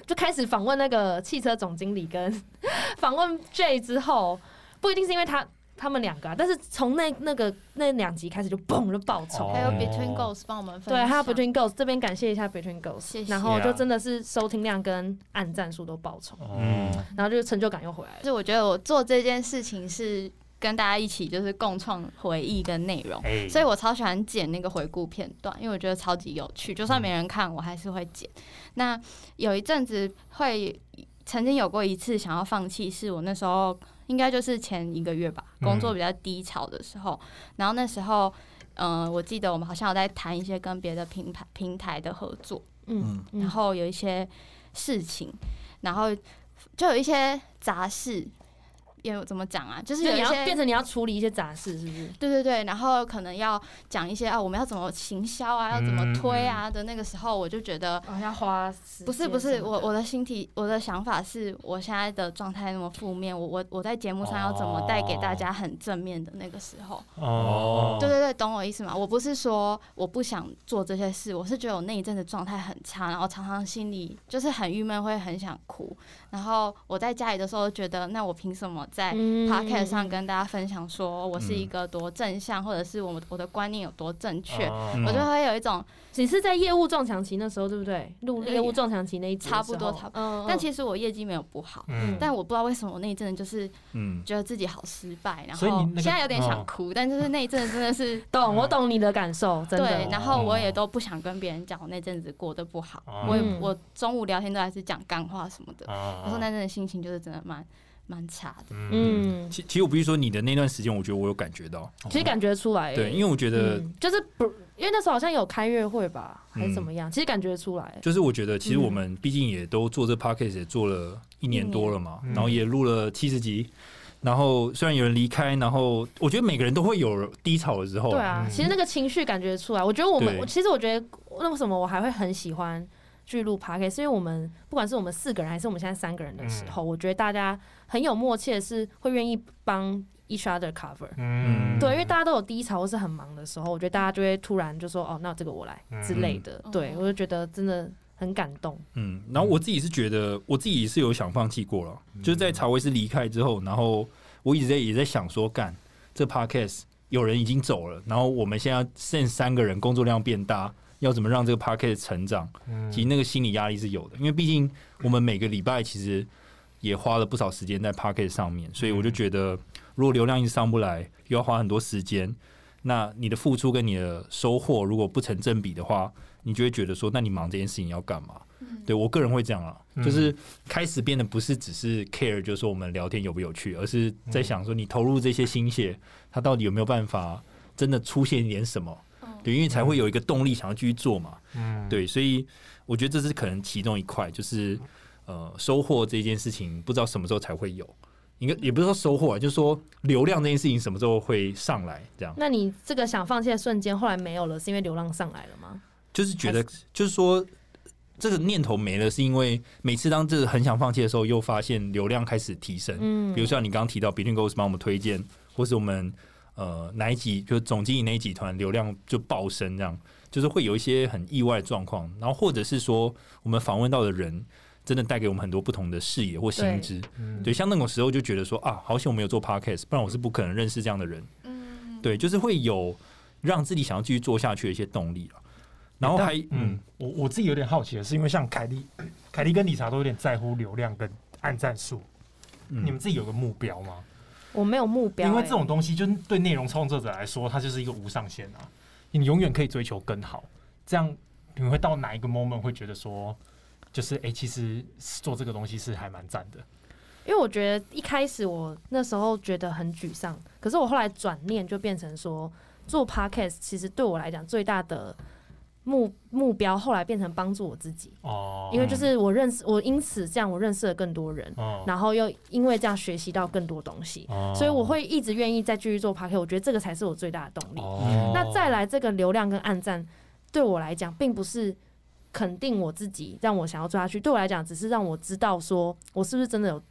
[SPEAKER 3] 就开始访问那个汽车总经理跟 访问 J 之后，不一定是因为他。他们两个、啊，但是从那那个那两集开始就嘣就爆冲，
[SPEAKER 1] 还有
[SPEAKER 2] 哦
[SPEAKER 1] Between Goals 帮我们分
[SPEAKER 3] 对，
[SPEAKER 1] 享，
[SPEAKER 3] 还有 Between Girls 这边感谢一下 Between Girls，
[SPEAKER 1] 谢谢
[SPEAKER 3] 然后
[SPEAKER 2] Yeah
[SPEAKER 3] 就真的是收听量跟按赞数都爆冲，
[SPEAKER 1] 哦
[SPEAKER 2] 嗯，
[SPEAKER 3] 然后就是成就感又回来了。
[SPEAKER 1] 就是我觉得我做这件事情是跟大家一起就是共创回忆跟内容。
[SPEAKER 2] 哎
[SPEAKER 1] 所以我超喜欢剪那个回顾片段，因为我觉得超级有趣，就算没人看，我还是会剪。那有一阵子会曾经有过一次想要放弃，是我那时候应该就是前一个月吧，
[SPEAKER 2] 嗯
[SPEAKER 1] 工作比较低潮的时候，然后那时候。嗯、我记得我们好像有在谈一些跟别的平台平台的合作，
[SPEAKER 3] 嗯，
[SPEAKER 1] 然
[SPEAKER 3] 然后
[SPEAKER 1] 后有一些事情，然后就有一些杂事，也有怎么讲啊，就是
[SPEAKER 3] 就
[SPEAKER 1] 有
[SPEAKER 3] 你
[SPEAKER 1] 一
[SPEAKER 3] 要
[SPEAKER 1] 些
[SPEAKER 3] 变成你要处理一些杂事，是不是？
[SPEAKER 1] 对对对，然后可能要讲一些啊，我们要怎么行销啊，要怎么推啊的那个时候，我就觉得
[SPEAKER 3] 好像花时
[SPEAKER 1] 不是不是，我我的心体我的想法是我现在的状态那么负面，我我我在节目上要怎么带给大家很正面的那个时候，
[SPEAKER 2] 哦，
[SPEAKER 1] 对对对，懂我意思吗？我不是说我不想做这些事，我是觉得我那一阵子状态很差，然后常常心里就是很郁闷，会很想哭。然后我在家里的时候觉得，那我凭什么在
[SPEAKER 3] 嗯
[SPEAKER 1] podcast 上跟大家分享说我是一个多正向，或者是我我的观念有多正确？
[SPEAKER 2] 嗯
[SPEAKER 1] 我就会有一种，
[SPEAKER 3] 你是在业务撞墙期那时候，对不对？录
[SPEAKER 1] 对
[SPEAKER 3] 业务撞墙期那一集的时候，
[SPEAKER 1] 差不多差不
[SPEAKER 3] 多。嗯
[SPEAKER 1] 但其实我业绩没有不好，
[SPEAKER 2] 嗯
[SPEAKER 1] 但我不知道为什么我那一阵子就是
[SPEAKER 4] 嗯，
[SPEAKER 1] 觉得自己好失败，然
[SPEAKER 2] 所以你
[SPEAKER 1] 后
[SPEAKER 2] 那个
[SPEAKER 1] 现在有点想
[SPEAKER 2] 哦
[SPEAKER 1] 哭，但就是那一阵子真的 是。
[SPEAKER 3] 懂，我懂你的感受，真
[SPEAKER 1] 嗯对，
[SPEAKER 3] 的。哦
[SPEAKER 1] 然后我也都不想跟别人讲，我那阵子过得不好，
[SPEAKER 2] 哦
[SPEAKER 1] 我也
[SPEAKER 3] 嗯
[SPEAKER 1] 我中午聊天都还是讲干话什么的。
[SPEAKER 2] 啊
[SPEAKER 1] 我说那阵的心情就是真的蛮蛮差的，
[SPEAKER 3] 嗯，
[SPEAKER 4] 其其实我必须说，你的那段时间，我觉得我有感觉到，
[SPEAKER 3] 其实感觉出来。
[SPEAKER 4] 对，因为我觉得
[SPEAKER 3] 嗯就是不，因为那时候好像有开月会吧，还是怎么
[SPEAKER 4] 嗯
[SPEAKER 3] 样？其实感觉出来。
[SPEAKER 4] 就是我觉得，其实
[SPEAKER 3] 嗯
[SPEAKER 4] 我们毕竟也都做这 podcast 也做了一年多了嘛，
[SPEAKER 2] 嗯
[SPEAKER 4] 然后也录了七十集。然后虽然有人离开，然后我觉得每个人都会有低潮的时候。
[SPEAKER 3] 对啊，
[SPEAKER 2] 嗯
[SPEAKER 3] 其实那个情绪感觉出来。我觉得我们，
[SPEAKER 4] 哦对
[SPEAKER 3] 我其实我觉得那为什么我还会很喜欢去录 p a r k e 是因为我们不管是我们四个人还是我们现在三个人的时
[SPEAKER 4] 嗯
[SPEAKER 3] 候，我觉得大家很有默契，是会愿意帮 each other cover。
[SPEAKER 2] 嗯
[SPEAKER 3] 对，因为大家都有低潮或是很忙的时候，我觉得大家就会突然就说：“哦，那这个我来”之类的。
[SPEAKER 1] 嗯
[SPEAKER 3] 对
[SPEAKER 1] 哦
[SPEAKER 3] 我就觉得真的很感动。
[SPEAKER 4] 嗯，然后我自己是觉得，我自己是有想放弃过了，就是在查韦斯离开之后，然后我一直在也在想说，干这 podcast 有人已经走了，然后我们现在剩三个人，工作量变大，要怎么让这个 podcast 成长？
[SPEAKER 2] 嗯
[SPEAKER 4] 其实那个心理压力是有的，因为毕竟我们每个礼拜其实也花了不少时间在 p o c k e t 上面，所以
[SPEAKER 2] 嗯
[SPEAKER 4] 我就觉得，如果流量一直上不来，又要花很多时间，那你的付出跟你的收获如果不成正比的话，你就会觉得说，那你忙这件事情要干嘛？对我个人会这样啊，
[SPEAKER 2] 嗯
[SPEAKER 4] 就是开始变得不是只是 care，就是说我们聊天有不有趣，而是在想说你投入这些心血，它到底有没有办法真的出现一点什么？对，因为才会有一个动力想要继续做嘛。
[SPEAKER 2] 嗯，
[SPEAKER 4] 对，所以我觉得这是可能其中一块，就是呃，收获这件事情不知道什么时候才会有，应该也不是说收获啊，就是说流量这件事情什么时候会上来，这样
[SPEAKER 3] 那你这个想放弃的瞬间，后来没有了，是因为流浪上来了吗？
[SPEAKER 4] 就是觉得就是说这个念头没了，是因为每次当这个很想放弃的时候，又发现流量开始提升，
[SPEAKER 3] 嗯
[SPEAKER 4] 比如像你刚刚提到 Between Goals 帮我们推荐，或是我们呃哪一集，就是总经理那一集，突然流量就暴升，这样就是会有一些很意外的状况。然后或者是说，我们访问到的人真的带给我们很多不同的视野或新知。
[SPEAKER 2] 嗯
[SPEAKER 4] 对，像那种时候就觉得说啊，好险我没有做 podcast，不然我是不可能认识这样的人。
[SPEAKER 1] 嗯，
[SPEAKER 4] 对，就是会有让自己想要继续做下去的一些动力了。然后还嗯
[SPEAKER 2] 嗯，我我自己有点好奇的是，因为像凯莉、凯莉跟理查都有点在乎流量跟按赞数，你们
[SPEAKER 4] 嗯，
[SPEAKER 2] 自己有个目标吗？
[SPEAKER 3] 我没有目标、
[SPEAKER 2] 因为这
[SPEAKER 3] 欸
[SPEAKER 2] 种东西就是对内容创作者来说，它就是一个无上限啊，你永远可以追求更好。这样你会到哪一个 moment 会觉得说，就是哎、诶其实做这个东西是还蛮赞的。
[SPEAKER 3] 因为我觉得一开始我那时候觉得很沮丧，可是我后来转念就变成说，做 podcast 其实对我来讲最大的目目标，后来变成帮助我自己，
[SPEAKER 2] 哦，
[SPEAKER 3] 因为就是我认识我，因此这样我认识了更多人，
[SPEAKER 2] 哦，
[SPEAKER 3] 然后又因为这样学习到更多东西，
[SPEAKER 2] 哦
[SPEAKER 3] 所以我会一直愿意再继续做 podcast，我觉得这个才是我最大的动力。
[SPEAKER 2] 哦
[SPEAKER 3] 那再来这个流量跟暗赞，对我来讲并不是肯定我自己，让我想要做下去。对我来讲，只是让我知道说我是不是真的有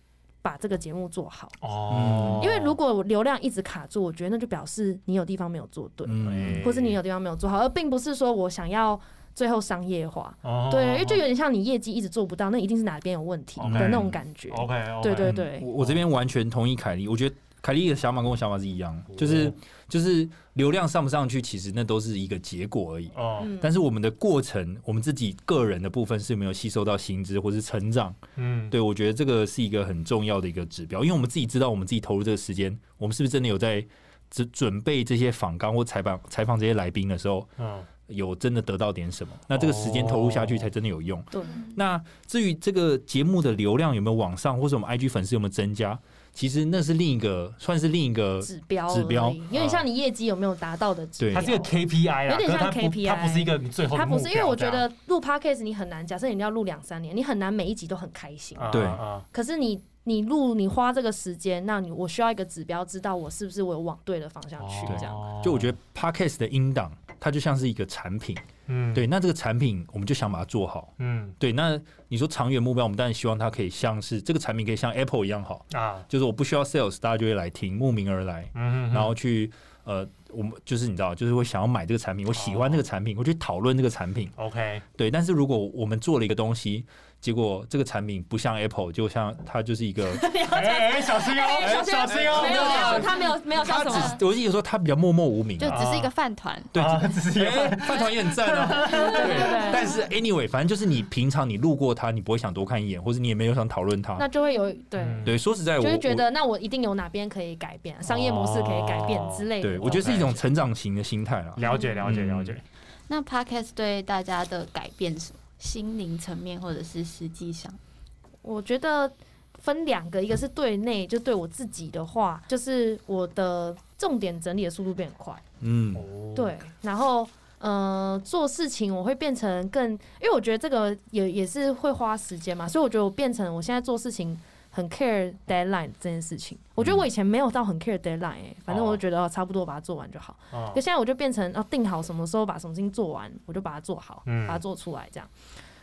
[SPEAKER 3] 把这个节目做好。
[SPEAKER 2] 哦，
[SPEAKER 3] 因为如果我流量一直卡住，我觉得那就表示你有地方没有做对，
[SPEAKER 4] 嗯
[SPEAKER 3] 或是你有地方没有做好，而并不是说我想要最后商业化。
[SPEAKER 2] 哦
[SPEAKER 3] 对，因为就有点像你业绩一直做不到，那一定是哪边有问题
[SPEAKER 2] OK
[SPEAKER 3] 的那种感觉。
[SPEAKER 2] OK，
[SPEAKER 3] 对对
[SPEAKER 4] 嗯
[SPEAKER 3] 对，
[SPEAKER 4] 我我这边完全同意凯莉，我觉得凯莉的想法跟我想法是一样的，就是就是流量上不上去，其实那都是一个结果而已。
[SPEAKER 2] 哦，
[SPEAKER 3] 嗯
[SPEAKER 4] 但是我们的过程，我们自己个人的部分是没有吸收到薪资或是成长，
[SPEAKER 2] 嗯，
[SPEAKER 4] 对我觉得这个是一个很重要的一个指标，因为我们自己知道我们自己投入这个时间，我们是不是真的有在准准备这些访纲或采访采访这些来宾的时候，
[SPEAKER 2] 嗯，
[SPEAKER 4] 有真的得到点什么？那这个时间投入下去才真的有用。
[SPEAKER 3] 对，
[SPEAKER 4] 那至于这个节目的流量有没有往上，或者我们 IG 粉丝有没有增加，其实那是另一个，算是另一个，
[SPEAKER 3] 指标
[SPEAKER 4] 呃指
[SPEAKER 3] 而
[SPEAKER 4] 标啊
[SPEAKER 3] 已有点像你业绩有没有达到的指
[SPEAKER 4] 对
[SPEAKER 2] 它
[SPEAKER 3] 标。
[SPEAKER 2] 是一个 KPI 啦，
[SPEAKER 3] 有点
[SPEAKER 2] 啊可是它
[SPEAKER 3] 像
[SPEAKER 2] 不
[SPEAKER 3] KPI
[SPEAKER 2] 它不是一个你最后的
[SPEAKER 3] 它不是
[SPEAKER 2] 目
[SPEAKER 3] 因为我
[SPEAKER 2] 标
[SPEAKER 3] 觉
[SPEAKER 2] 这样
[SPEAKER 3] 得录 podcast 你很难，假设你要录两三年，你很难每一集都很开心。
[SPEAKER 2] 啊
[SPEAKER 4] 对
[SPEAKER 2] 啊啊
[SPEAKER 3] 可是你你录你花这个时间，那你我需要一个指标，知道我是不是我有往对的方向去
[SPEAKER 2] 哦
[SPEAKER 3] 这样。
[SPEAKER 4] 就我觉得 Podcast 的音档，它就像是一个产品，
[SPEAKER 2] 嗯
[SPEAKER 4] 对，那这个产品我们就想把它做好。
[SPEAKER 2] 嗯
[SPEAKER 4] 对，那你说长远目标，我们当然希望它可以像是这个产品可以像 Apple 一样好，
[SPEAKER 2] 啊
[SPEAKER 4] 就是我不需要 sales，大家就会来听，慕名而来，
[SPEAKER 2] 嗯，
[SPEAKER 4] 然后去呃，我们就是你知道，就是会想要买这个产品，我喜欢这个产
[SPEAKER 2] 哦
[SPEAKER 4] 品，我去讨论这个产品。
[SPEAKER 2] OK
[SPEAKER 4] 对，但是如果我们做了一个东西，结果这个产品不像 Apple，就像它就是一个，
[SPEAKER 2] 哎哎小心哦，
[SPEAKER 3] 哎
[SPEAKER 2] 哎小心哦，
[SPEAKER 3] 没有没有，他没有没有像什
[SPEAKER 4] 它
[SPEAKER 3] 么，
[SPEAKER 4] 只我意思说它比较默默无名
[SPEAKER 1] 就
[SPEAKER 4] 啊。
[SPEAKER 1] 只是一个饭团，
[SPEAKER 4] 对，
[SPEAKER 2] 啊只是因为
[SPEAKER 4] 哎饭团也很赞啊。 对
[SPEAKER 3] 对
[SPEAKER 4] 但是 anyway，反正就是你平常你路过它，你不会想多看一眼，或者你也没有想讨论它
[SPEAKER 3] 那。就会有对，
[SPEAKER 2] 嗯
[SPEAKER 4] 对，说实在，
[SPEAKER 3] 就
[SPEAKER 4] 哎我
[SPEAKER 3] 会觉
[SPEAKER 4] 我
[SPEAKER 3] 得那我一定有哪边可以改变，商业模式可以改变之类的。
[SPEAKER 4] 哦对，我觉得是一种成长型的心态啦。
[SPEAKER 2] 了解了解了解，
[SPEAKER 1] 那 podcast 对大家的改变是什么？心灵层面或者是实际上，
[SPEAKER 3] 我觉得分两个，一个是对内，就对我自己的话，就是我的重点整理的速度变很快。
[SPEAKER 4] 嗯，
[SPEAKER 2] 哦，
[SPEAKER 3] 对，然后呃，做事情我会变成更，因为我觉得这个也也是会花时间嘛，所以我觉得我变成我现在做事情很 care deadline 这件事情。我
[SPEAKER 4] 嗯
[SPEAKER 3] 觉得我以前没有到很 care deadline，、欸、反正我就觉得、哦、差不多把它做完就好。
[SPEAKER 2] 哦
[SPEAKER 3] 可现在我就变成要、啊、定好什么时候把什么事情做完，我就把它做好，
[SPEAKER 2] 嗯
[SPEAKER 3] 把它做出来这样。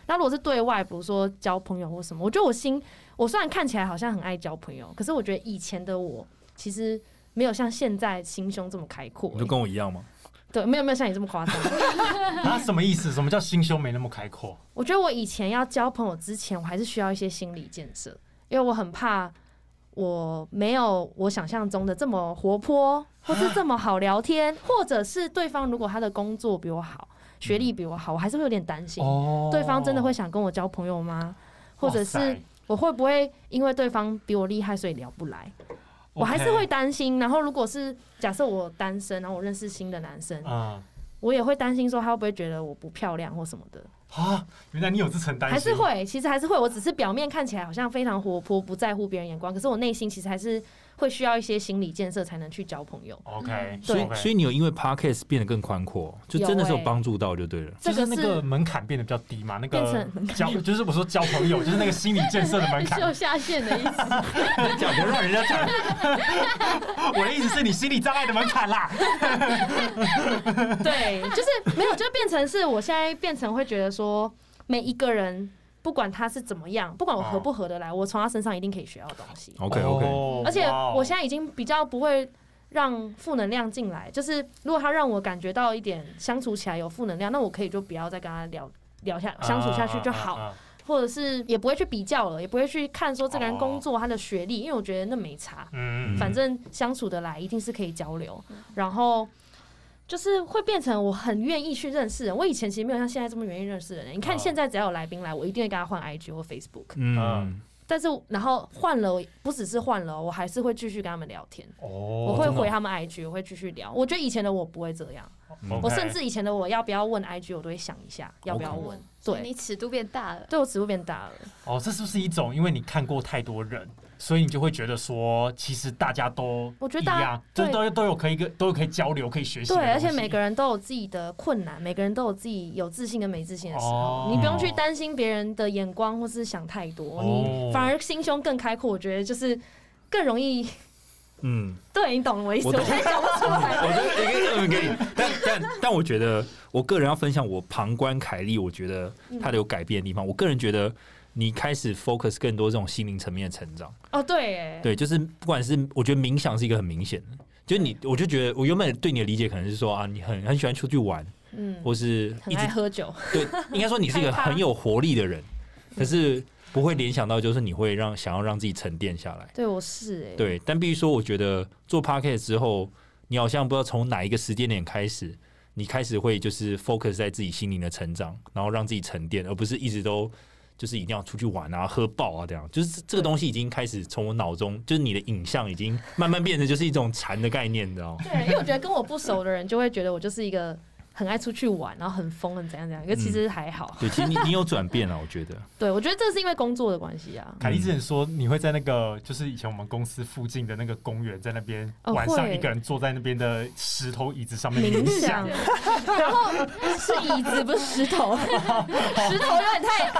[SPEAKER 3] 那如果是对外，比如说交朋友或什么，我觉得我心，我虽然看起来好像很爱交朋友，可是我觉得以前的我其实没有像现在心胸这么开阔、
[SPEAKER 4] 你
[SPEAKER 3] 欸
[SPEAKER 4] 就跟我一样吗？
[SPEAKER 3] 对，没有没有像你这么夸张。 嗯
[SPEAKER 2] 啊什么意思？什么叫心胸没那么开阔？
[SPEAKER 3] 我觉得我以前要交朋友之前，我还是需要一些心理建设，因为我很怕我没有我想象中的这么活泼，或是这么好聊天，或者是对方如果他的工作比我好，学历比我好，我还是会有点担心，
[SPEAKER 2] 哦
[SPEAKER 3] 对方真的会想跟我交朋友吗？或者
[SPEAKER 2] 哇
[SPEAKER 3] 是
[SPEAKER 2] 塞
[SPEAKER 3] 我会不会因为对方比我厉害，所以聊不来？我还是
[SPEAKER 2] OK
[SPEAKER 3] 会担心。然后，如果是假设我单身，然后我认识新的男生，
[SPEAKER 2] 啊
[SPEAKER 3] 我也会担心说他会不会觉得我不漂亮或什么的，
[SPEAKER 2] 啊！原来你有这层担心，
[SPEAKER 3] 还是会，其实还是会。我只是表面看起来好像非常活泼，不在乎别人眼光，可是我内心其实还是会需要一些心理建设才能去交朋友。
[SPEAKER 2] 哦 OK，
[SPEAKER 4] 所以
[SPEAKER 2] OK
[SPEAKER 4] 所以你有因为 podcast 变得更宽阔，就真的是有
[SPEAKER 3] 有欸
[SPEAKER 4] 帮助到就对了。
[SPEAKER 3] 这
[SPEAKER 2] 就是
[SPEAKER 3] 个
[SPEAKER 2] 那个门槛变得比较低嘛，那
[SPEAKER 3] 变
[SPEAKER 2] 个
[SPEAKER 3] 成
[SPEAKER 2] 交就是我说交朋友，就是那个心理建设的门 槛
[SPEAKER 1] 是。有下线的意 思。
[SPEAKER 2] 你讲不要让人家讲，我的意思是你心理障碍的门槛啦。
[SPEAKER 3] 对，就是没有，就变成是我现在变成会觉得说，每一个人不管他是怎么样，不管我合不合得来，我从他身上一定可以学到东西。
[SPEAKER 4] OK OK，、
[SPEAKER 2] 哦
[SPEAKER 3] 而且
[SPEAKER 2] 哇哦
[SPEAKER 3] 我现在已经比较不会让负能量进来，就是如果他让我感觉到一点相处起来有负能量，那我可以就不要再跟他聊聊下相处下去就好，
[SPEAKER 2] 啊啊啊啊
[SPEAKER 3] 或者是也不会去比较了，也不会去看说这个人
[SPEAKER 2] 哦
[SPEAKER 3] 工作他的学历，因为我觉得那没差。
[SPEAKER 2] 嗯，
[SPEAKER 3] 反正相处得来，一定是可以交流。然后就是会变成我很愿意去认识人。我以前其实没有像现在这么愿意认识人。你看
[SPEAKER 2] 哦
[SPEAKER 3] 现在只要有来宾来，我一定会跟他换 IG 或 Facebook。
[SPEAKER 2] 啊
[SPEAKER 4] 嗯，
[SPEAKER 3] 但是然后换了，不只是换了，我还是会继续跟他们聊天。
[SPEAKER 2] 哦，
[SPEAKER 3] 我
[SPEAKER 2] 我
[SPEAKER 3] 会回他们 IG，我会继续聊。我觉得以前的我不会这样，
[SPEAKER 2] 哦
[SPEAKER 4] 嗯
[SPEAKER 3] 我甚至以前的我要不要问 IG，我都会想一下要不要
[SPEAKER 1] OK
[SPEAKER 3] 问。
[SPEAKER 1] 所以
[SPEAKER 3] 对，
[SPEAKER 1] 你尺度变大 了。
[SPEAKER 3] 对我尺度变大了。
[SPEAKER 2] 哦，这是不是一种因为你看过太多人，所以你就会觉得说，其实大家都
[SPEAKER 3] 我觉得
[SPEAKER 2] 一
[SPEAKER 3] 大家
[SPEAKER 2] 样，就都都有可以跟都有可以交流、可以学习的东
[SPEAKER 3] 对，
[SPEAKER 2] 西。
[SPEAKER 3] 而且每个人都有自己的困难，每个人都有自己有自信跟没自信的时候，
[SPEAKER 2] 哦
[SPEAKER 3] 你不用去担心别人的眼光或是想太多，
[SPEAKER 2] 哦
[SPEAKER 3] 你反而心胸更开阔，我觉得就是更容易。
[SPEAKER 4] 嗯，
[SPEAKER 3] 对你懂我意思，
[SPEAKER 4] 我
[SPEAKER 3] 我
[SPEAKER 4] 懂
[SPEAKER 3] 现在讲不 出 来。
[SPEAKER 4] 我觉得也可以嗯可以，但但但我觉得我个人要分享我旁观凯莉，我觉得她的有改变的地方，我个人觉得。你开始 focus 更多这种心灵层面的成长，
[SPEAKER 3] 哦，对，哎，
[SPEAKER 4] 对，就是不管是我觉得冥想是一个很明显的，就是你，我就觉得我原本对你的理解可能是说啊，你很很喜欢出去玩，
[SPEAKER 3] 嗯，
[SPEAKER 4] 或是
[SPEAKER 3] 很
[SPEAKER 4] 一直
[SPEAKER 3] 爱喝酒，
[SPEAKER 4] 对，应该说你是一个
[SPEAKER 3] 害怕
[SPEAKER 4] 很有活 力的人，
[SPEAKER 3] 嗯
[SPEAKER 4] 可是不会联想到就是你会让想要让自己沉淀下来。
[SPEAKER 3] 对我是哎，
[SPEAKER 4] 对，但必须说，我觉得做 podcast 之后，你好像不知道从哪一个时间点开始，你开始会就是 focus 在自己心灵的成长，然后让自己沉淀，而不是一直都就是一定要出去玩啊、喝爆啊这样。就是这这个东西已经开始从我脑中，就是你的影像已经慢慢变成就是一种禅的概念，你知道吗？
[SPEAKER 3] 对，因为我觉得跟我不熟的人就会觉得我就是一个很爱出去玩，然后很疯，很怎样怎样，可是其实还好。
[SPEAKER 4] 对，其实你你有转变了，我觉得。
[SPEAKER 3] 对，我觉得这是因为工作的关系啊。
[SPEAKER 2] 凯莉之前说，你会在那个就是以前我们公司附近的那个公园，在那边、
[SPEAKER 3] 哦
[SPEAKER 2] 晚上
[SPEAKER 3] 会
[SPEAKER 2] 一个人坐在那边的石头椅子上面
[SPEAKER 3] 冥
[SPEAKER 2] 冥
[SPEAKER 3] 想，然后是椅子不是石头，石头有点 太，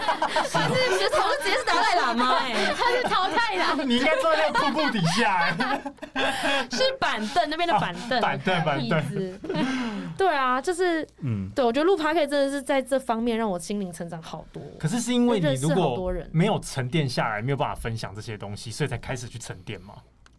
[SPEAKER 3] 但是石头就直接是达赖喇嘛哎、
[SPEAKER 1] 他是淘汰啦，
[SPEAKER 2] 你应该坐在那个瀑布底下、 欸，
[SPEAKER 3] 是板凳那边的板
[SPEAKER 4] 啊
[SPEAKER 3] 凳，
[SPEAKER 2] 板凳板凳
[SPEAKER 3] 椅子，对啊，就是
[SPEAKER 4] 嗯，
[SPEAKER 3] 对我觉得录 p o d 真的是在这方面让我心灵成长好多，
[SPEAKER 2] 可是是因为你如
[SPEAKER 3] 认识好多
[SPEAKER 2] 果
[SPEAKER 3] 人
[SPEAKER 2] 没有沉淀下来，没有办法分享这些东西，所以才开始去沉淀嘛。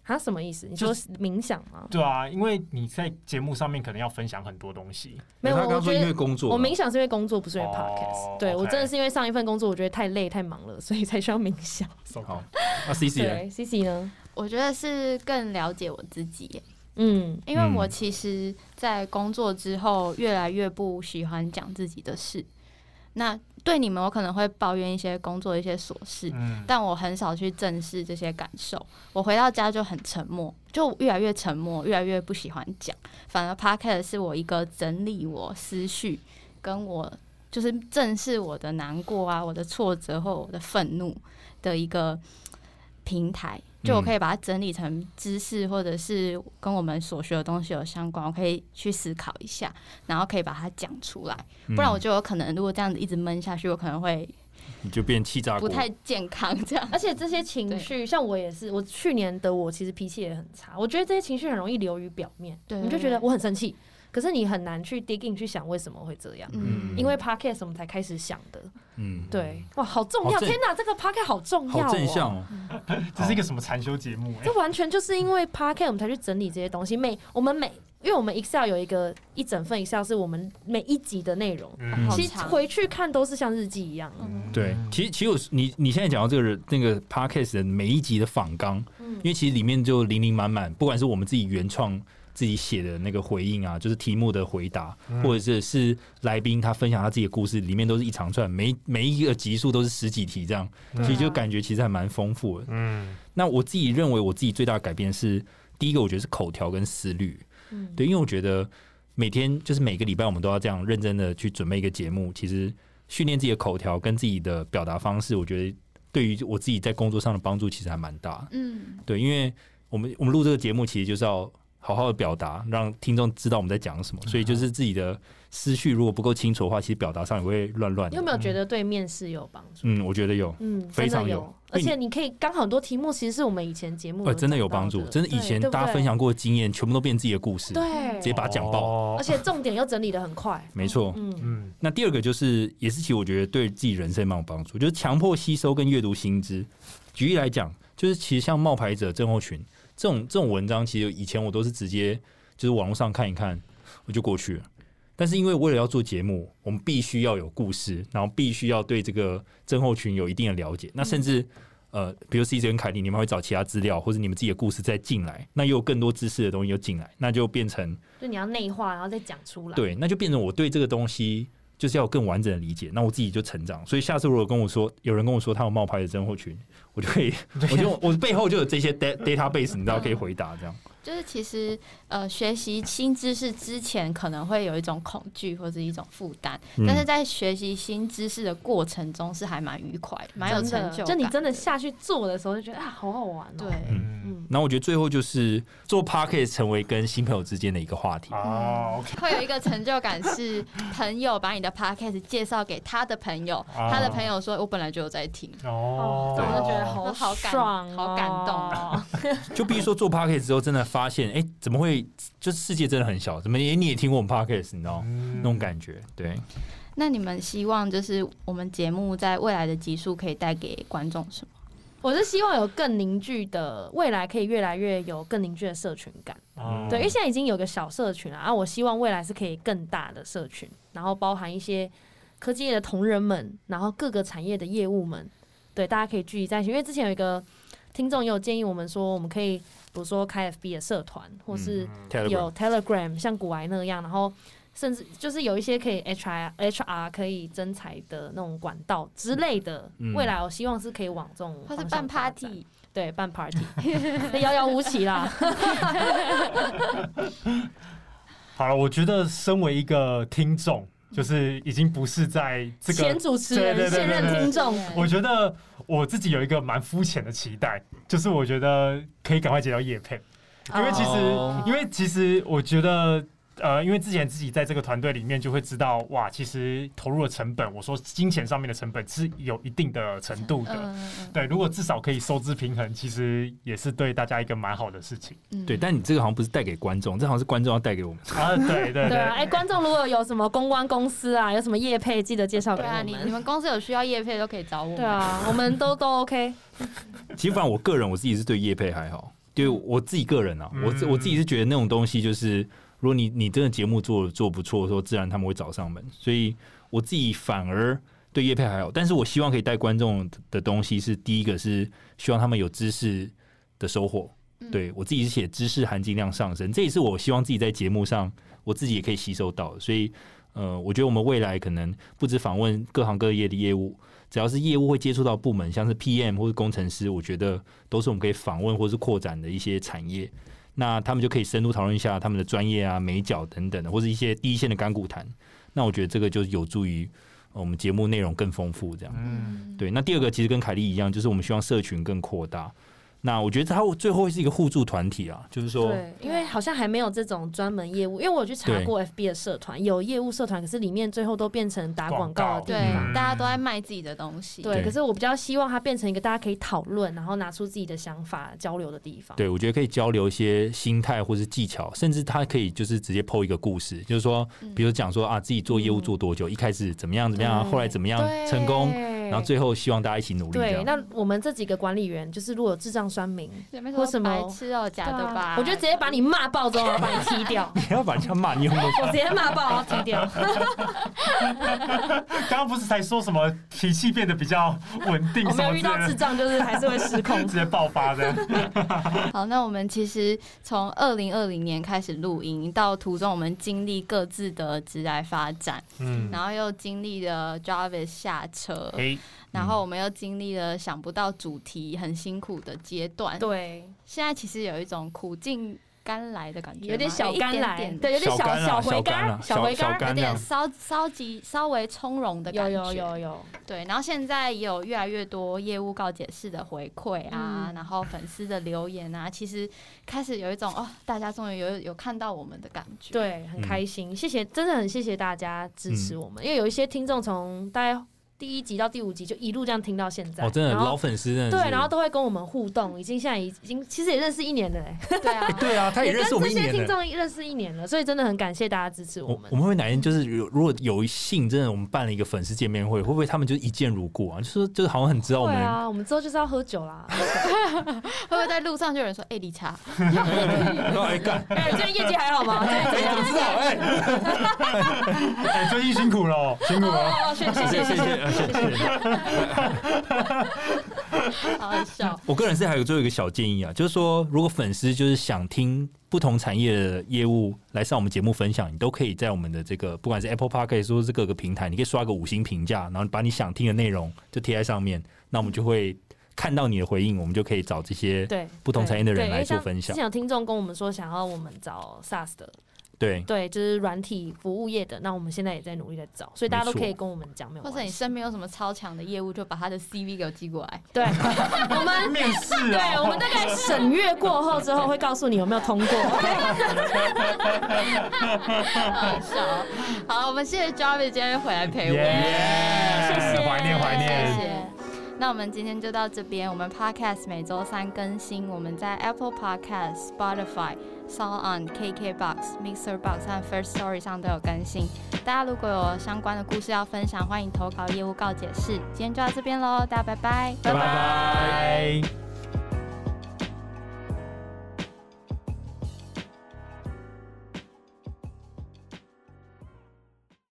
[SPEAKER 3] 啊什么意思？你
[SPEAKER 2] 就
[SPEAKER 3] 说冥想吗？
[SPEAKER 2] 对啊，因为你在节目上面可能要分享很多东西，
[SPEAKER 3] 没有，
[SPEAKER 4] 他刚
[SPEAKER 3] 我
[SPEAKER 4] 刚说
[SPEAKER 3] 觉
[SPEAKER 4] 因为
[SPEAKER 3] 得。
[SPEAKER 4] 工作嘛，
[SPEAKER 3] 我冥想是因为工作，不是因为 podcast、
[SPEAKER 2] 哦
[SPEAKER 3] 对我
[SPEAKER 2] OK
[SPEAKER 3] 真的是因为上一份工作，我觉得太累太忙了，所以才需要冥想。
[SPEAKER 4] 好，那 C C
[SPEAKER 3] 对，C C 呢？
[SPEAKER 1] 我觉得是更了解我自己耶，
[SPEAKER 3] 嗯，
[SPEAKER 1] 因为我
[SPEAKER 4] 嗯
[SPEAKER 1] 其实，在工作之后越来越不喜欢讲自己的事。那对你们，我可能会抱怨一些工作的一些琐事，
[SPEAKER 2] 嗯，
[SPEAKER 1] 但我很少去正视这些感受。我回到家就很沉默，就越来越沉默，越来越不喜欢讲。反而 podcast 是我一个整理我思绪，跟我就是正视我的难过啊、我的挫折或我的愤怒的一个平台。就我可以把它整理成知识，或者是跟我们所学的东西有相关，我可以去思考一下，然后可以把它讲出来。不然我就有可能，如果这样子一直闷下去，我可能会
[SPEAKER 4] 你就变气炸
[SPEAKER 1] 不
[SPEAKER 4] 锅，
[SPEAKER 1] 太健康。这样，
[SPEAKER 3] 而且这些情
[SPEAKER 1] 对
[SPEAKER 3] 绪，像我也是，我去年的我其实脾气也很差，我觉得这些情绪很容易流于表面，
[SPEAKER 1] 对
[SPEAKER 3] 你就觉得我很生气，可是你很难去 dig in 去想为什么会这样。
[SPEAKER 1] 嗯，
[SPEAKER 3] 因为 podcast 我们才开始想的，
[SPEAKER 4] 嗯，
[SPEAKER 3] 对，哇，好重
[SPEAKER 4] 好
[SPEAKER 3] 要！
[SPEAKER 4] 正
[SPEAKER 3] 天哪，这个 podcast 好重要、
[SPEAKER 4] 好正。向
[SPEAKER 3] 啊
[SPEAKER 4] 哦，
[SPEAKER 2] 嗯这是一个什么禅修节目、欸？
[SPEAKER 3] 这完全就是因为 podcast 我们才去整理这些东西。每我们每因为我们 Excel 有一个一整份 Excel 是我们每一集的内容，
[SPEAKER 2] 嗯
[SPEAKER 1] 好
[SPEAKER 3] 其实
[SPEAKER 1] 长
[SPEAKER 3] 回去看都是像日记一样。
[SPEAKER 1] 嗯
[SPEAKER 4] 对，其实其实我是你你现在讲到这个人那个 podcast 的每一集的访纲，
[SPEAKER 3] 嗯
[SPEAKER 4] 因为其实里面就零零满满，不管是我们自己原创自己写的那个回应啊，就是题目的回答，或者是是来宾他分享他自己的故事，里面都是一长串，每每一个集数都是十几题这样，
[SPEAKER 2] 对啊
[SPEAKER 4] 其实就感觉其实还蛮丰富的。
[SPEAKER 2] 嗯，
[SPEAKER 4] 那我自己认为我自己最大的改变是，第一个我觉得是口条跟思虑，
[SPEAKER 3] 嗯，
[SPEAKER 4] 对，因为我觉得每天就是每个礼拜我们都要这样认真的去准备一个节目，其实训练自己的口条跟自己的表达方式，我觉得对于我自己在工作上的帮助其实还蛮大的。
[SPEAKER 1] 嗯，
[SPEAKER 4] 对，因为我们我们录这个节目其实就是要好好的表达，让听众知道我们在讲什么，所以就是自己的思绪如果不够清楚的话，其实表达上也会乱乱
[SPEAKER 3] 你有
[SPEAKER 4] 的。
[SPEAKER 3] 没有觉得对面试有帮助？
[SPEAKER 4] 嗯，我觉得有。
[SPEAKER 3] 嗯，真的
[SPEAKER 4] 非常有
[SPEAKER 3] 有，而且你可以刚好很多题目其实是我们以前节目
[SPEAKER 4] 呃，真的有
[SPEAKER 3] 讲到
[SPEAKER 4] 帮助，真的以
[SPEAKER 3] 对
[SPEAKER 4] 前
[SPEAKER 3] 对不
[SPEAKER 4] 大家
[SPEAKER 3] 对
[SPEAKER 4] 分享过的经验，全部都变自己的故事，
[SPEAKER 3] 对，
[SPEAKER 4] 直接把它讲爆。
[SPEAKER 2] 哦
[SPEAKER 3] 而且重点又整理的很快，
[SPEAKER 4] 没错，
[SPEAKER 3] 嗯，
[SPEAKER 2] 嗯
[SPEAKER 4] 那第二个就是，也是其实我觉得对自己人生蛮有帮助，就是强迫吸收跟阅读新知。举例来讲，就是其实像冒牌者症候群这种这种文章，其实以前我都是直接就是网络上看一看，我就过去了。但是因为为了要做节目，我们必须要有故事，然后必须要对这个症候群有一定的了解。那甚至、呃，比如 C J 跟凯莉，你们会找其他资料或者你们自己的故事再进来，那又有更多知识的东西又进来，那就变成
[SPEAKER 3] 就你要内化，然后再讲出来。
[SPEAKER 4] 对，那就变成我对这个东西就是要有更完整的理解，那我自己就成长。所以下次如果跟我说有人跟我说他有冒牌的真货群，我就可以，我就我背后就有这些 da- database，你知道可以回答这样。
[SPEAKER 1] 就是其实呃，学习新知识之前可能会有一种恐惧或是一种负担，但是在学习新知识的过程中是还蛮愉快、蛮有
[SPEAKER 3] 真的
[SPEAKER 1] 成就感。
[SPEAKER 3] 就你真的下去做的时候，就觉得啊，好好玩哦。
[SPEAKER 1] 对，
[SPEAKER 2] 嗯
[SPEAKER 3] 嗯，
[SPEAKER 4] 然后我觉得最后就是做 p a r k e t 成为跟新朋友之间的一个话题。
[SPEAKER 2] 哦，OK，
[SPEAKER 1] 会有一个成就感，是朋友把你的 podcast 介绍给他的朋友，
[SPEAKER 2] 啊
[SPEAKER 1] 他的朋友说：“我本来就有在听。
[SPEAKER 2] 哦，
[SPEAKER 3] 我就觉得
[SPEAKER 1] 哦
[SPEAKER 3] 好
[SPEAKER 1] 好感
[SPEAKER 3] 爽哦，
[SPEAKER 1] 好感动
[SPEAKER 3] 动。
[SPEAKER 4] 就比如说做 p a r k e t 之后，真的发现，哎、怎么会？就是世界真的很小，怎么也你也听过我们 p a r k e t 你知道、
[SPEAKER 2] 嗯
[SPEAKER 4] 那种感觉？对，”
[SPEAKER 1] 那你们希望就是我们节目在未来的集数可以带给观众什么？
[SPEAKER 3] 我是希望有更凝聚的，未来可以越来越有更凝聚的社群感。
[SPEAKER 2] 哦
[SPEAKER 4] 嗯
[SPEAKER 3] 对，因为现在已经有个小社群了啊，我希望未来是可以更大的社群，然后包含一些科技业的同仁们，然后各个产业的业务们，对，大家可以聚集在一起。因为之前有一个听众也有建议我们说，我们可以比如说开 FB 的社团，或
[SPEAKER 4] 嗯
[SPEAKER 3] 是有 Telegram，像古玩那样，然后甚至就是有一些可以 HR HR 可以征才的那种管道之类的。
[SPEAKER 4] 嗯
[SPEAKER 3] 未来我希望是可以往这种
[SPEAKER 1] 或是
[SPEAKER 3] 方
[SPEAKER 1] 办
[SPEAKER 3] 向发展
[SPEAKER 1] party，
[SPEAKER 3] 对，办 party，遥 遥无期啦。
[SPEAKER 2] 好了，我觉得身为一个听众，就是已经不是在这
[SPEAKER 3] 前
[SPEAKER 2] 个，
[SPEAKER 3] 主持人、
[SPEAKER 2] 对对对
[SPEAKER 3] 现任
[SPEAKER 2] 对对
[SPEAKER 3] 听众，
[SPEAKER 2] 我觉得我自己有一个蛮肤浅的期待，就是我觉得可以赶快接到叶配，因为其实，
[SPEAKER 4] 哦
[SPEAKER 2] 因为其实我觉得。呃，因为之前自己在这个团队里面就会知道，哇，其实投入的成本，我说金钱上面的成本是有一定的程度的。
[SPEAKER 1] 嗯嗯
[SPEAKER 2] 对，如果至少可以收支平衡，其实也是对大家一个蛮好的事情
[SPEAKER 1] 嗯
[SPEAKER 4] 对，但你这个好像不是带给观众，这好像是观众要带给我们。
[SPEAKER 2] 啊。对对
[SPEAKER 3] 对啊，
[SPEAKER 2] 对，
[SPEAKER 3] 哎，观众如果有什么公关公司啊，有什么业配，记得介绍给
[SPEAKER 1] 对
[SPEAKER 3] 我
[SPEAKER 1] 啊，你你
[SPEAKER 3] 们。
[SPEAKER 1] 们公司有需要业配都可以找我们。
[SPEAKER 3] 对 啊，我们都都 OK。
[SPEAKER 4] 其实反正我个人我自己是对叶配还好，对我自己个人啊，
[SPEAKER 2] 嗯
[SPEAKER 4] 我自我自己是觉得那种东西就是，如果你你真的节目做做不错的时候，自然他们会找上门。所以我自己反而对叶配还好，但是我希望可以带观众的东西是第一个是希望他们有知识的收获。
[SPEAKER 1] 嗯
[SPEAKER 4] 对我自己是写知识含金量上升，这也是我希望自己在节目上我自己也可以吸收到的。所以呃，我觉得我们未来可能不止访问各行各业的业务，只要是业务会接触到部门，像是 PM 或是工程师，我觉得都是我们可以访问或是扩展的一些产业。那他们就可以深入讨论一下他们的专业啊、美角等等的，或是一些第一线的干股谈。那我觉得这个就有助于呃我们节目内容更丰富，这样。
[SPEAKER 2] 嗯，
[SPEAKER 4] 对，那第二个其实跟凯莉一样，就是我们希望社群更扩大。那我觉得它最后会是一个互助团体啊，就是说，
[SPEAKER 3] 对，因为好像还没有这种专门业务，因为我去查
[SPEAKER 4] 对
[SPEAKER 3] 过 FB 的社团，有业务社团，可是里面最后都变成打广告的地
[SPEAKER 1] 对
[SPEAKER 3] 方。
[SPEAKER 4] 嗯
[SPEAKER 1] 大家都在卖自己的东西。
[SPEAKER 3] 对，
[SPEAKER 4] 对
[SPEAKER 3] 可是我比较希望它变成一个大家可以讨论，然后拿出自己的想法交流的地方。
[SPEAKER 4] 对我觉得可以交流一些心态或是技巧，甚至他可以就是直接剖一个故事，
[SPEAKER 3] 嗯
[SPEAKER 4] 就是说，比如讲说啊，自己做业务做多久，一开始怎么样怎么样啊，
[SPEAKER 3] 对
[SPEAKER 4] 后来怎么样
[SPEAKER 3] 嗯对，
[SPEAKER 4] 成功，
[SPEAKER 3] 对，
[SPEAKER 4] 然后最后希望大家一起努力这
[SPEAKER 3] 对，
[SPEAKER 4] 样。
[SPEAKER 3] 那我们这几个管理员，就是如果有智障酸民，
[SPEAKER 1] 为
[SPEAKER 3] 为什么
[SPEAKER 1] 白痴哦，假的吧？
[SPEAKER 3] 我就直接把你骂爆之后，然后把你踢掉，
[SPEAKER 4] 你要把人家骂，你 有没有？
[SPEAKER 3] 我直接骂爆，然后踢 掉。
[SPEAKER 2] 嗯刚刚不是才说什么脾气变得比较稳定
[SPEAKER 3] 我
[SPEAKER 2] 什
[SPEAKER 3] 没有
[SPEAKER 2] 么
[SPEAKER 3] 遇
[SPEAKER 2] 之
[SPEAKER 3] 到
[SPEAKER 2] 类
[SPEAKER 3] 智
[SPEAKER 2] 的，
[SPEAKER 3] 障，就是还是会失控
[SPEAKER 2] 直。接爆发的。
[SPEAKER 1] 好，那我们其实从二零二零年开始录音，到途中我们经历各自的职来发展，
[SPEAKER 2] 嗯，
[SPEAKER 1] 然后又经历了 Jarvis 下车，
[SPEAKER 2] 哎，
[SPEAKER 1] 然后我们又经历了想不到主题很辛苦的阶段。
[SPEAKER 3] 对，
[SPEAKER 1] 现在其实有一种苦尽甘来的感觉吗，
[SPEAKER 3] 有点小甘
[SPEAKER 1] 一
[SPEAKER 3] 来，
[SPEAKER 1] 点点
[SPEAKER 3] 对，有点
[SPEAKER 4] 小
[SPEAKER 3] 小
[SPEAKER 4] 干啊
[SPEAKER 3] 回
[SPEAKER 4] 小干啊
[SPEAKER 3] 甘，回
[SPEAKER 4] 小
[SPEAKER 3] 甘。
[SPEAKER 4] 干
[SPEAKER 1] 有
[SPEAKER 4] 这样
[SPEAKER 1] 点稍稍级稍微从容的
[SPEAKER 3] 有
[SPEAKER 1] 感觉，
[SPEAKER 3] 有有有，
[SPEAKER 1] 对，然后现在也有越来越多业务告解式的回馈啊，
[SPEAKER 3] 嗯
[SPEAKER 1] 然后粉丝的留言啊，其实开始有一种哦，大家终于有有看到我们的感觉。，
[SPEAKER 3] 对，很开心，谢谢，真的很谢谢大家支持我们，
[SPEAKER 4] 嗯
[SPEAKER 3] 因为有一些听众从大概第一集到第五集就一路这样听到现在，
[SPEAKER 4] 哦，真的
[SPEAKER 3] 然后
[SPEAKER 4] 老粉丝真的是
[SPEAKER 3] 对，然后都会跟我们互动，已经现在已经其实也认识一年了、欸，
[SPEAKER 1] 对啊
[SPEAKER 4] 哎，对啊，他也
[SPEAKER 3] 跟
[SPEAKER 4] 认识我
[SPEAKER 3] 这
[SPEAKER 4] 们一
[SPEAKER 3] 些
[SPEAKER 4] 年
[SPEAKER 3] 听
[SPEAKER 4] 了。
[SPEAKER 3] 众认识一年了，所以真的很感谢大家支持
[SPEAKER 4] 我
[SPEAKER 3] 我们
[SPEAKER 4] 我。们会哪天就是有如果有幸真的我们办了一个粉丝见面会，会不会他们就一见如故啊？就说就是好像很知道我
[SPEAKER 3] 对
[SPEAKER 4] 们
[SPEAKER 3] 啊，我们之后就是要喝酒 啦。
[SPEAKER 1] 会不会在路上就有人说，哎、理查，
[SPEAKER 4] 说哎干，哎
[SPEAKER 3] 哎，最近业绩还好吗？最近怎样？啊
[SPEAKER 2] 哎，最近辛苦了，辛苦了。
[SPEAKER 3] 哦，谢
[SPEAKER 4] 谢
[SPEAKER 3] 谢谢谢。
[SPEAKER 4] 谢谢谢谢谢。
[SPEAKER 1] 好好 笑。
[SPEAKER 4] 我个人是还有最后一个小建议啊，就是说如果粉丝就是想听不同产业的业务来上我们节目分享，你都可以在我们的这个不管是 Apple Podcast 或是各个平台，你可以刷个五星评价，然后把你想听的内容就贴在上面，那我们就会看到你的回应，我们就可以找这些
[SPEAKER 3] 对，
[SPEAKER 4] 不同产业的人
[SPEAKER 3] 对
[SPEAKER 4] 来做分
[SPEAKER 3] 之
[SPEAKER 4] 享
[SPEAKER 3] 前有听众跟我们说想要我们找 SaaS 的，
[SPEAKER 4] 对
[SPEAKER 3] 对，就是软体服务业的。那我们现在也在努力在找，所以大家都可以跟我们讲，没有
[SPEAKER 1] 或者
[SPEAKER 3] 关
[SPEAKER 1] 你
[SPEAKER 3] 系。
[SPEAKER 1] 身边有什么超强的业务，就把他的 CV 给我寄过来。
[SPEAKER 3] 对， 我们
[SPEAKER 2] 面试
[SPEAKER 3] 对，我
[SPEAKER 2] 啊，
[SPEAKER 3] 们大概审阅过后之后会告诉你有没有通 过。
[SPEAKER 1] 好笑。 好，我们谢谢 Jarvis 今天回来陪我。
[SPEAKER 2] 耶
[SPEAKER 3] 谢谢
[SPEAKER 2] 怀念怀念
[SPEAKER 1] 谢。谢。那我们今天就到这边，我们 Podcast 每周三更新，我们在 Apple Podcast、Spotify、Sound On、KKBox、Mixer Box 和 First Story 上都有更新。大家如果有相关的故事要分享，欢迎投稿业务告解室。今天就到这边喽，大家拜拜，
[SPEAKER 4] 拜拜。